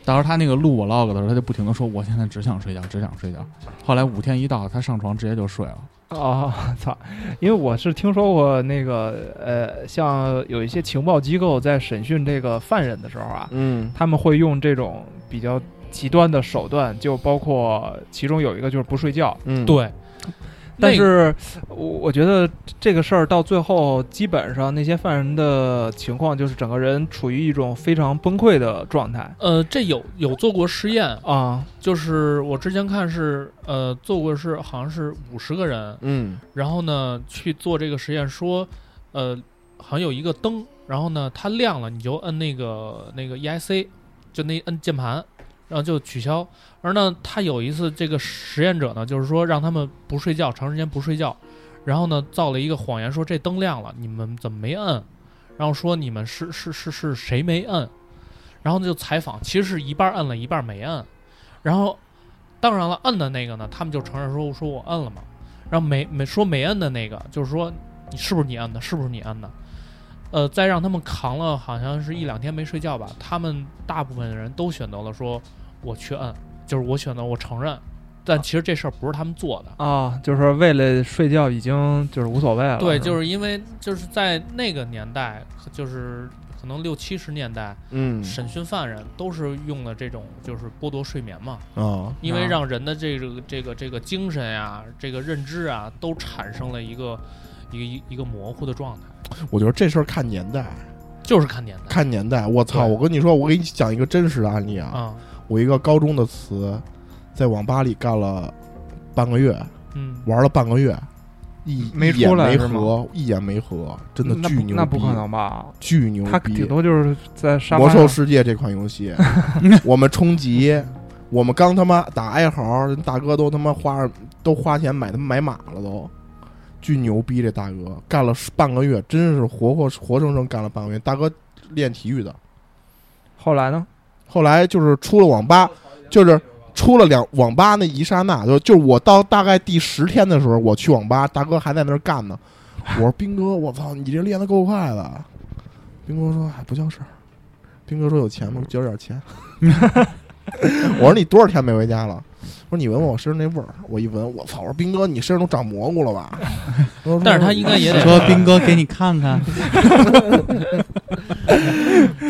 [SPEAKER 2] 到时候他那个录 vlog 的时候，他就不停的说：“我现在只想睡觉，只想睡觉。”后来五天一到，他上床直接就睡了。
[SPEAKER 3] 哦， (laughs) 操！因为我是听说过那个呃，像有一些情报机构在审讯这个犯人的时候啊，
[SPEAKER 4] 嗯
[SPEAKER 3] 他们会用这种比较极端的手段，就包括其中有一个就是不睡觉。
[SPEAKER 4] 嗯，
[SPEAKER 5] 对，
[SPEAKER 3] 但
[SPEAKER 5] 那
[SPEAKER 3] 是我我觉得这个事儿到最后，基本上那些犯人的情况就是整个人处于一种非常崩溃的状态
[SPEAKER 5] 呃，这有有做过实验，
[SPEAKER 3] 啊。
[SPEAKER 5] 就是我之前看是呃做过是好像是五十个人，
[SPEAKER 4] 嗯
[SPEAKER 5] 然后呢去做这个实验，说，呃，好像有一个灯，然后呢它亮了，你就摁那个那个 EIC，就那摁键盘，然后就取消。而呢，他有一次这个实验者呢，就是说让他们不睡觉，长时间不睡觉，然后呢造了一个谎言，说这灯亮了，你们怎么没摁？然后说你们是是是是谁没摁？然后呢就采访，其实是一半摁了，一半没摁。然后，当然了，摁的那个呢，他们就承认说说我摁了嘛。然后没没说没摁的那个，就是说你是不是你摁的，是不是你摁的？呃，再让他们扛了好像是一两天没睡觉吧，他们大部分人都选择了说我去摁，就是我选择我承认，但其实这事儿不是他们做的。
[SPEAKER 3] 啊，就是为了睡觉已经就是无所谓
[SPEAKER 4] 啊
[SPEAKER 3] 了。
[SPEAKER 5] 对，就是是因为就是在那个年代，就是可能六七十年代，
[SPEAKER 4] 嗯
[SPEAKER 5] 审讯犯人都是用了这种就是剥夺睡眠嘛，
[SPEAKER 4] 啊
[SPEAKER 5] 因为
[SPEAKER 3] 啊
[SPEAKER 5] 让人的这个这个这个精神呀、这个认知啊，都产生了一个一个一一个模糊的状态，
[SPEAKER 4] 我觉得这事儿看年代，
[SPEAKER 5] 就是看年代
[SPEAKER 4] 看年代。我操！
[SPEAKER 5] 对
[SPEAKER 4] 我跟你说，我给你讲一个真实的案例啊。
[SPEAKER 5] 啊，
[SPEAKER 4] 我一个高中的词，在网吧里干了半个月，
[SPEAKER 5] 嗯，
[SPEAKER 4] 玩了半个月，一
[SPEAKER 3] 没
[SPEAKER 4] 一眼
[SPEAKER 3] 出来
[SPEAKER 4] 没
[SPEAKER 3] 是吗
[SPEAKER 4] 合，一眼没合，真的
[SPEAKER 3] 那
[SPEAKER 4] 巨
[SPEAKER 3] 不
[SPEAKER 4] 牛
[SPEAKER 3] 那不
[SPEAKER 4] 逼
[SPEAKER 3] 可，能吧？
[SPEAKER 4] 巨牛
[SPEAKER 3] 他
[SPEAKER 4] 逼
[SPEAKER 3] 顶！多就是在沙发
[SPEAKER 4] 魔
[SPEAKER 3] 上
[SPEAKER 4] 兽世界这款游戏， (laughs) 我们冲级，我们刚他妈打哀嚎，人大哥都他妈花都花钱买他妈买马了都，巨牛逼！这大哥干了半个月，真是活活活生生干了半个月。大哥练体育的，
[SPEAKER 3] 后来呢？
[SPEAKER 4] 后来就是出了网吧，就是出了两网吧那一刹那，就就是我到大概第十天的时候，我去网吧，大哥还在那儿干呢。我说斌哥，我操，你这练的够快的。斌哥说，哎，不叫事儿。斌哥说有钱吗？交点钱。 (laughs) 我说你多少天没回家了？我说你闻闻我身上那味儿，我一闻，我操！我说斌哥，你身上都长蘑菇了吧？我说
[SPEAKER 5] 但是他应该也得
[SPEAKER 2] 说斌哥给你看看，
[SPEAKER 4] 嗯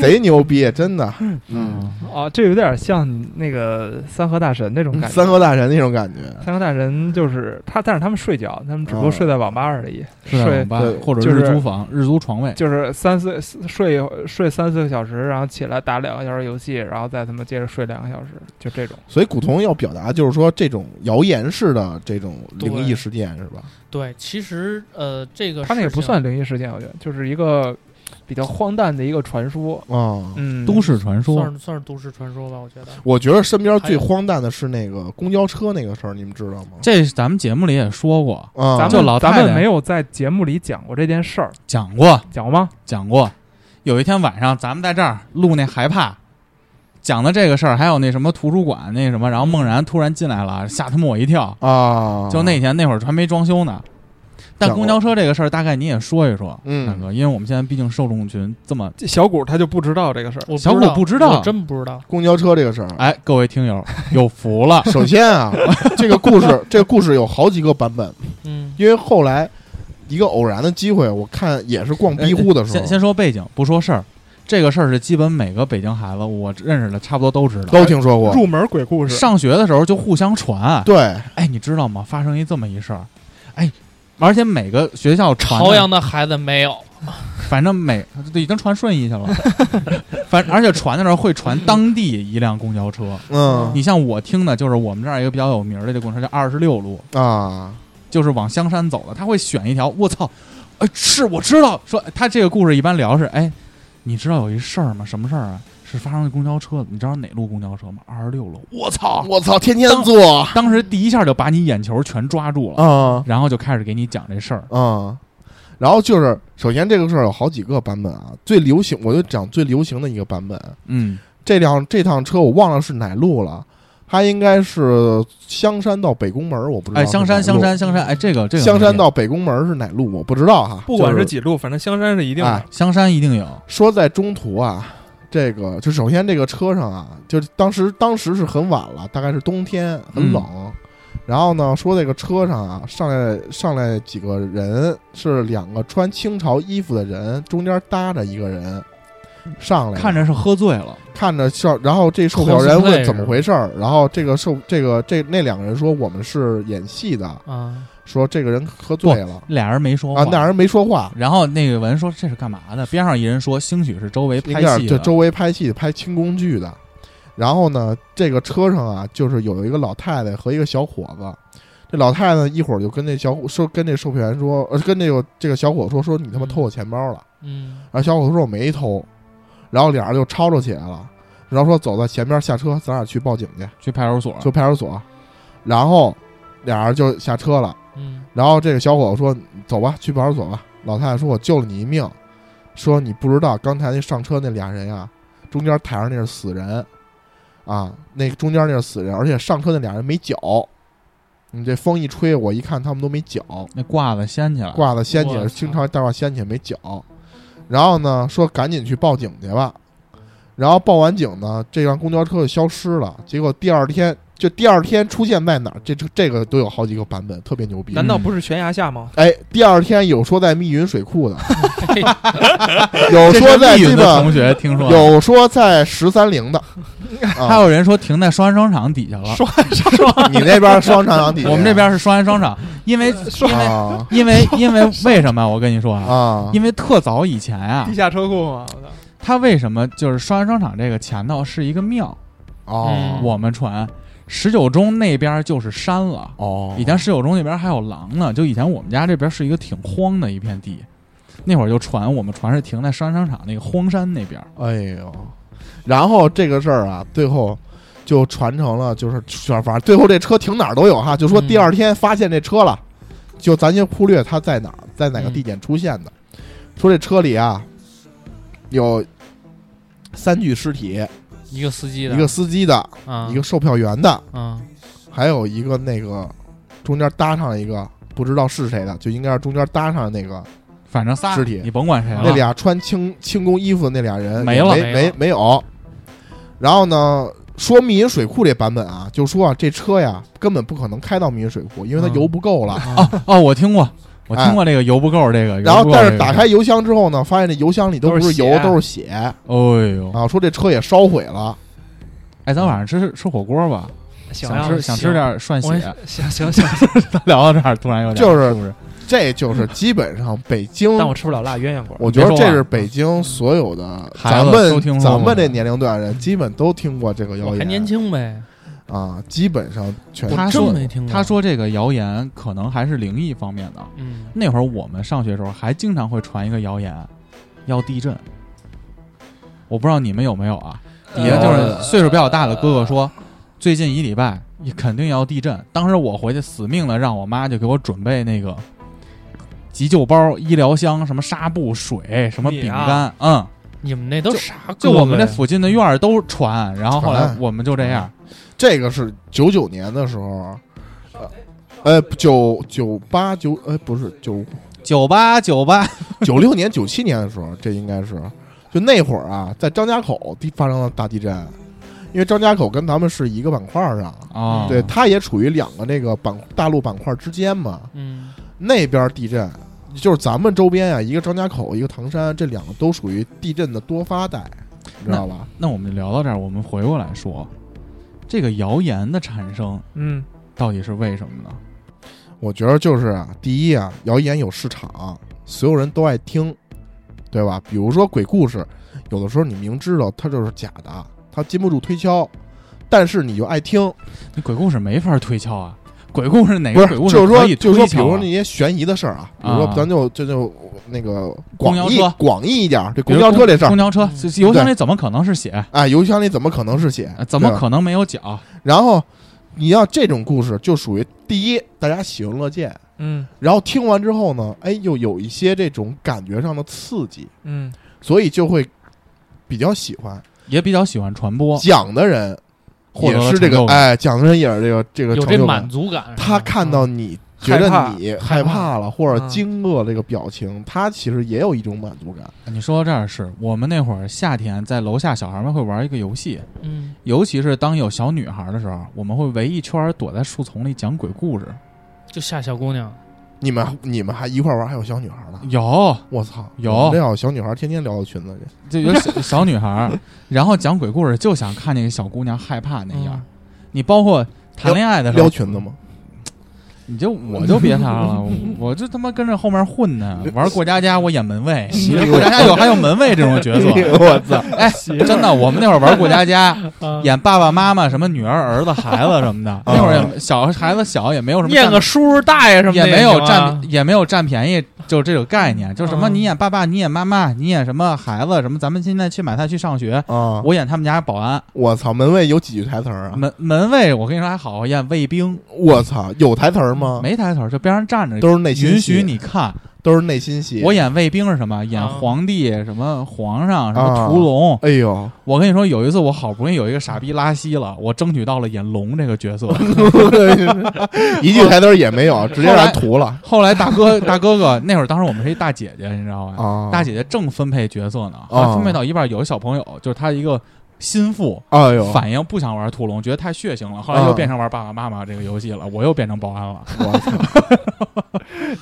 [SPEAKER 4] 贼牛逼，真的，嗯，
[SPEAKER 3] 啊，这有点像那个三河大神那种感觉。
[SPEAKER 4] 嗯三河大神那种感觉，
[SPEAKER 3] 三河大神就是他，但是他们睡觉，他们只不过
[SPEAKER 4] 哦
[SPEAKER 3] 睡在网吧而已，
[SPEAKER 2] 是
[SPEAKER 4] 啊
[SPEAKER 2] 在
[SPEAKER 3] 睡
[SPEAKER 2] 网吧
[SPEAKER 4] 对
[SPEAKER 2] 或者
[SPEAKER 3] 就
[SPEAKER 2] 日
[SPEAKER 3] 是
[SPEAKER 2] 租房、日租床位，
[SPEAKER 3] 就是三四睡睡三四个小时，然后起来打两个小时游戏，然后再他妈接着睡两个小时，就这种。
[SPEAKER 4] 所以古潼要表达就是说，这种谣言式的这种灵异
[SPEAKER 5] 对
[SPEAKER 4] 事件是吧？
[SPEAKER 5] 对，其实呃，这个
[SPEAKER 3] 他那也
[SPEAKER 5] 事
[SPEAKER 3] 不
[SPEAKER 5] 情
[SPEAKER 3] 算灵异事件，我觉得就是一个比较荒诞的一个传说。
[SPEAKER 4] 啊，
[SPEAKER 3] 嗯，
[SPEAKER 2] 都市传说
[SPEAKER 5] 算是算是都市传说吧，我觉得。
[SPEAKER 4] 我觉得身边最荒诞的是那个公交车那个事儿，你们知道吗？
[SPEAKER 2] 这咱们节目里也说过，
[SPEAKER 4] 啊，
[SPEAKER 3] 咱
[SPEAKER 2] 就
[SPEAKER 3] 们
[SPEAKER 2] 老太
[SPEAKER 3] 咱
[SPEAKER 2] 太
[SPEAKER 3] 们没有在节目里讲过这件事儿，
[SPEAKER 2] 讲过
[SPEAKER 3] 讲过吗？
[SPEAKER 2] 讲过。有一天晚上，咱们在这儿录那害怕，讲的这个事儿，还有那什么图书馆那什么，然后梦然突然进来了，吓他妈我一跳。
[SPEAKER 4] 啊，
[SPEAKER 2] 就那天那会儿还没装修呢，但
[SPEAKER 4] 讲过
[SPEAKER 2] 公交车这个事儿大概你也说一说，
[SPEAKER 4] 嗯
[SPEAKER 2] 大哥，因为我们现在毕竟受众群这么，
[SPEAKER 3] 这小谷他就不知道这个事儿。
[SPEAKER 5] 我
[SPEAKER 2] 小
[SPEAKER 5] 不
[SPEAKER 2] 谷不知道
[SPEAKER 5] 我真不知道。
[SPEAKER 4] 公交车这个事儿，
[SPEAKER 2] 哎，各位听友有福
[SPEAKER 4] (laughs)
[SPEAKER 2] 了，
[SPEAKER 4] 首先啊，这个故事这个故事有好几个版本，
[SPEAKER 5] 嗯，
[SPEAKER 4] 因为后来一个偶然的机会，我看也是逛庇护的时
[SPEAKER 2] 哎呃先
[SPEAKER 4] 候
[SPEAKER 2] 先说背景，不说事儿，这个事儿是基本每个北京孩子我认识的差不多都知道。
[SPEAKER 4] 都听说过，
[SPEAKER 3] 入门鬼故事，
[SPEAKER 2] 上学的时候就互相传，
[SPEAKER 4] 对，
[SPEAKER 2] 哎，你知道吗？发生一这么一事儿，哎，而且每个学校传的
[SPEAKER 5] 朝阳的孩子没有，
[SPEAKER 2] 反正每都已经传顺义去了， (laughs) 反而且传的时候会传当地一辆公交车。
[SPEAKER 4] 嗯
[SPEAKER 2] 你像我听的就是我们这儿一个比较有名儿的这公交车叫二十六路，
[SPEAKER 4] 啊，
[SPEAKER 2] 就是往香山走的，他会选一条。我操，哎，是我知道，说他这个故事一般聊是，哎，你知道有一事儿吗？什么事儿啊？是发生在公交车，你知道哪路公交车吗？二十六路。我操！
[SPEAKER 4] 我操，天天做
[SPEAKER 2] 当时第一下就把你眼球全抓住了，
[SPEAKER 4] 啊
[SPEAKER 2] 然后就开始给你讲这事儿。
[SPEAKER 4] 啊。然后就是，首先这个事儿有好几个版本啊，最流行，我就讲最流行的一个版本，
[SPEAKER 2] 嗯，
[SPEAKER 4] 这辆这趟车我忘了是哪路了，它应该是香山到北宫门，我不知道。
[SPEAKER 2] 哎，香山，香，山，香山，哎，这个这个
[SPEAKER 4] 香山
[SPEAKER 2] 没
[SPEAKER 4] 到北宫门是哪路？我不知道哈。
[SPEAKER 3] 不管
[SPEAKER 4] 就是
[SPEAKER 3] 几路，反正香山是一定
[SPEAKER 4] 哎
[SPEAKER 3] 的。
[SPEAKER 2] 香山一定有，
[SPEAKER 4] 说在中途啊，这个就首先这个车上啊，就是当时当时是很晚了，大概是冬天，很冷。然后呢，说这个车上啊，上来上来几个人，是两个穿清朝衣服的人，中间搭着一个人上来了，
[SPEAKER 2] 看着是喝醉了，
[SPEAKER 4] 看着笑，然后这售票员
[SPEAKER 5] Cosplay
[SPEAKER 4] 问怎么回事儿，然后这个售这个这那两个人说我们是演戏的，
[SPEAKER 5] 啊，
[SPEAKER 4] 说这个人喝醉了
[SPEAKER 2] 俩人没说话。
[SPEAKER 4] 啊，那人没说话，
[SPEAKER 2] 然后那个文说这是干嘛的？边上一人说，兴许是周围
[SPEAKER 4] 应
[SPEAKER 2] 拍
[SPEAKER 4] 该
[SPEAKER 2] 戏
[SPEAKER 4] 是就
[SPEAKER 2] 的。
[SPEAKER 4] 周围拍戏拍轻工剧的，然后呢，这个车上啊就是有一个老太太和一个小伙子，这老太太呢一会儿就跟那小伙说跟那售票员说，呃，跟那个这个小伙说说你他妈偷我钱包了，
[SPEAKER 5] 嗯，
[SPEAKER 4] 然后小伙子说我没偷，然后俩人就吵吵起来了，然后说走到前边下车，咱俩去报警去。
[SPEAKER 2] 去派出所，
[SPEAKER 4] 就派出所，然后俩人就下车了。
[SPEAKER 5] 嗯，
[SPEAKER 4] 然后这个小伙子说：“走吧，去派出所吧。”老太太说：“我救了你一命。”说你不知道，刚才那上车那俩人啊，中间台上那是死人，啊，那个中间那是死人，而且上车那俩人没脚。你这风一吹，我一看他们都没脚，
[SPEAKER 2] 那挂子掀起来，
[SPEAKER 4] 挂的掀起来，
[SPEAKER 5] 我操
[SPEAKER 4] 经常带挂掀起来没脚。然后呢，说赶紧去报警去吧。然后报完警呢，这辆公交车就消失了。结果第二天，就第二天出现在哪儿？这这这个都有好几个版本，特别牛逼
[SPEAKER 3] 难。道不是悬崖下吗？
[SPEAKER 4] 哎，第二天有说在密云水库
[SPEAKER 2] (laughs)
[SPEAKER 4] 的，
[SPEAKER 5] 嘿
[SPEAKER 4] 有
[SPEAKER 2] 这
[SPEAKER 4] 说
[SPEAKER 2] 是
[SPEAKER 4] 在
[SPEAKER 2] 密
[SPEAKER 4] 这
[SPEAKER 2] 云的同
[SPEAKER 4] 个，
[SPEAKER 2] 学听说，
[SPEAKER 4] 有说在十三陵的。
[SPEAKER 2] 还
[SPEAKER 4] 啊，
[SPEAKER 2] 有人说停在双安商场底下了。
[SPEAKER 4] 你那边双长阳底
[SPEAKER 2] (laughs)
[SPEAKER 4] 下，
[SPEAKER 2] 我们这边是双安商
[SPEAKER 4] (laughs)
[SPEAKER 2] 场，因为
[SPEAKER 4] 啊
[SPEAKER 2] 因为因为因为为什么？我跟你说啊，
[SPEAKER 4] 啊
[SPEAKER 2] 因为特早以前啊
[SPEAKER 3] 地，下车库吗？我操
[SPEAKER 2] 它为什么就是双安商场这个前头是一个庙？
[SPEAKER 4] 哦
[SPEAKER 5] 嗯
[SPEAKER 2] 我们传十九中那边就是山了。
[SPEAKER 4] 哦
[SPEAKER 2] 以前十九中那边还有狼呢，就以前我们家这边是一个挺荒的一片地，那会儿就传我们传是停在双安商场那个荒山那边。
[SPEAKER 4] 哎呦，然后这个事儿啊，最后就传成了，就是反正最后这车停哪儿都有哈，就说
[SPEAKER 5] 嗯
[SPEAKER 4] 第二天发现这车了，就咱先忽略它在哪儿，在哪个地点出现的，说这车里啊有三具尸体，
[SPEAKER 5] 一个司机的，
[SPEAKER 4] 一个司机的，
[SPEAKER 5] 啊，
[SPEAKER 4] 一个售票员的，
[SPEAKER 5] 啊，
[SPEAKER 4] 还有一个那个中间搭上了一个不知道是谁的，就应该是中间搭上的那个
[SPEAKER 2] 反正仨
[SPEAKER 4] 尸体
[SPEAKER 2] 你甭管谁了。
[SPEAKER 4] 那俩穿清清宫衣服的那俩人
[SPEAKER 2] 没
[SPEAKER 4] 也
[SPEAKER 2] 了
[SPEAKER 4] 没
[SPEAKER 5] 没
[SPEAKER 4] 没
[SPEAKER 5] 了
[SPEAKER 4] 没有。然后呢，说密云水库这版本啊，就说啊，这车呀根本不可能开到密云水库，因为它
[SPEAKER 5] 嗯
[SPEAKER 4] 油不够了。
[SPEAKER 2] 哦哦，我听过，我听过这个油不够这个，
[SPEAKER 4] (laughs) 哎然后
[SPEAKER 2] 油不够
[SPEAKER 4] 但
[SPEAKER 2] 这
[SPEAKER 4] 是
[SPEAKER 2] 个
[SPEAKER 4] 打开，邮箱之后呢，发现这邮箱里都不
[SPEAKER 3] 都
[SPEAKER 4] 是
[SPEAKER 3] 是血
[SPEAKER 4] 油，都是血啊！
[SPEAKER 2] 哎呦，
[SPEAKER 4] 说这车也烧毁了，
[SPEAKER 2] 哎，咱晚上吃吃火锅吧，
[SPEAKER 3] 行
[SPEAKER 2] 想吃想吃点涮
[SPEAKER 5] 我也
[SPEAKER 2] 血。
[SPEAKER 3] 行行行，
[SPEAKER 2] (laughs) 聊到这儿突然有点
[SPEAKER 4] 就是
[SPEAKER 2] 是不是？
[SPEAKER 4] 这就是基本上北京。
[SPEAKER 3] 但我吃不了辣鸳鸯锅。
[SPEAKER 4] 我觉得
[SPEAKER 2] 别说
[SPEAKER 4] 这
[SPEAKER 2] 啊
[SPEAKER 4] 是北京所有的
[SPEAKER 2] 孩
[SPEAKER 4] 咱
[SPEAKER 2] 子都听
[SPEAKER 4] 们
[SPEAKER 2] 说过
[SPEAKER 4] 咱们这年龄段的人，基本都听过这个谣
[SPEAKER 5] 我
[SPEAKER 4] 言。
[SPEAKER 5] 还年轻呗，
[SPEAKER 4] 啊，基本上全
[SPEAKER 2] 他
[SPEAKER 5] 我
[SPEAKER 2] 说
[SPEAKER 5] 真没
[SPEAKER 3] 嗯
[SPEAKER 5] 听过。
[SPEAKER 2] 他，说这个谣言可能还是灵异方面的。
[SPEAKER 5] 嗯，
[SPEAKER 2] 那会儿我们上学的时候还经常会传一个谣言，要地震。我不知道你们有没有啊？底下就是岁数比较大的哥哥说，最近一礼拜也肯定要地震。当时我回去死命的让我妈就给我准备那个急救包、医疗箱、什么纱布、水、什么饼干，嗯，
[SPEAKER 5] 你们那都啥？
[SPEAKER 2] 就我们这，附近的院儿都传。然后后来
[SPEAKER 4] 传
[SPEAKER 2] 我们就这样，
[SPEAKER 4] 这个是九九年的时候，啊呃，呃九九八九呃不是九
[SPEAKER 2] 九八九八，
[SPEAKER 4] 九六年九七年的时候，这应该是就那会儿啊，在张家口地发生了大地震，因为张家口跟咱们是一个板块上。
[SPEAKER 2] 啊，
[SPEAKER 4] 对，它也处于两个那个板大陆板块之间嘛，
[SPEAKER 5] 嗯，
[SPEAKER 4] 那边地震就是咱们周边啊，一个张家口，一个唐山，这两个都属于地震的多发带，你知道吧？
[SPEAKER 2] 那我们就聊到这儿，我们回过来说，这个谣言的产生
[SPEAKER 3] 嗯，
[SPEAKER 2] 到底是为什么呢？
[SPEAKER 4] 我觉得就是啊，第一啊，谣言有市场，所有人都爱听，对吧？比如说鬼故事，有的时候你明知道它就是假的，它禁不住推敲，但是你就爱听，
[SPEAKER 2] 那鬼故事没法推敲啊，鬼故事哪
[SPEAKER 4] 不
[SPEAKER 2] 个
[SPEAKER 4] 是
[SPEAKER 2] 鬼？故事
[SPEAKER 4] 就是
[SPEAKER 2] 可
[SPEAKER 4] 说，
[SPEAKER 2] 以
[SPEAKER 4] 就是
[SPEAKER 2] 推
[SPEAKER 4] 说，比
[SPEAKER 2] 敲啊
[SPEAKER 4] 如说那些悬疑的事儿啊，比如说
[SPEAKER 2] 啊
[SPEAKER 4] 咱就这就那个
[SPEAKER 2] 公
[SPEAKER 4] 广
[SPEAKER 2] 交
[SPEAKER 4] 义
[SPEAKER 2] 车
[SPEAKER 4] 广义一点儿，这
[SPEAKER 2] 比
[SPEAKER 4] 公
[SPEAKER 2] 如
[SPEAKER 4] 交车这事儿
[SPEAKER 2] 公，交车
[SPEAKER 5] 嗯
[SPEAKER 2] 这这邮箱里怎么可能是血？
[SPEAKER 4] 哎，邮箱里怎么可能是血
[SPEAKER 2] 呃？怎么
[SPEAKER 4] 对吧
[SPEAKER 2] 可能没有脚？
[SPEAKER 4] 然后你要这种故事，就属于第一，大家喜闻乐见。
[SPEAKER 3] 嗯
[SPEAKER 4] 然后听完之后呢，哎，又有一些这种感觉上的刺激，
[SPEAKER 3] 嗯，
[SPEAKER 4] 所以就会比较喜欢。
[SPEAKER 2] 也比较喜欢传播，
[SPEAKER 4] 讲的人
[SPEAKER 2] 获得
[SPEAKER 4] 也
[SPEAKER 2] 了
[SPEAKER 4] 是这
[SPEAKER 2] 成就
[SPEAKER 4] 个，
[SPEAKER 2] 感
[SPEAKER 4] 哎，讲的人也是这个这个
[SPEAKER 5] 有
[SPEAKER 4] 成
[SPEAKER 5] 这
[SPEAKER 4] 就
[SPEAKER 5] 满
[SPEAKER 4] 感。
[SPEAKER 5] 足感。
[SPEAKER 4] 他看到你觉得你害
[SPEAKER 5] 害怕
[SPEAKER 4] 怕了或者
[SPEAKER 3] 嗯
[SPEAKER 4] 惊愕这个表情，他其实也有一种满足感。
[SPEAKER 2] 你说到这儿是我们那会儿夏天在楼下，小孩们会玩一个游戏，
[SPEAKER 5] 嗯，
[SPEAKER 2] 尤其是当有小女孩的时候，我们会围一圈儿躲在树丛里讲鬼故事。
[SPEAKER 5] 就吓小姑娘，
[SPEAKER 4] 你们你们还一块玩，还有小女孩呢。
[SPEAKER 2] 有
[SPEAKER 4] 我操，
[SPEAKER 2] 有
[SPEAKER 4] 我们这要有小女孩天天聊到裙子去。
[SPEAKER 2] 就有小小女孩儿，然后讲鬼故事，就想看那个小姑娘害怕那样儿。你包括谈恋爱的时候
[SPEAKER 4] 撩，裙子吗？
[SPEAKER 2] 你就我就别他
[SPEAKER 4] (laughs)
[SPEAKER 2] 了，我就他妈跟着后面混呢，玩过家家我演门卫，过家
[SPEAKER 4] (laughs)
[SPEAKER 2] 家有还有门卫这种角色，
[SPEAKER 4] 我操！
[SPEAKER 2] 哎，真的，我们那会儿玩过家家，
[SPEAKER 5] 嗯
[SPEAKER 2] 演爸爸妈妈什么女儿儿子孩子什么
[SPEAKER 4] (laughs) 啊
[SPEAKER 2] 的，那会儿也小孩子小也没有什么
[SPEAKER 5] 念
[SPEAKER 2] 占
[SPEAKER 5] 个叔叔大爷什么的
[SPEAKER 2] 也没有
[SPEAKER 5] 行啊
[SPEAKER 2] 占也没有占便宜，就这种概念，就什么
[SPEAKER 5] 嗯
[SPEAKER 2] 你演爸爸，你演妈妈，你演什么孩子什么，咱们现在去买菜去上学，
[SPEAKER 4] 啊，
[SPEAKER 2] 我演他们家保安，
[SPEAKER 4] 我操！门卫有几句台词儿啊？
[SPEAKER 2] 门门卫我跟你说还好，演卫兵
[SPEAKER 4] 我操，有台词儿吗？，
[SPEAKER 2] 没抬头，就边上站着。
[SPEAKER 4] 啊都是内心戏
[SPEAKER 2] 允许，你看，
[SPEAKER 4] 都是内心戏。
[SPEAKER 2] 我演卫兵是什么？演
[SPEAKER 5] 啊
[SPEAKER 2] 皇帝、什么皇上、什么
[SPEAKER 4] 啊
[SPEAKER 2] 屠龙。
[SPEAKER 4] 哎呦， (laughs)
[SPEAKER 2] 我跟你说，有一次我好不容易有一个傻逼拉稀了，我争取到了演龙这个角
[SPEAKER 4] (laughs)
[SPEAKER 2] 色。
[SPEAKER 4] 一句台词儿也没有，直接让人屠了
[SPEAKER 2] 后来大哥大哥哥那会儿，当时我们是一大姐姐，你知道吧？
[SPEAKER 4] 啊！
[SPEAKER 2] 大姐姐正分配角色呢，后来分配到一半，有一小朋友就是他一个心腹。
[SPEAKER 4] 哎呦，啊
[SPEAKER 2] 反应不想玩屠龙，觉得太血腥了，后来又变成玩爸爸妈妈这个游戏了，我又变成保安了。
[SPEAKER 4] 我操！
[SPEAKER 3] (laughs)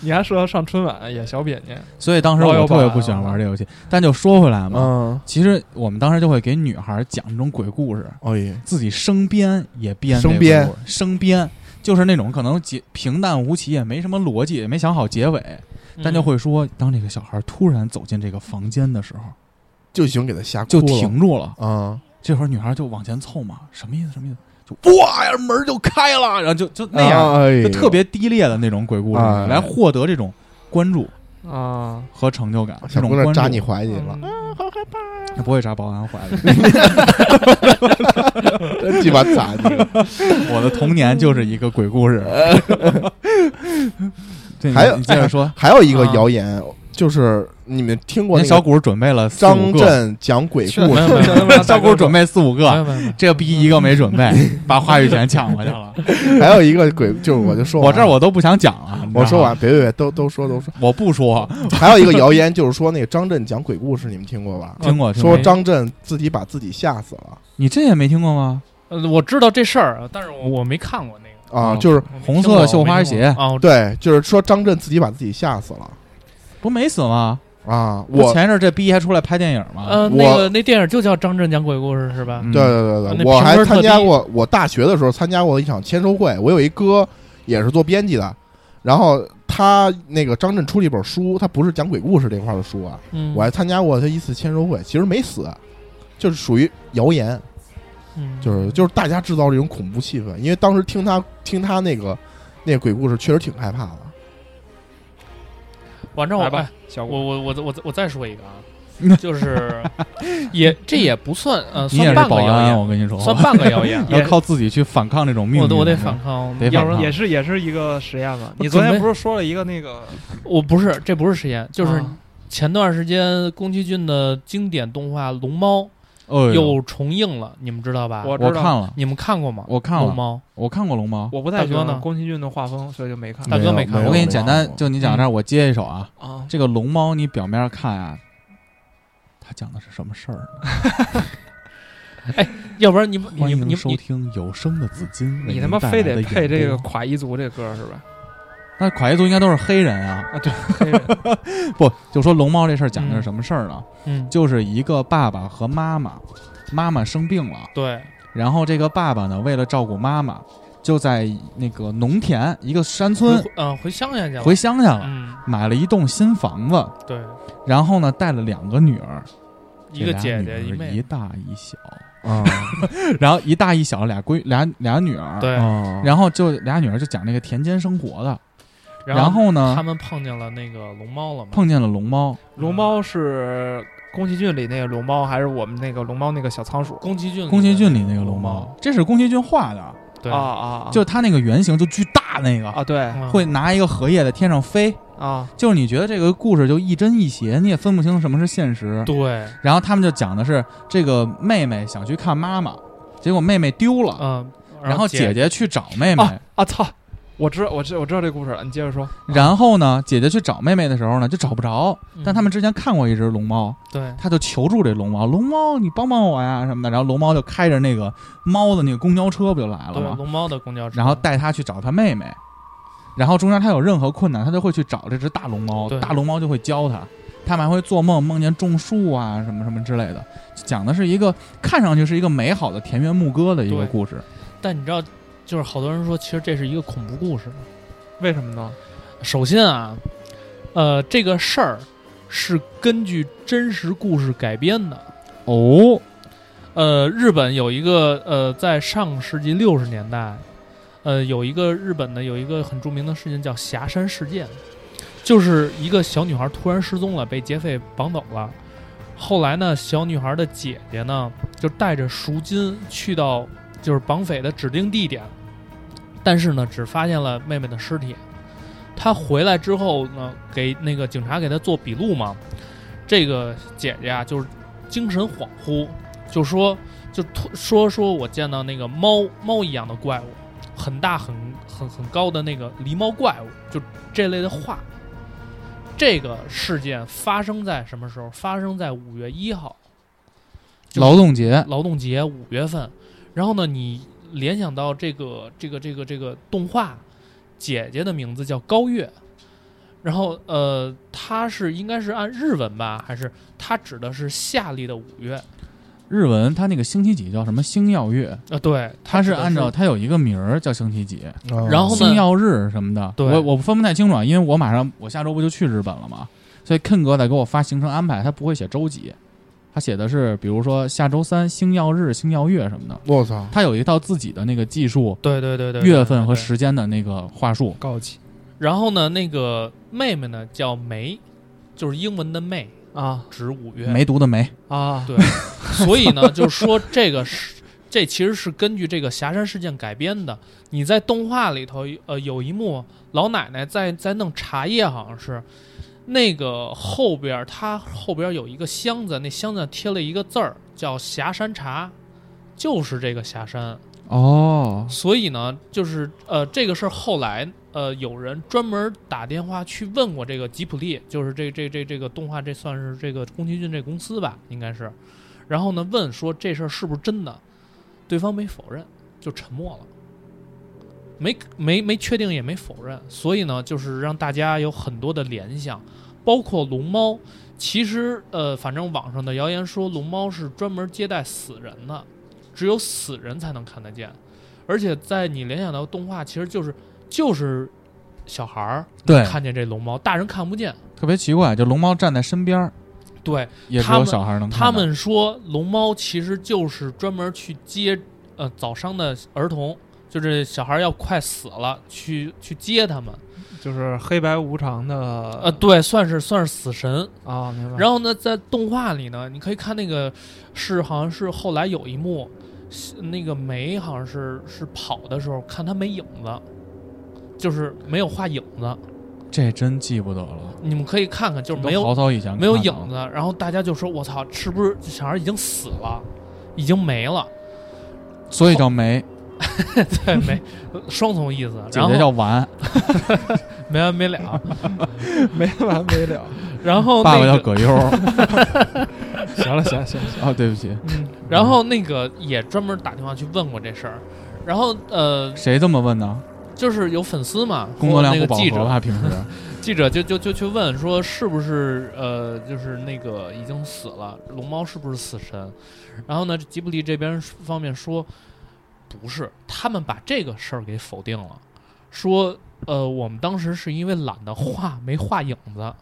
[SPEAKER 3] 你还适合上春晚演小品去。
[SPEAKER 2] 所以当时
[SPEAKER 3] 老有
[SPEAKER 2] 我特别
[SPEAKER 3] 保安
[SPEAKER 2] 不喜欢
[SPEAKER 3] 了
[SPEAKER 2] 玩这游戏。但就说回来嘛，
[SPEAKER 4] 嗯，
[SPEAKER 2] 其实我们当时就会给女孩讲这种鬼故事，
[SPEAKER 4] 哎呀，
[SPEAKER 2] 自己生编也编
[SPEAKER 4] 生
[SPEAKER 2] 编
[SPEAKER 4] 编
[SPEAKER 2] 生编，就是那种可能结平淡无奇，也没什么逻辑，也没想好结尾，
[SPEAKER 4] 嗯
[SPEAKER 2] 但就会说，当这个小孩突然走进这个房间的时候，
[SPEAKER 4] 就已经给他吓哭
[SPEAKER 2] 就
[SPEAKER 4] 了
[SPEAKER 2] 停住了。
[SPEAKER 4] 啊！
[SPEAKER 2] 这会儿女孩就往前凑嘛，什么意思？什么意思？就哇呀，门就开了，然后就就那样，
[SPEAKER 4] 啊哎呦
[SPEAKER 2] 就特别低劣的那种鬼故事，
[SPEAKER 4] 哎
[SPEAKER 2] 来获得这种关注
[SPEAKER 3] 啊，
[SPEAKER 2] 和成就感。这
[SPEAKER 4] 小
[SPEAKER 2] 种
[SPEAKER 4] 姑
[SPEAKER 2] 关注
[SPEAKER 4] 娘扎你怀里了，
[SPEAKER 3] 嗯
[SPEAKER 2] 不会扎保安怀里。嗯
[SPEAKER 4] 真鸡巴惨！这
[SPEAKER 2] (laughs)
[SPEAKER 4] 个
[SPEAKER 2] 啊我的童年就是一个鬼故
[SPEAKER 4] (laughs)
[SPEAKER 2] 事。对，你
[SPEAKER 4] 还有哎
[SPEAKER 2] 你接着说，
[SPEAKER 4] 还有一个谣言就是你们听过
[SPEAKER 2] 那
[SPEAKER 4] 那
[SPEAKER 2] 小
[SPEAKER 4] 个
[SPEAKER 2] 谷准备了四五
[SPEAKER 4] 张
[SPEAKER 2] 个，
[SPEAKER 4] 震讲鬼
[SPEAKER 3] 是
[SPEAKER 4] 故
[SPEAKER 3] 没有
[SPEAKER 4] 事
[SPEAKER 3] 没有没有没
[SPEAKER 2] (laughs)
[SPEAKER 3] 有
[SPEAKER 2] 小谷准备四五
[SPEAKER 5] 没有
[SPEAKER 2] 个，
[SPEAKER 5] 没有没有
[SPEAKER 2] 这个逼一个没准备，
[SPEAKER 4] (laughs)
[SPEAKER 2] 把话语权抢回去了。
[SPEAKER 4] 还有一个鬼，就是我就说完
[SPEAKER 2] 我这儿我都不想讲了，你知道吗
[SPEAKER 4] 我说完，，呃别别别，都都说都说。
[SPEAKER 2] 我不说， (laughs)
[SPEAKER 4] 还有一个谣言就是说那个张震讲鬼故事，你们听过吧？
[SPEAKER 2] 听过嗯听过
[SPEAKER 4] 说，张震自己把自己吓死了。
[SPEAKER 2] 你这也没听过吗？
[SPEAKER 5] 啊呃我知道这事儿，但是我我没看过那个。
[SPEAKER 4] 啊，
[SPEAKER 2] 哦
[SPEAKER 4] 就是
[SPEAKER 2] 红色绣花鞋
[SPEAKER 5] 啊，我
[SPEAKER 4] 对，就是说张震自己把自己吓死了
[SPEAKER 2] 不没死吗？
[SPEAKER 4] 啊！
[SPEAKER 2] 不
[SPEAKER 4] 我，
[SPEAKER 2] 前一阵这逼还出来拍电影吗？
[SPEAKER 5] 呃，那个那电影就叫张震讲鬼故事是吧？
[SPEAKER 2] 嗯
[SPEAKER 4] 对对对
[SPEAKER 5] 那
[SPEAKER 4] 对，我
[SPEAKER 5] 评分
[SPEAKER 4] 还
[SPEAKER 5] 特
[SPEAKER 4] 参加
[SPEAKER 5] 低
[SPEAKER 4] 过，我大学的时候参加过一场签售会，我有一哥也是做编辑的，然后他那个张震出了一本书，他不是讲鬼故事这块儿的书啊，
[SPEAKER 5] 嗯，
[SPEAKER 4] 我还参加过他一次签售会，其实没死，就是属于谣言，
[SPEAKER 5] 嗯
[SPEAKER 4] 就是就是大家制造这种恐怖气氛，因为当时听他听他那个那个鬼故事，确实挺害怕的。
[SPEAKER 5] 反正我
[SPEAKER 3] 来吧
[SPEAKER 5] 哎
[SPEAKER 3] 小
[SPEAKER 5] 我
[SPEAKER 3] 五，。
[SPEAKER 5] 我我我我再说一个
[SPEAKER 2] (laughs)
[SPEAKER 5] 啊，就是也这也不算呃，
[SPEAKER 2] 你也
[SPEAKER 5] 算
[SPEAKER 2] 是
[SPEAKER 5] 半
[SPEAKER 2] 保
[SPEAKER 5] 个谣
[SPEAKER 2] 安，啊
[SPEAKER 5] 言，
[SPEAKER 2] 我跟你说，
[SPEAKER 5] 算半个谣
[SPEAKER 2] (laughs)
[SPEAKER 5] 言
[SPEAKER 3] 也
[SPEAKER 2] 要靠自己去反抗这种命运。
[SPEAKER 5] 我得我得反抗，
[SPEAKER 2] 得
[SPEAKER 5] 要
[SPEAKER 2] 反
[SPEAKER 5] 不然
[SPEAKER 2] 抗
[SPEAKER 3] 也是也是一个实验
[SPEAKER 5] 我
[SPEAKER 3] 嘛。啊你昨
[SPEAKER 5] 准
[SPEAKER 3] 天
[SPEAKER 5] 备
[SPEAKER 3] 不是说了一个那个，
[SPEAKER 5] 我不是这不是实验，就是
[SPEAKER 3] 啊
[SPEAKER 5] 前段时间宫崎骏的经典动画《龙猫》
[SPEAKER 2] 哎呦，
[SPEAKER 5] 又重映了，你们知道吧？
[SPEAKER 3] 啊我
[SPEAKER 2] 我
[SPEAKER 3] 知
[SPEAKER 2] 看
[SPEAKER 3] 道，
[SPEAKER 2] 了，
[SPEAKER 5] 你们看过吗？
[SPEAKER 2] 我看了
[SPEAKER 5] 龙猫，
[SPEAKER 2] 我看过龙猫。
[SPEAKER 3] 我不太喜
[SPEAKER 5] 大哥
[SPEAKER 3] 欢
[SPEAKER 5] 呢
[SPEAKER 3] 宫崎骏的画风，所以就没看
[SPEAKER 5] 大哥没看过
[SPEAKER 2] 我给你
[SPEAKER 4] 没
[SPEAKER 2] 简
[SPEAKER 4] 看
[SPEAKER 2] 单，
[SPEAKER 4] 过
[SPEAKER 2] 就你讲到这儿，我接一首啊。
[SPEAKER 3] 啊。
[SPEAKER 2] 这个龙猫，你表面看啊，它讲的是什么事儿？
[SPEAKER 5] 要不然你们
[SPEAKER 2] 欢
[SPEAKER 5] 你们
[SPEAKER 2] 迎
[SPEAKER 5] 你
[SPEAKER 2] 收
[SPEAKER 5] 你
[SPEAKER 2] 听有声的紫金为
[SPEAKER 3] 你他
[SPEAKER 2] 您
[SPEAKER 3] 妈
[SPEAKER 2] 带
[SPEAKER 3] 非
[SPEAKER 2] 来
[SPEAKER 3] 得
[SPEAKER 2] 的
[SPEAKER 3] 配
[SPEAKER 2] 演
[SPEAKER 3] 这个
[SPEAKER 2] 播
[SPEAKER 3] 垮一族这歌是
[SPEAKER 5] (laughs)
[SPEAKER 3] 吧？
[SPEAKER 2] 那垮一族应该都是黑人啊，
[SPEAKER 3] 啊，对，黑人
[SPEAKER 2] 不就说龙猫这事儿讲的是什么事儿呢？
[SPEAKER 5] 嗯
[SPEAKER 2] 就是一个爸爸和妈妈，妈妈生病了，
[SPEAKER 5] 对
[SPEAKER 2] 然后这个爸爸呢，为了照顾妈妈，就在那个农田一个山
[SPEAKER 5] 回
[SPEAKER 2] 村
[SPEAKER 5] 嗯回乡下去了，
[SPEAKER 2] 回乡下了，
[SPEAKER 5] 嗯
[SPEAKER 2] 买了一栋新房子，
[SPEAKER 5] 对，
[SPEAKER 2] 然后呢带了两个女儿，
[SPEAKER 5] 一个
[SPEAKER 2] 这俩
[SPEAKER 5] 姐
[SPEAKER 2] 女
[SPEAKER 5] 姐一
[SPEAKER 2] 儿
[SPEAKER 5] 妹
[SPEAKER 2] 一，大一小，
[SPEAKER 4] 啊
[SPEAKER 2] (laughs) 然后一大一小俩闺俩俩女儿，
[SPEAKER 5] 对，
[SPEAKER 4] 啊！
[SPEAKER 2] 然后就俩女儿就讲那个田间生活的，然
[SPEAKER 5] 然
[SPEAKER 2] 后
[SPEAKER 5] 他
[SPEAKER 2] 呢
[SPEAKER 5] 们碰见了那个龙猫了嘛？
[SPEAKER 2] 碰见了龙猫，
[SPEAKER 3] 龙猫是宫崎骏里那个龙猫，还是我们那个龙猫那个小仓鼠？
[SPEAKER 5] 宫崎骏的，
[SPEAKER 2] 宫崎骏里那个龙
[SPEAKER 5] 龙
[SPEAKER 2] 猫
[SPEAKER 5] 猫，
[SPEAKER 2] 这是宫崎骏画的，
[SPEAKER 5] 对
[SPEAKER 3] 啊啊，啊
[SPEAKER 2] 就他那个原型就巨大那个，
[SPEAKER 3] 啊对
[SPEAKER 5] 嗯
[SPEAKER 2] 会拿一个荷叶在天上飞，
[SPEAKER 3] 啊，
[SPEAKER 2] 就是你觉得这个故事就一真一邪，你也分不清什么是现实。
[SPEAKER 5] 对，
[SPEAKER 2] 然后他们就讲的是这个妹妹想去看妈妈，结果妹妹丢了，
[SPEAKER 5] 嗯，
[SPEAKER 2] 啊然后姐
[SPEAKER 5] 姐
[SPEAKER 2] 姐去找妹妹，
[SPEAKER 3] 啊啊操！我知道，我知我知道这故事了，你接着说。
[SPEAKER 2] 然后呢，姐姐去找妹妹的时候呢，就找不着。但他们之前看过一只龙猫，
[SPEAKER 5] 对
[SPEAKER 2] 她就求助这龙猫，龙猫你帮帮我呀什么的。然后龙猫就开着那个猫的那个公交车不就来了
[SPEAKER 5] 对
[SPEAKER 2] 吗？
[SPEAKER 5] 龙猫的公交车，
[SPEAKER 2] 然后带他去找他妹妹，然后中间他有任何困难，他就会去找这只大龙猫，
[SPEAKER 5] 对
[SPEAKER 2] 大龙猫就会教他，他们还会做梦，梦见种树啊什么什么之类的，讲的是一个看上去是一个美好的田园牧歌的一个
[SPEAKER 5] 对
[SPEAKER 2] 故事，
[SPEAKER 5] 但你知道，就是好多人说，其实这是一个恐怖故事。
[SPEAKER 3] 为什么呢？
[SPEAKER 5] 首先啊，呃，这个事儿是根据真实故事改编的。
[SPEAKER 2] 哦，
[SPEAKER 5] 呃，日本有一个呃，在上世纪六十年代，呃，有一个日本的有一个很著名的事件叫霞山事件，就是一个小女孩突然失踪了，被劫匪绑走了。后来呢，小女孩的姐姐呢，就带着赎金去到就是绑匪的指定地点，但是呢，只发现了妹妹的尸体。她回来之后呢，给那个警察给她做笔录嘛。这个姐姐啊，就是精神恍惚，就说就突说说我见到那个猫猫一样的怪物，很大很很很高的那个狸猫怪物，就这类的话。这个事件发生在什么时候？发生在五月一号，就是
[SPEAKER 2] 劳动节，
[SPEAKER 5] (laughs) 劳动节五月份，然后呢，你联想到这个这个这个这个动画，姐姐的名字叫高月，然后呃，她是应该是按日文吧，还是她指的是夏历的五月？
[SPEAKER 2] 日文它那个星期几叫什么星耀月，
[SPEAKER 5] 呃，对，
[SPEAKER 2] 它是
[SPEAKER 5] 指的
[SPEAKER 2] 按照它有一个名儿叫星期几，
[SPEAKER 5] 然后呢
[SPEAKER 2] 星耀日什么的，
[SPEAKER 5] 对
[SPEAKER 2] 我我分不太清楚，啊，因为我马上我下周不就去日本了嘛，所以 Ken 哥在给我发行程安排，他不会写周几，他写的是比如说下周三星耀日、星耀月什么的，
[SPEAKER 4] 我操，
[SPEAKER 2] 他有一套自己的那个技术、
[SPEAKER 5] 对对对对
[SPEAKER 2] 月份和。
[SPEAKER 5] 对对对
[SPEAKER 2] 时间的那个话术。
[SPEAKER 3] 高级
[SPEAKER 5] 然后呢，那个妹妹呢叫梅，就是英文的妹，
[SPEAKER 3] 啊
[SPEAKER 5] 指五月。
[SPEAKER 2] 梅毒的梅，
[SPEAKER 3] 啊
[SPEAKER 5] 对，所以呢，就是说这个是这其实是根据这个霞山事件改编的。你在动画里头，呃，有一幕老奶奶在在弄茶叶，好像是那个后边儿她后边儿有一个箱子，那箱子贴了一个字儿叫霞山茶，就是这个霞山。
[SPEAKER 2] 哦，
[SPEAKER 5] 所以呢，就是呃，这个事儿后来呃，有人专门打电话去问过这个吉普力，就是这这这这个动画，这算是这个宫崎骏这公司吧，应该是。然后呢，问说这事儿是不是真的，对方没否认，就沉默了。没没没确定也没否认，所以呢，就是让大家有很多的联想，包括龙猫。其实呃，反正网上的谣言说龙猫是专门接待死人的，只有死人才能看得见，而且在你联想到动画，啊其实就是就是小孩儿
[SPEAKER 2] 对，
[SPEAKER 5] 看见这龙猫，大人看不见。
[SPEAKER 2] 特别奇怪，就龙猫站在身边儿，
[SPEAKER 5] 对
[SPEAKER 2] 也只
[SPEAKER 5] 他
[SPEAKER 2] 有
[SPEAKER 5] 们
[SPEAKER 2] 小孩能看
[SPEAKER 5] 他
[SPEAKER 2] 到。
[SPEAKER 5] 们说，龙猫其实就是专门去接呃早伤的儿童，就是小孩要快死了，去去接他们。
[SPEAKER 3] 就是黑白无常的
[SPEAKER 5] 呃，对，算是算是死神。
[SPEAKER 3] 啊，明白。
[SPEAKER 5] 然后呢，在动画里呢，你可以看那个是好像是后来有一幕，是那个梅好像是是跑的时候看他没影子，就是没有画影子。
[SPEAKER 2] 这真记不得了，
[SPEAKER 5] 你们可以看看，就是没有
[SPEAKER 2] 都好早以前
[SPEAKER 5] 没有
[SPEAKER 2] 看
[SPEAKER 5] 影
[SPEAKER 2] 到了
[SPEAKER 5] 子，然后大家就说：“我操，是不是小孩已经死了，已经没了
[SPEAKER 2] 所以叫梅，？”
[SPEAKER 5] 对，没双重意思。
[SPEAKER 2] 姐
[SPEAKER 5] 然
[SPEAKER 2] 姐
[SPEAKER 5] 后
[SPEAKER 2] 叫丸，
[SPEAKER 5] 没完没了，
[SPEAKER 3] 没完没了。
[SPEAKER 5] (laughs) 然后
[SPEAKER 2] 爸
[SPEAKER 5] 那
[SPEAKER 2] 爸叫
[SPEAKER 5] 个，(laughs)
[SPEAKER 2] 葛优。
[SPEAKER 3] 行了，行了行了，
[SPEAKER 2] 哦，对不起，
[SPEAKER 5] 嗯，然后那个也专门打电话去问过这事儿。然后呃，
[SPEAKER 2] 谁这么问呢？
[SPEAKER 5] 就是有粉丝嘛，
[SPEAKER 2] 工作量
[SPEAKER 5] 那
[SPEAKER 2] 不
[SPEAKER 5] 个
[SPEAKER 2] 饱
[SPEAKER 5] 记
[SPEAKER 2] 和
[SPEAKER 5] 者，
[SPEAKER 2] 吧？平
[SPEAKER 5] (laughs)
[SPEAKER 2] 时
[SPEAKER 5] 记者就就就去问说，是不是呃，就是那个已经死了，龙猫是不是死神？然后呢，吉卜力这边方面说，不是，他们把这个事儿给否定了，说呃，我们当时是因为懒得画，没画影子，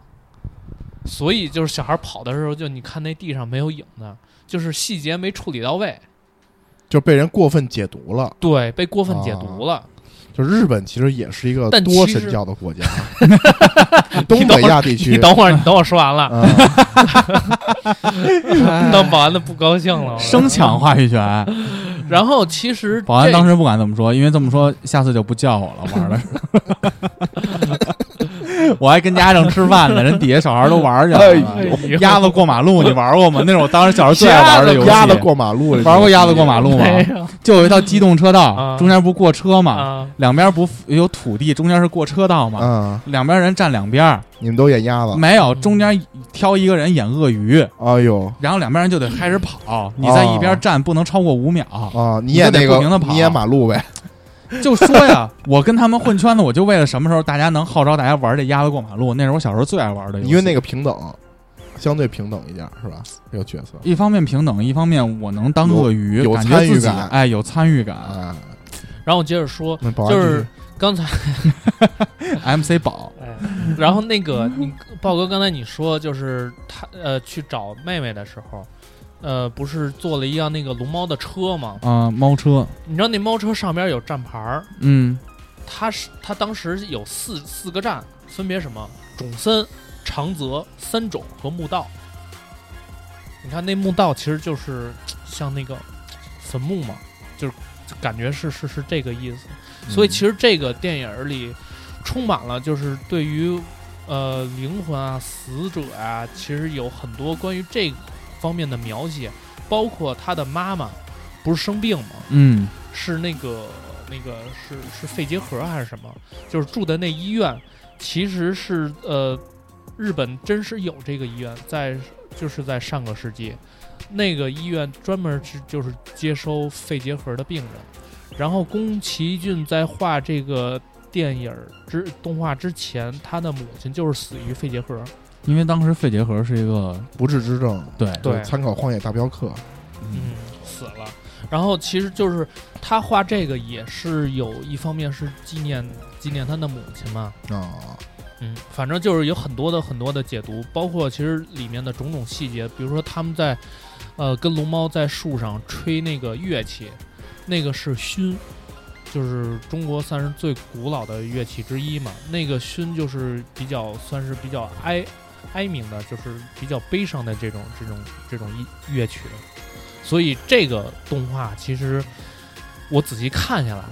[SPEAKER 5] 所以就是小孩跑的时候，就你看那地上没有影子，就是细节没处理到位，
[SPEAKER 4] 就被人过分解读了。
[SPEAKER 5] 对，被过分解
[SPEAKER 2] 哦
[SPEAKER 5] 读了。
[SPEAKER 4] 就日本其实也是一个
[SPEAKER 5] 但
[SPEAKER 4] 多
[SPEAKER 5] 其实
[SPEAKER 4] 神教
[SPEAKER 5] (laughs)
[SPEAKER 4] 的国家，东北亚地
[SPEAKER 5] 你
[SPEAKER 4] 区。
[SPEAKER 5] 等会儿，你等我说完了，
[SPEAKER 4] 嗯
[SPEAKER 5] (laughs) 那保安的不高兴了。
[SPEAKER 2] 生抢话语权。
[SPEAKER 5] (laughs) 然后其实
[SPEAKER 2] 保安
[SPEAKER 5] 这 (laughs)
[SPEAKER 2] 当时不敢这么说，因为这么说下次就不叫我了。玩的时候，
[SPEAKER 5] (laughs)
[SPEAKER 2] 我还跟家长吃饭呢，人底下小孩都玩去了。
[SPEAKER 4] 哎
[SPEAKER 5] 呦
[SPEAKER 2] 鸭子过马路你玩过吗？那是我当时小时候最爱玩的游戏。
[SPEAKER 4] 鸭子过马路，
[SPEAKER 2] 玩过鸭
[SPEAKER 5] 嗯
[SPEAKER 2] 子过马路吗？就有一道机动车道，
[SPEAKER 5] 哎啊
[SPEAKER 2] 中间不过车吗？
[SPEAKER 5] 啊，
[SPEAKER 2] 两边不有土地，中间是过车道吗？
[SPEAKER 5] 嗯
[SPEAKER 4] 啊！
[SPEAKER 2] 两边人站两边，
[SPEAKER 4] 你们都演鸭
[SPEAKER 5] 啊
[SPEAKER 4] 子，
[SPEAKER 2] 没有中间挑一个人演鳄鱼，
[SPEAKER 5] 嗯
[SPEAKER 4] 哎呦
[SPEAKER 2] 然后两边人就得开始跑，你在一边站不能超过五秒。
[SPEAKER 5] 嗯
[SPEAKER 4] 啊！你
[SPEAKER 2] 你就
[SPEAKER 4] 演
[SPEAKER 2] 得不停地
[SPEAKER 4] 那个，
[SPEAKER 2] 跑
[SPEAKER 4] 你演马路呗，
[SPEAKER 2] 就说呀， (laughs) 我跟他们混圈子，我就为了什么时候大家能号召大家玩这鸭子过马路，那是我小时候最爱
[SPEAKER 5] 哎
[SPEAKER 2] 玩的游戏。
[SPEAKER 4] 因为那个平等，相对平等一点是吧？这个角色
[SPEAKER 2] 一方面平等，一方面我能当
[SPEAKER 4] 有
[SPEAKER 2] 鳄鱼，
[SPEAKER 4] 有
[SPEAKER 2] 感觉
[SPEAKER 4] 参与
[SPEAKER 2] 自己
[SPEAKER 4] 感
[SPEAKER 2] 哎有参与
[SPEAKER 4] (laughs)
[SPEAKER 2] 感。
[SPEAKER 4] 啊，
[SPEAKER 5] 然后我接着说，
[SPEAKER 4] 那保
[SPEAKER 5] 嗯
[SPEAKER 4] 安
[SPEAKER 5] 就是刚才，
[SPEAKER 2] MC 宝，
[SPEAKER 3] 哎
[SPEAKER 5] (laughs) 然后那个你豹哥刚才你说
[SPEAKER 3] (laughs)
[SPEAKER 5] 就是他呃去找妹妹的时候，呃不是坐了一辆那个龙猫的车吗？
[SPEAKER 2] 啊，猫车，
[SPEAKER 5] 你知道那猫车上边有站牌儿，
[SPEAKER 2] 嗯，
[SPEAKER 5] 它是它当时有四四个站，分别什么种森、长泽、三种和墓道。你看那墓道其实就是像那个坟墓嘛，就是就感觉是是是这个意思。所
[SPEAKER 4] 嗯
[SPEAKER 5] 以其实这个电影儿里充满了就是对于呃灵魂啊、死者啊，其实有很多关于这方面的描写，包括他的妈妈不是生病吗？
[SPEAKER 2] 嗯，
[SPEAKER 5] 是那个那个是是肺结核还是什么？就是住的那医院，其实是呃日本真实有这个医院，在就是在上个世纪，那个医院专门是就是接收肺结核的病人。然后宫崎骏在画这个电影儿之动画之前，他的母亲就是死于肺结核。
[SPEAKER 2] 因为当时肺结核是一个
[SPEAKER 4] 不治之症，
[SPEAKER 2] 对
[SPEAKER 5] 对
[SPEAKER 4] 参考《荒野大镖客》
[SPEAKER 5] 嗯，死了。然后其实就是他画这个也是有一方面是纪念纪念他的母亲嘛，
[SPEAKER 4] 啊，
[SPEAKER 5] 嗯，反正就是有很多的很多的解读，包括其实里面的种种细节，比如说他们在呃跟龙猫在树上吹那个乐器，那个是埙，就是中国算是最古老的乐器之一嘛。那个埙就是比较算是比较哀哀鸣的，就是比较悲伤的这种这种这种乐乐曲。所以这个动画其实我仔细看下来啊，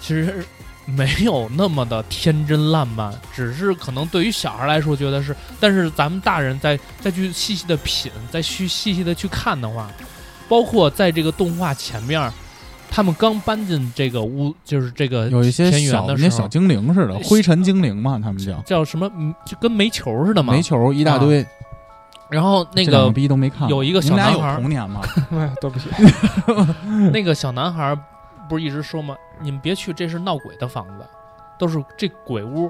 [SPEAKER 5] 其实没有那么的天真烂漫，只是可能对于小孩来说觉得是，但是咱们大人再再去细细的品，再去细细的去看的话，包括在这个动画前面儿，他们刚搬进这个屋，就是这个
[SPEAKER 2] 有一些
[SPEAKER 5] 田园
[SPEAKER 2] 小
[SPEAKER 5] 的时
[SPEAKER 2] 那
[SPEAKER 5] 候
[SPEAKER 2] 小精灵似的，
[SPEAKER 5] 呃
[SPEAKER 2] 灰尘精灵嘛，他们叫
[SPEAKER 5] 叫什么，嗯就跟煤球似的嘛
[SPEAKER 2] 煤。球一大堆，
[SPEAKER 5] 然后啊那
[SPEAKER 2] 这两
[SPEAKER 5] 个
[SPEAKER 2] 逼都没看过。
[SPEAKER 5] 有一个
[SPEAKER 2] 你们
[SPEAKER 5] 小
[SPEAKER 2] 俩
[SPEAKER 3] 哎
[SPEAKER 5] 男
[SPEAKER 2] 有
[SPEAKER 5] 孩儿
[SPEAKER 2] 童年吗？
[SPEAKER 3] 哎，对不起，
[SPEAKER 5] 那个小男孩儿不是一直说吗？你们别去，这是闹鬼的房子，都是这鬼屋，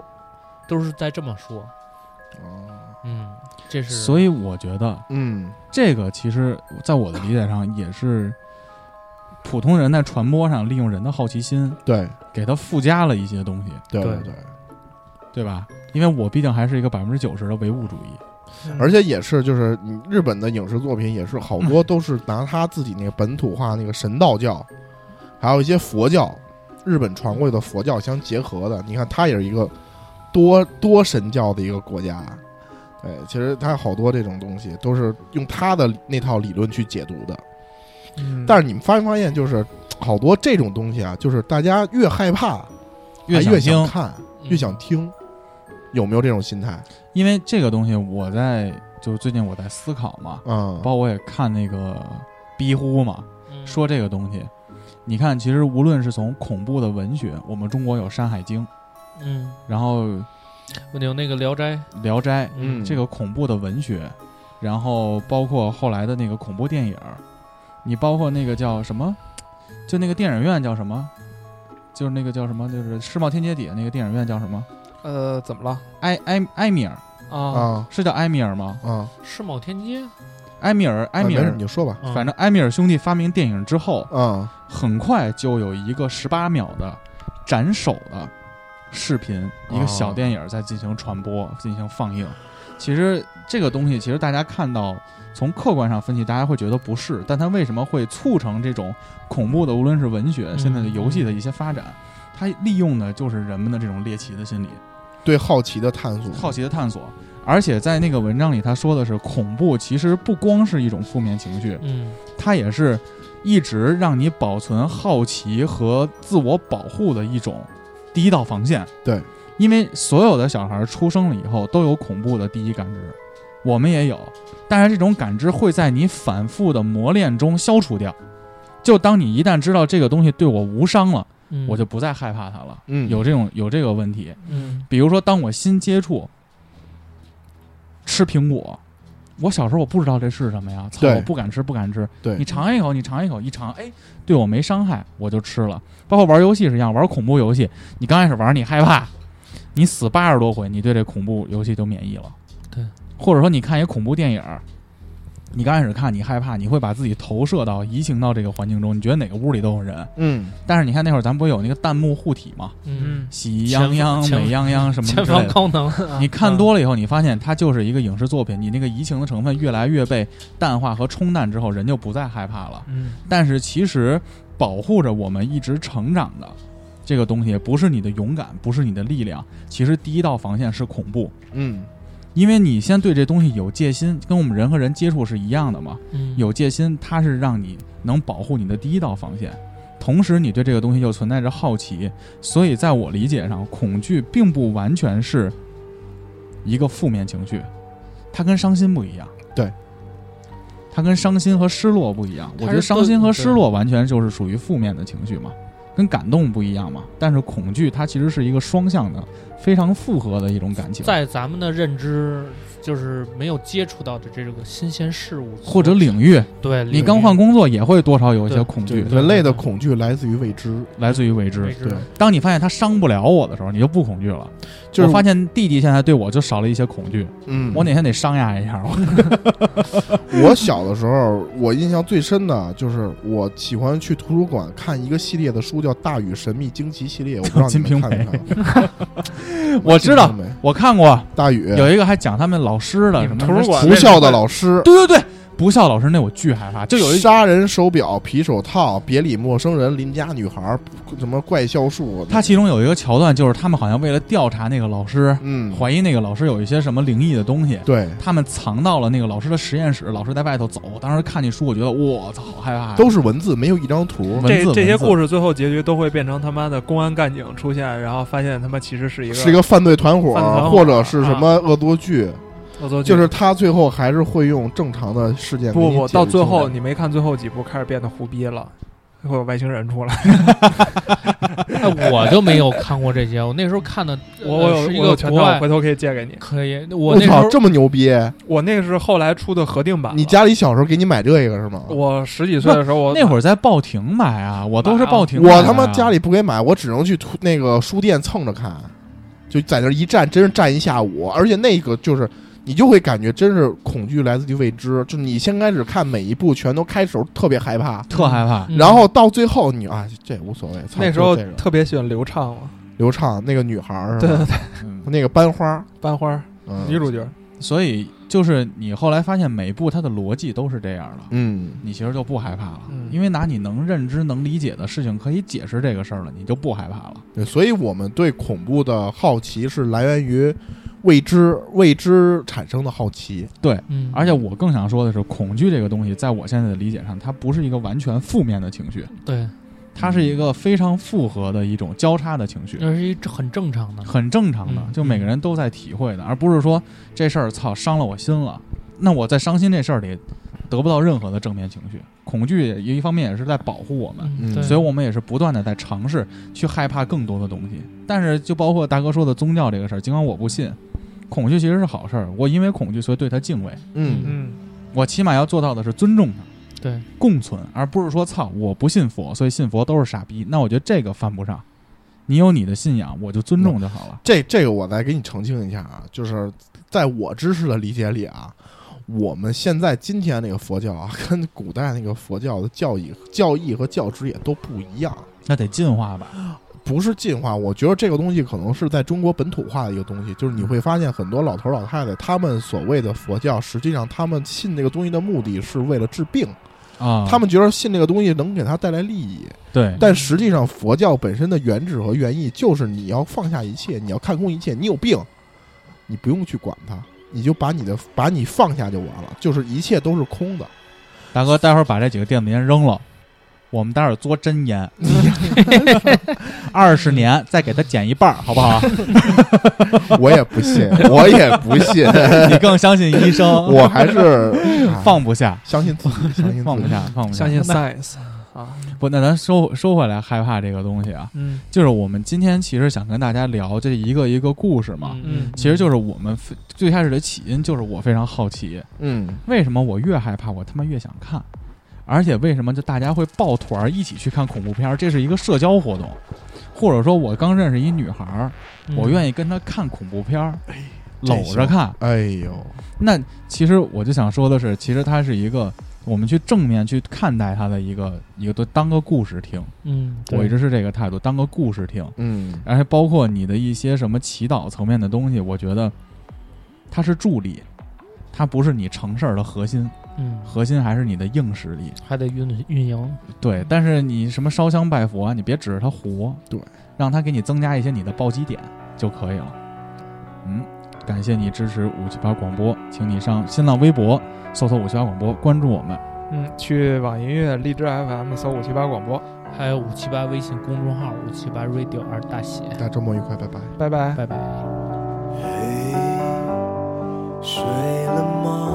[SPEAKER 5] 都是在这么说。
[SPEAKER 4] 哦
[SPEAKER 5] 嗯，这 (laughs) 是
[SPEAKER 2] 所以我觉得
[SPEAKER 4] 嗯，
[SPEAKER 2] 这个其实，在我的理解上也是普通人在传播上利用人的好奇心，
[SPEAKER 4] 对
[SPEAKER 2] 给它附加了一些东西，
[SPEAKER 4] 对
[SPEAKER 5] 对
[SPEAKER 4] 对，
[SPEAKER 2] 对吧？因为我毕竟还是一个百分之九十的唯物主义。
[SPEAKER 4] 而且也是就是你日本的影视作品也是好多都是拿他自己那个本土化那个神道教，还有一些佛教，日本传过去的佛教相结合的。你看，它也是一个多 (laughs) 多神教的一个国家。对，其实它好多这种东西都是用他的那套理论去解读的。
[SPEAKER 3] 嗯
[SPEAKER 4] 但是你们发没发现，就是好多这种东西啊，就是大家越害怕，还
[SPEAKER 2] 想
[SPEAKER 4] 越
[SPEAKER 2] 听，
[SPEAKER 4] 看，
[SPEAKER 5] 嗯
[SPEAKER 4] 越想听，有没有这种心态？
[SPEAKER 2] 因为这个东西我在就是最近我在思考嘛，
[SPEAKER 4] 嗯
[SPEAKER 2] 包，括我也看那个逼乎嘛，
[SPEAKER 5] 嗯
[SPEAKER 2] 说这个东西。你看，其实无论是从恐怖的文学，我们中国有《山海经》，
[SPEAKER 5] 嗯，
[SPEAKER 2] 然后《
[SPEAKER 5] 我有那个《聊斋》，
[SPEAKER 2] 聊斋》，
[SPEAKER 4] 嗯，
[SPEAKER 2] 这个恐怖的文学，然后包括后来的那个恐怖电影儿，你包括那个叫什么，就那个电影院叫什么，就是那个叫什么，就是世贸天阶底下那个电影院叫什么？
[SPEAKER 3] 呃，怎么了？
[SPEAKER 2] 埃埃埃米尔嗯
[SPEAKER 5] 啊，
[SPEAKER 4] 啊
[SPEAKER 2] 是叫埃米尔吗？
[SPEAKER 4] 啊，
[SPEAKER 5] 世贸天阶，
[SPEAKER 2] 埃米尔埃
[SPEAKER 4] 啊
[SPEAKER 2] 米
[SPEAKER 4] 没事
[SPEAKER 2] 尔
[SPEAKER 4] 你，就说吧。
[SPEAKER 5] 嗯
[SPEAKER 2] 反正埃米尔兄弟发明电影之后，
[SPEAKER 4] 嗯
[SPEAKER 2] 很快就有一个十八秒的斩首的视频，一个小电影在进行传播、进行放映。其实这个东西，其实大家看到从客观上分析，大家会觉得不是，但它为什么会促成这种恐怖的，无论是文学、
[SPEAKER 5] 嗯
[SPEAKER 2] 现在的游戏的一些发展？它利用的就是人们的这种猎奇的心理、
[SPEAKER 4] 对好奇的探索，
[SPEAKER 2] 好奇的探索。而且在那个文章里，他说的是恐怖其实不光是一种负面情绪，
[SPEAKER 5] 嗯
[SPEAKER 2] 它也是一直让你保存好奇和自我保护的一种第一道防线。
[SPEAKER 4] 对，
[SPEAKER 2] 因为所有的小孩出生了以后都有恐怖的第一感知，我们也有，但是这种感知会在你反复的磨练中消除掉。就当你一旦知道这个东西对我无伤了，
[SPEAKER 5] 嗯，
[SPEAKER 2] 我就不再害怕它了。
[SPEAKER 4] 嗯
[SPEAKER 2] 有这种有这个问题，
[SPEAKER 5] 嗯
[SPEAKER 2] 比如说，当我新接触吃苹果，我小时候我不知道这是什么呀，操，
[SPEAKER 4] 对
[SPEAKER 2] 我不敢吃，不敢吃。
[SPEAKER 4] 对
[SPEAKER 2] 你尝一口，你尝一口，一尝，哎，对我没伤害，我就吃了。包括玩游戏是一样，玩恐怖游戏，你刚开始玩你害怕，你死八十多回，你对这恐怖游戏就免疫了。
[SPEAKER 5] 对，
[SPEAKER 2] 或者说你看一恐怖电影儿。你刚开始看，你害怕，你会把自己投射到、移情到这个环境中。你觉得哪个屋里都有人，
[SPEAKER 4] 嗯，
[SPEAKER 2] 但是你看那会儿咱不是有那个弹幕护体吗？
[SPEAKER 5] 嗯，
[SPEAKER 2] 喜羊羊、
[SPEAKER 5] 前方
[SPEAKER 2] 美羊羊什么之类
[SPEAKER 5] 前方
[SPEAKER 2] 的
[SPEAKER 5] 高能，
[SPEAKER 2] 你看多了以后，你发现它就是一个影视作品，你那个移情的成分越来越被淡化和冲淡之后，人就不再害怕了。
[SPEAKER 5] 嗯
[SPEAKER 2] 但是其实保护着我们一直成长的这个东西，不是你的勇敢，不是你的力量，其实第一道防线是恐怖，
[SPEAKER 4] 嗯
[SPEAKER 2] 因为你先对这东西有戒心，跟我们人和人接触是一样的嘛。
[SPEAKER 5] 嗯，
[SPEAKER 2] 有戒心，它是让你能保护你的第一道防线。同时，你对这个东西又存在着好奇，所以在我理解上，恐惧并不完全是一个负面情绪，它跟伤心不一样。
[SPEAKER 4] 对，
[SPEAKER 2] 它跟伤心和失落不一样。我觉得伤心和失落完全就是属于负面的情绪嘛，跟感动不一样嘛。但是恐惧它其实是一个双向的，非常复合的一种感情，
[SPEAKER 5] 在咱们的认知就是没有接触到的这个新鲜事物
[SPEAKER 2] 或者领域，
[SPEAKER 5] 对，
[SPEAKER 2] 你刚换工作也会多少有一些
[SPEAKER 5] 对
[SPEAKER 2] 恐
[SPEAKER 4] 对
[SPEAKER 2] 惧，
[SPEAKER 4] 人类的恐惧来自于未知，
[SPEAKER 2] 来自于未知。
[SPEAKER 5] 位置
[SPEAKER 4] 对，
[SPEAKER 2] 当你发现他伤不了我的时候，你就不恐惧了。
[SPEAKER 4] 就是
[SPEAKER 2] 我发现弟弟现在对我就少了一些恐惧，
[SPEAKER 4] 嗯，
[SPEAKER 2] 我哪天得商量一下。我
[SPEAKER 4] 我小的时候，我印象最深的就是我喜欢去图书馆看一个系列的书，叫《大禹神秘惊奇》系列，我不知道你
[SPEAKER 2] (laughs) 金
[SPEAKER 4] 们
[SPEAKER 2] 瓶
[SPEAKER 4] 看没看过。
[SPEAKER 2] 我知
[SPEAKER 4] (laughs)
[SPEAKER 2] 道
[SPEAKER 4] 金瓶梅
[SPEAKER 2] 我看过
[SPEAKER 4] 大禹
[SPEAKER 2] 有一个还讲他们老师的
[SPEAKER 5] 你
[SPEAKER 2] 什
[SPEAKER 5] 们
[SPEAKER 2] 么
[SPEAKER 5] 图书馆
[SPEAKER 4] 不孝的老师，
[SPEAKER 2] 对对对，不孝老师那我巨害怕，就有一
[SPEAKER 4] 杀人手表、皮手套、别理陌生人、邻家女孩，什么怪校术。
[SPEAKER 2] 他其中有一个桥段，就是他们好像为了调查那个老师，
[SPEAKER 4] 嗯，
[SPEAKER 2] 怀疑那个老师有一些什么灵异的东西。
[SPEAKER 4] 对，
[SPEAKER 2] 他们藏到了那个老师的实验室，老师在外头走。我当时看那书，我觉得我操，好害怕呀。啊
[SPEAKER 4] 都是文字，没有一张图。
[SPEAKER 2] 文字
[SPEAKER 3] 这这些
[SPEAKER 2] 文字
[SPEAKER 3] 故事最后结局都会变成他妈的公安干警出现，然后发现他妈其实是一个
[SPEAKER 4] 是一个犯罪团伙
[SPEAKER 3] 犯罪团，伙
[SPEAKER 4] 或者是什么恶作剧，
[SPEAKER 3] 恶作剧，
[SPEAKER 4] 就是他最后还是会用正常的事件给
[SPEAKER 3] 不不
[SPEAKER 4] 你解
[SPEAKER 3] 不，
[SPEAKER 4] 释
[SPEAKER 3] 到最
[SPEAKER 4] 出来
[SPEAKER 3] 后你没看最后几部开始变得胡逼了，会有外星人出来。
[SPEAKER 5] 哎，我就没有看过这些，我那时候看的，呃
[SPEAKER 3] 我我有
[SPEAKER 5] 是一
[SPEAKER 3] 我有
[SPEAKER 5] 个
[SPEAKER 3] 全
[SPEAKER 5] 国
[SPEAKER 3] 套，我
[SPEAKER 5] 外
[SPEAKER 3] 回，头可以借给你。
[SPEAKER 5] 可以，我
[SPEAKER 4] 我
[SPEAKER 5] 那时
[SPEAKER 4] 操，
[SPEAKER 5] 候
[SPEAKER 4] 这么牛逼！
[SPEAKER 3] 我那个是后来出的核定版了。
[SPEAKER 4] 你家里小时候给你买这个是吗？
[SPEAKER 3] 我十几岁的时候，我
[SPEAKER 2] 那
[SPEAKER 3] 儿
[SPEAKER 2] 会儿在报亭买啊，我都是报亭买啊、
[SPEAKER 4] 我他妈家里不给买，我只能去图那个书店蹭着看，就在那儿一站，真是站一下午。而且那个就是你就会感觉真是恐惧来自于未知，就是你先开始看每一部全都开始时候特别害怕，
[SPEAKER 2] 特害怕。
[SPEAKER 5] 嗯
[SPEAKER 4] 然后到最后你啊这也无所谓。操
[SPEAKER 3] 那时候
[SPEAKER 4] 就这个
[SPEAKER 3] 特别喜欢刘畅嘛，
[SPEAKER 4] 刘畅那个女孩儿是
[SPEAKER 3] 对
[SPEAKER 4] 吧
[SPEAKER 3] 对对，
[SPEAKER 2] 嗯
[SPEAKER 4] 那个班花，
[SPEAKER 3] 班花儿
[SPEAKER 4] 嗯
[SPEAKER 3] 女主角，
[SPEAKER 2] 所以就是你后来发现每一部它的逻辑都是这样的，
[SPEAKER 4] 嗯，
[SPEAKER 2] 你其实就不害怕了，
[SPEAKER 3] 嗯
[SPEAKER 2] 因为拿你能认知、能理解的事情可以解释这个事儿了，你就不害怕了。
[SPEAKER 4] 对，所以我们对恐怖的好奇是来源于未知未知产生的好奇。
[SPEAKER 5] 嗯，
[SPEAKER 2] 而且我更想说的是，恐惧这个东西，在我现在的理解上，它不是一个完全负面的情绪，
[SPEAKER 5] 对，
[SPEAKER 2] 它是一个非常复合的一种交叉的情绪，
[SPEAKER 5] 那是一这很正常的，
[SPEAKER 2] 很正常的，
[SPEAKER 5] 嗯
[SPEAKER 2] 就每个人都在体会的，而不是说这事儿操伤了我心了，那我在伤心这事儿里得不到任何的正面情绪。恐惧也一方面也是在保护我们，
[SPEAKER 5] 嗯
[SPEAKER 4] 嗯
[SPEAKER 5] 对
[SPEAKER 2] 所以我们也是不断的在尝试去害怕更多的东西。但是就包括大哥说的宗教这个事儿，尽管我不信，恐惧其实是好事儿。我因为恐惧，所以对它敬畏。
[SPEAKER 4] 嗯，
[SPEAKER 3] 嗯，
[SPEAKER 2] 我起码要做到的是尊重它，
[SPEAKER 5] 对，
[SPEAKER 2] 共存，而不是说操我不信佛，所以信佛都是傻逼。那我觉得这个犯不上。你有你的信仰，我就尊重就好了。
[SPEAKER 4] 这这个我再给你澄清一下啊，就是在我知识的理解里啊，我们现在今天这个佛教啊，跟古代那个佛教的教义、教义和教旨也都不一样。
[SPEAKER 2] 那得进化吧？
[SPEAKER 4] 不是进化，我觉得这个东西可能是在中国本土化的一个东西，就是你会发现很多老头老太太，他们所谓的佛教，实际上他们信这个东西的目的是为了治病，
[SPEAKER 2] 啊，
[SPEAKER 4] 他们觉得信这个东西能给他带来利益，
[SPEAKER 2] 对
[SPEAKER 4] 但实际上，佛教本身的原旨和原意就是你要放下一切，你要看空一切。你有病，你不用去管它，你就把你的把你放下就完了，就是一切都是
[SPEAKER 2] (laughs)
[SPEAKER 4] 空的。
[SPEAKER 2] 大哥，待会儿把这几个电子烟扔了，我们待会儿嘬真烟，二十年再给它减一半儿，好不
[SPEAKER 4] (laughs)
[SPEAKER 2] 好？
[SPEAKER 4] 我也不信，我也不
[SPEAKER 2] (laughs)
[SPEAKER 4] 信，
[SPEAKER 2] 你更相信医生，
[SPEAKER 4] 我嗯
[SPEAKER 2] (laughs)
[SPEAKER 4] 还是、哎
[SPEAKER 2] 放不下，
[SPEAKER 4] 相信自己，相信自己
[SPEAKER 2] 放不下，。放不下。
[SPEAKER 3] 相信 science 啊，
[SPEAKER 2] 不，那咱收收回来，害怕这个东西啊，
[SPEAKER 3] 嗯
[SPEAKER 2] 就是我们今天其实想跟大家聊这一个一个故事嘛。
[SPEAKER 5] 嗯，
[SPEAKER 2] 其实就是我们非最开始的起因，就是我非常好奇，
[SPEAKER 4] 嗯，
[SPEAKER 2] 为什么我越害怕，我他妈越想看，而且为什么就大家会抱团儿一起去看恐怖片儿？这是一个社交活动，或者说，我刚认识一女孩儿，
[SPEAKER 5] 嗯
[SPEAKER 2] 我愿意跟她看恐怖片儿，搂着看。
[SPEAKER 4] 哎呦，
[SPEAKER 2] 那其实我就想说的是，其实它是一个我们去正面去看待它的一个一个都当个故事听，
[SPEAKER 5] 嗯，
[SPEAKER 2] 我一直是这个态度，当个故事听。
[SPEAKER 4] 嗯
[SPEAKER 2] 而且包括你的一些什么祈祷层面的东西，我觉得它是助力，它不是你成事儿的核心，
[SPEAKER 5] 嗯，
[SPEAKER 2] 核心还是你的硬实力。
[SPEAKER 5] 还得运运营，
[SPEAKER 2] 对，但是你什么烧香拜佛啊，你别指着它活，
[SPEAKER 4] 对，
[SPEAKER 2] 让它给你增加一些你的暴击点就可以了。嗯，感谢你支持五七八广播，请你上新浪微博搜索五七八广播，关注我们。
[SPEAKER 3] 嗯，去网易音乐、荔枝 FM 搜五七八广播，
[SPEAKER 5] 还有五七八微信公众号五七八 radio 二大写，
[SPEAKER 4] 大家周末愉快，拜拜。
[SPEAKER 3] 拜拜。
[SPEAKER 5] 拜拜。
[SPEAKER 6] 嘿，睡了吗？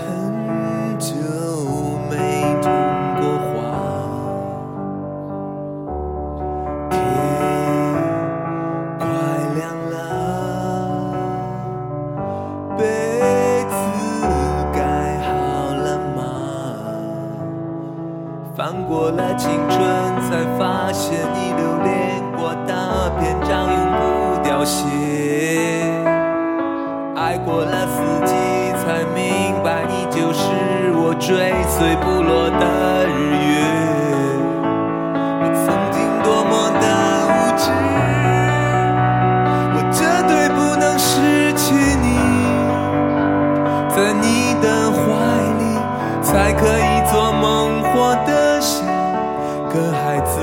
[SPEAKER 6] 很久没通过话，天快亮了，被子盖好了吗？翻过了青春，才发现你留恋过的篇章永不凋谢。爱过了四季，才明白你就是我追随不落的日月。我曾经多么的无知，我绝对不能失去你，在你的怀里才可以做梦，活得像个孩子。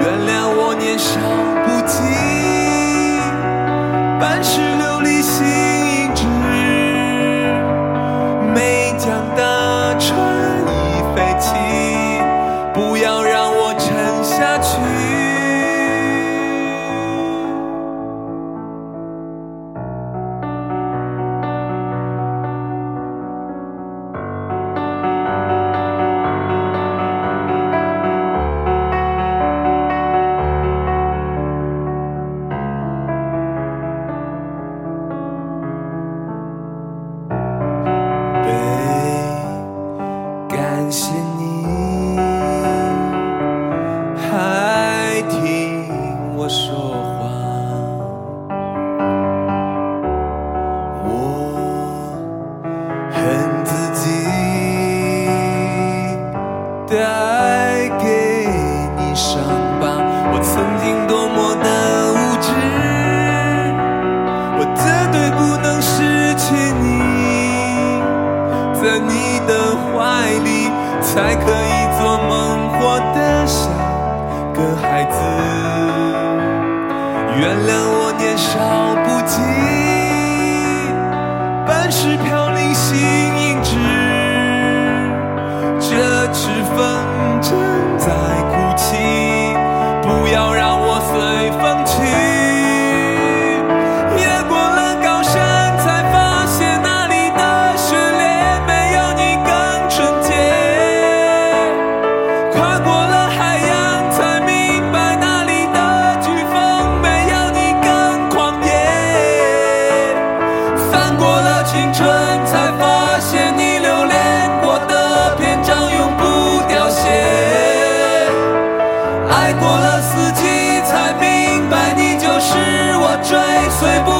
[SPEAKER 6] 原谅我年少不羁。半世琉璃心一直没讲的船已飞起，不要让我沉下去。
[SPEAKER 7] 嘿，
[SPEAKER 6] 感谢你还听我说话，我恨自己带给你伤疤，我曾经多么的无知，我绝对不能失去你。在你的怀里，才可以做梦活得像个孩子。原谅我年少不羁，半世飘零形影只，这指缝正在哭泣，不要让我随风去。越过了高山，才发现那里的雪莲没有你更纯洁。跨过了海洋，才明白那里的飓风没有你更狂野。翻过了青春，才发现你留恋过的篇章永不凋谢。爱过了四季，才明白你就是我追随不